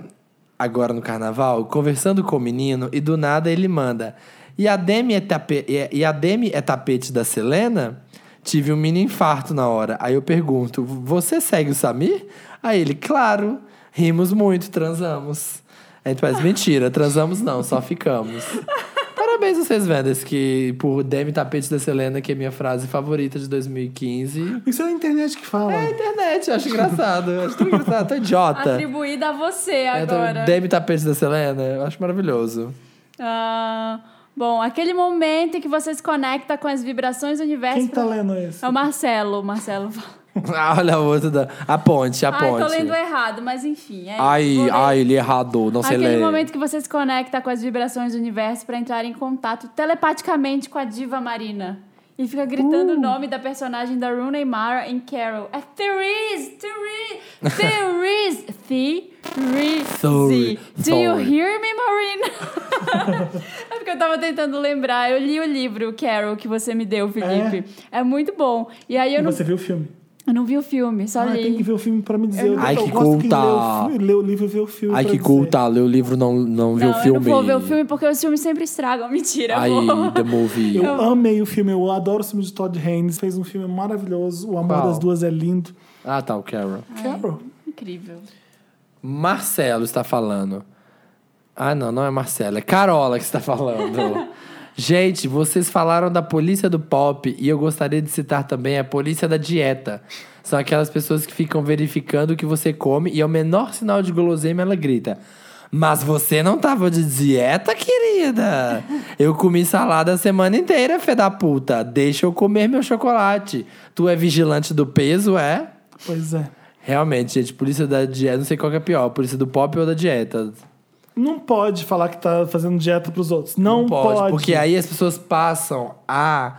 agora no carnaval, conversando com o menino e do nada ele manda. E a Demi é, tape- e- e a Demi é tapete da Selena? Tive um mini infarto na hora. Aí eu pergunto: Você segue o Samir? Aí ele, claro. Rimos muito, transamos. Aí tu faz, mentira, transamos não, só ficamos. Parabéns a vocês, Vendas, que por Demi Tapete da Selena, que é minha frase favorita de 2015.
Isso é a internet que fala.
É internet, eu acho engraçado. Eu acho tão engraçado, tão idiota.
Atribuída a você
Tá. É, então,
agora.
Demi Tapete da Selena, eu acho maravilhoso.
Ah, bom, aquele momento em que você se conecta com as vibrações do universo.
Quem tá lendo esse?
É o Marcelo, o Marcelo.
Ah, Olha a outra da. A ponte, a
Ai,
ponte.
tô lendo errado, mas enfim. É, vou
Ai,
ler.
ai, ele errado, não sei
Aquele
ler.
momento que você se conecta com as vibrações do universo pra entrar em contato telepaticamente com a diva Marina. E fica gritando o nome da personagem da Rooney Mara em Carol. É Therese! Therese! Therese!
Sorry,
Therese! Do you
sorry.
hear me, Marina? é porque eu tava tentando lembrar. Eu li o livro, Carol, que você me deu, Felipe. É, muito bom. E aí eu não,
Você viu o filme?
eu não vi o filme, só
Ah,
li.
tem que ver o filme pra me dizer. Eu,
Ai,
eu
que
gosto que
culta.
lê o fi- lê o livro e vê o filme.
Ai,
pra
que
dizer.
cool, tá? Lê o livro, não, não viu
Não,
o filme.
eu não vou ver o filme porque os filmes sempre estragam. Mentira,
Ai,
amor.
The Movie.
Eu amei o filme, eu adoro o filme de Todd Haynes. Fez um filme maravilhoso, O Amor
Qual?
das Duas é Lindo.
Ah, tá, o Carol.
Carol.
Incrível.
Marcelo está falando. Ah, não, não é Marcela. É Carola que está falando. Gente, vocês falaram da polícia do pop e eu gostaria de citar também a polícia da dieta. São aquelas pessoas que ficam verificando o que você come e ao menor sinal de guloseima ela grita. Mas você não tava de dieta, querida? Eu comi salada a semana inteira, fé da puta. Deixa eu comer meu chocolate. Tu é vigilante do peso, é?
Pois é.
Realmente, gente, polícia da dieta, não sei qual que é pior, polícia do pop ou da dieta.
Não pode falar que tá fazendo dieta pros outros. Não, pode,
Porque aí as pessoas passam a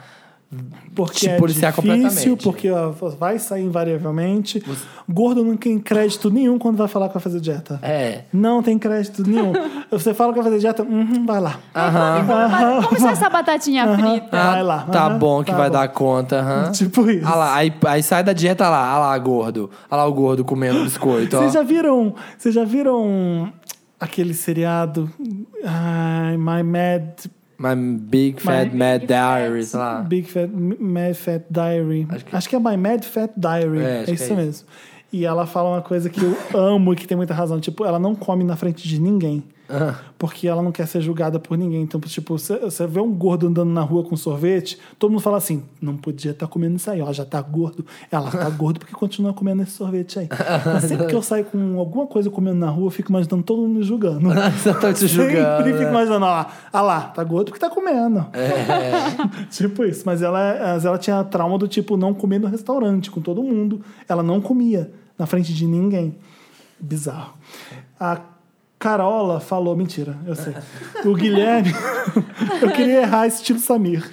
Porque
te
é
policiar
difícil,
completamente.
porque ó, vai sair invariavelmente. Gordo não tem crédito nenhum quando vai falar que vai fazer dieta.
É.
Não tem crédito nenhum. Você fala que vai fazer dieta, uhum, vai lá.
Mas Como se essa batatinha frita?
Ah, Vai lá.
Tá
Aham,
bom que
tá
vai
bom.
dar conta, aham.
Tipo isso.
Ah lá, aí, aí sai da dieta ah lá, ah lá, gordo. Ah lá o gordo comendo biscoito, ó.
Vocês já viram? Vocês já viram aquele seriado? Ai, My Mad
My big fat mad diary, sei lá.
Big Fat Mad Fat Diary. Acho
Acho
que,
que-
é My Mad Fat Diary.
É,
É,
acho que
isso
é
mesmo. E ela fala uma coisa que eu amo e que tem muita razão. Tipo, ela não come na frente de ninguém. Porque ela não quer ser julgada por ninguém. Então, tipo, você você vê um gordo andando na rua com sorvete, todo mundo fala assim: não podia estar comendo isso aí, ó, já tá gordo. Ela tá gordo porque continua comendo esse sorvete aí. Então, sempre que eu saio com alguma coisa comendo na rua, eu fico imaginando todo mundo me julgando.
Só tô te
Sempre
julgando.
fico
né?
imaginando, ó, ah lá, tá gordo porque tá comendo.
É.
tipo isso, mas ela, mas ela tinha trauma do tipo não comer no restaurante com todo mundo. Ela não comia na frente de ninguém. Bizarro. A Carola falou, mentira, eu sei. O Guilherme, eu queria errar esse tipo Samir.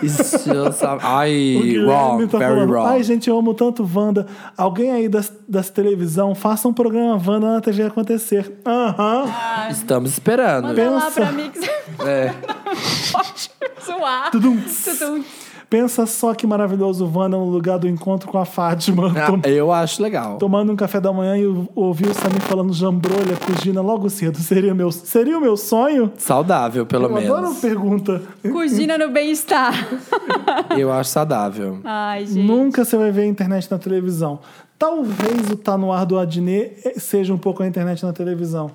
Isso, sabe?
O
Ai,
Guilherme
wrong,
tá
very
falando, Ai,
wrong.
gente, eu amo tanto Wanda. Alguém aí das, das televisão, faça um programa Wanda na TV acontecer. Aham.
Estamos esperando.
Manda lá
pensa.
pra mim que você
É.
pode zoar. Tudum.
Pensa só que maravilhoso o Wanda no lugar do encontro com a Fátima. Tom-
Ah, Eu acho legal.
Tomando um café da manhã e eu ouvi o Samir falando jambrolha com Gina logo cedo. Seria, meu, seria o meu sonho?
Saudável, pelo
Eu
menos.
adoro pergunta.
Cugina no bem-estar.
Eu acho saudável.
Ai, gente.
Nunca você vai ver a internet na televisão. Talvez o Tá No Ar do Adnet seja um pouco a internet na televisão.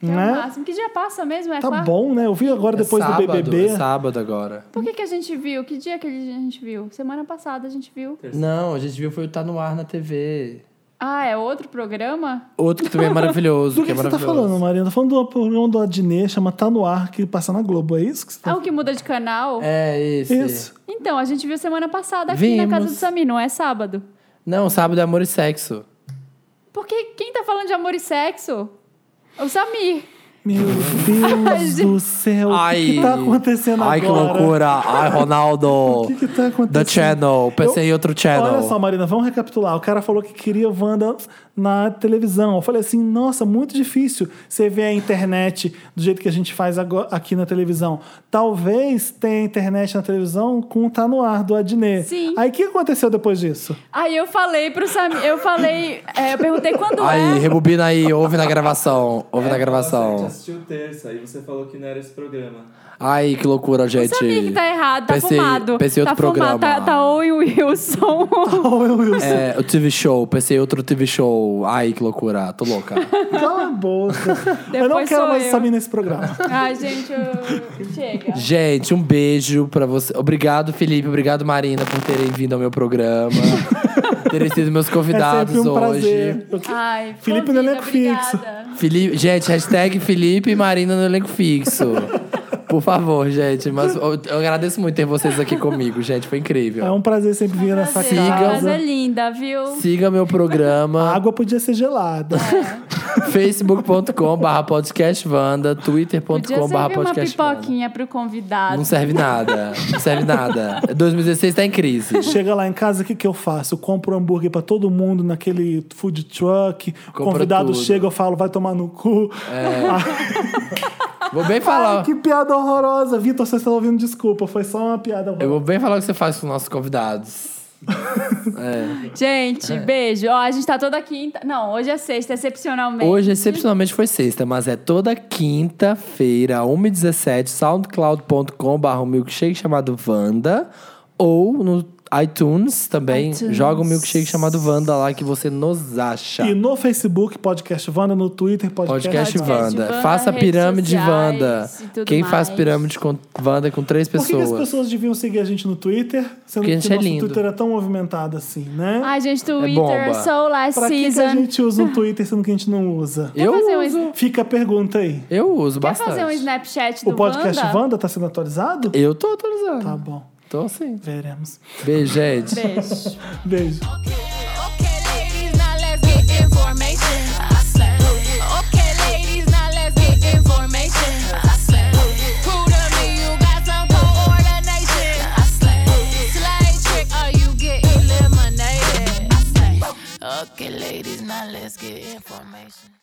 Que é o
né?
máximo. Que dia passa mesmo? É
Tá
quarta?
bom, né? Eu vi agora depois
é sábado,
do BBB.
É sábado agora.
Por que, que a gente viu? Que dia que a gente viu? Semana passada a gente viu.
Não, a gente viu foi o Tá No Ar na TV.
Ah, é outro programa?
Outro que também é maravilhoso.
do que,
é
que você tá
maravilhoso.
falando, Marina? Tá falando do programa do Adnet, chama Tá No Ar, que passa na Globo. É isso que você tá
Ah, o que muda de canal?
É esse.
Isso.
Então, a gente viu semana passada aqui na
Vimos.
casa do Samir, não é sábado.
Não, sábado é amor e sexo.
Porque quem tá falando de amor e sexo? O Samir.
Meu Deus do céu, o que que, tá acontecendo
Ai, que
agora?
loucura. Ai, Ronaldo.
O que que tá acontecendo?
The Channel. Pensei em outro channel.
Olha só, Marina, vamos recapitular. O cara falou que queria Wanda na televisão. Eu falei assim, nossa, muito difícil você ver a internet do jeito que a gente faz agora- aqui na televisão. Talvez tenha internet na televisão com o Tá No Ar, do Adnet.
Sim.
Aí o que aconteceu depois disso?
Aí eu falei pro Samir, eu falei, é, eu perguntei quando
Aí,
é.
rebobina aí. Ouve na gravação. Ouve na
A gente
gravação.
assistiu terça e você falou que não era esse programa.
Ai, que loucura, gente.
O Samir que tá errado, tá
pensei,
fumado.
Pensei em
tá
outro programa.
fumado,
Tá
tá, tá Owen Wilson.
É, o TV show. Pensei em outro TV show. Ai, que loucura. Tô louca.
Cala a boca. eu não
Depois
quero
sou
mais
eu.
saber nesse programa. É um
Ai, gente, eu- chega.
Gente, um beijo pra você. Obrigado, Felipe. Obrigado, Marina, por terem vindo ao meu programa. terem sido meus
é
convidados
sempre um
hoje.
prazer. Eu que-
Ai,
Felipe no
convida,
é
elenco fixo.
obrigada.
Felipe, gente, hashtag Felipe e Marina no elenco fixo. Por favor, gente. Mas eu, eu agradeço muito ter vocês aqui comigo, gente. Foi
É
incrível.
um prazer sempre vir nessa
Prazer,
Siga-
casa.
casa é linda, viu?
Siga meu
A
programa
água podia ser gelada.
É.
facebook.com podcastvanda,
Podia
twitter.com
servir uma
podcastvanda.
pipoquinha pro convidado.
Não serve nada. Não serve nada. 2016 tá em crise.
Chega lá em casa, o que, que eu faço? Eu compro um hambúrguer pra todo mundo naquele food truck. o
Compra
convidado
tudo. É.
chega, eu falo, vai tomar no cu.
Vou bem
Ai,
falar.
"Ah, que piada horrorosa. Vitor, você está ouvindo desculpa. Foi só uma piada
Eu
horrorosa.
vou bem falar o que você faz com os nossos convidados. É.
Gente, beijo. Ó, a gente tá toda quinta. Não, hoje é sexta, excepcionalmente.
Hoje, excepcionalmente, foi sexta, mas é toda quinta-feira, 1h17, soundcloud.com.br milkshake chamado Vanda ou no iTunes também.
iTunes.
Joga um milkshake chamado Wanda lá que você nos acha.
E no Facebook, Podcast Vanda, no Twitter, Podcast,
Podcast
Podcast
Wanda.
Wanda,
Faça a
redes
pirâmide
sociais
Wanda.
e tudo
Quem faz
mais.
pirâmide com Wanda é com três
Por que, que
pessoas?
as pessoas deviam seguir a gente no Twitter? Sendo
Porque a gente
que o
é
nosso
lindo.
Twitter é tão movimentado assim, né?
Ai, gente, Twitter,
é- bomba.
so last
pra que, que a
season.
gente usa um Twitter sendo que a gente não usa?
Eu
fazer um
uso,
es-
Fica a pergunta aí.
eu uso
Quer
bastante.
fazer um Snapchat do
O podcast
Wanda?
Wanda tá sendo atualizado?
Eu tô atualizando.
Tá bom,
Tô sim.
veremos.
Beijo, gente.
Beijo.
Beijo.
Okay, ladies, now let's get information. I said. Okay, ladies, now let's get information. I said. Prove to me you got some coordination. I said. Slide trick or you get eliminated. I said. Okay, ladies, now let's get information.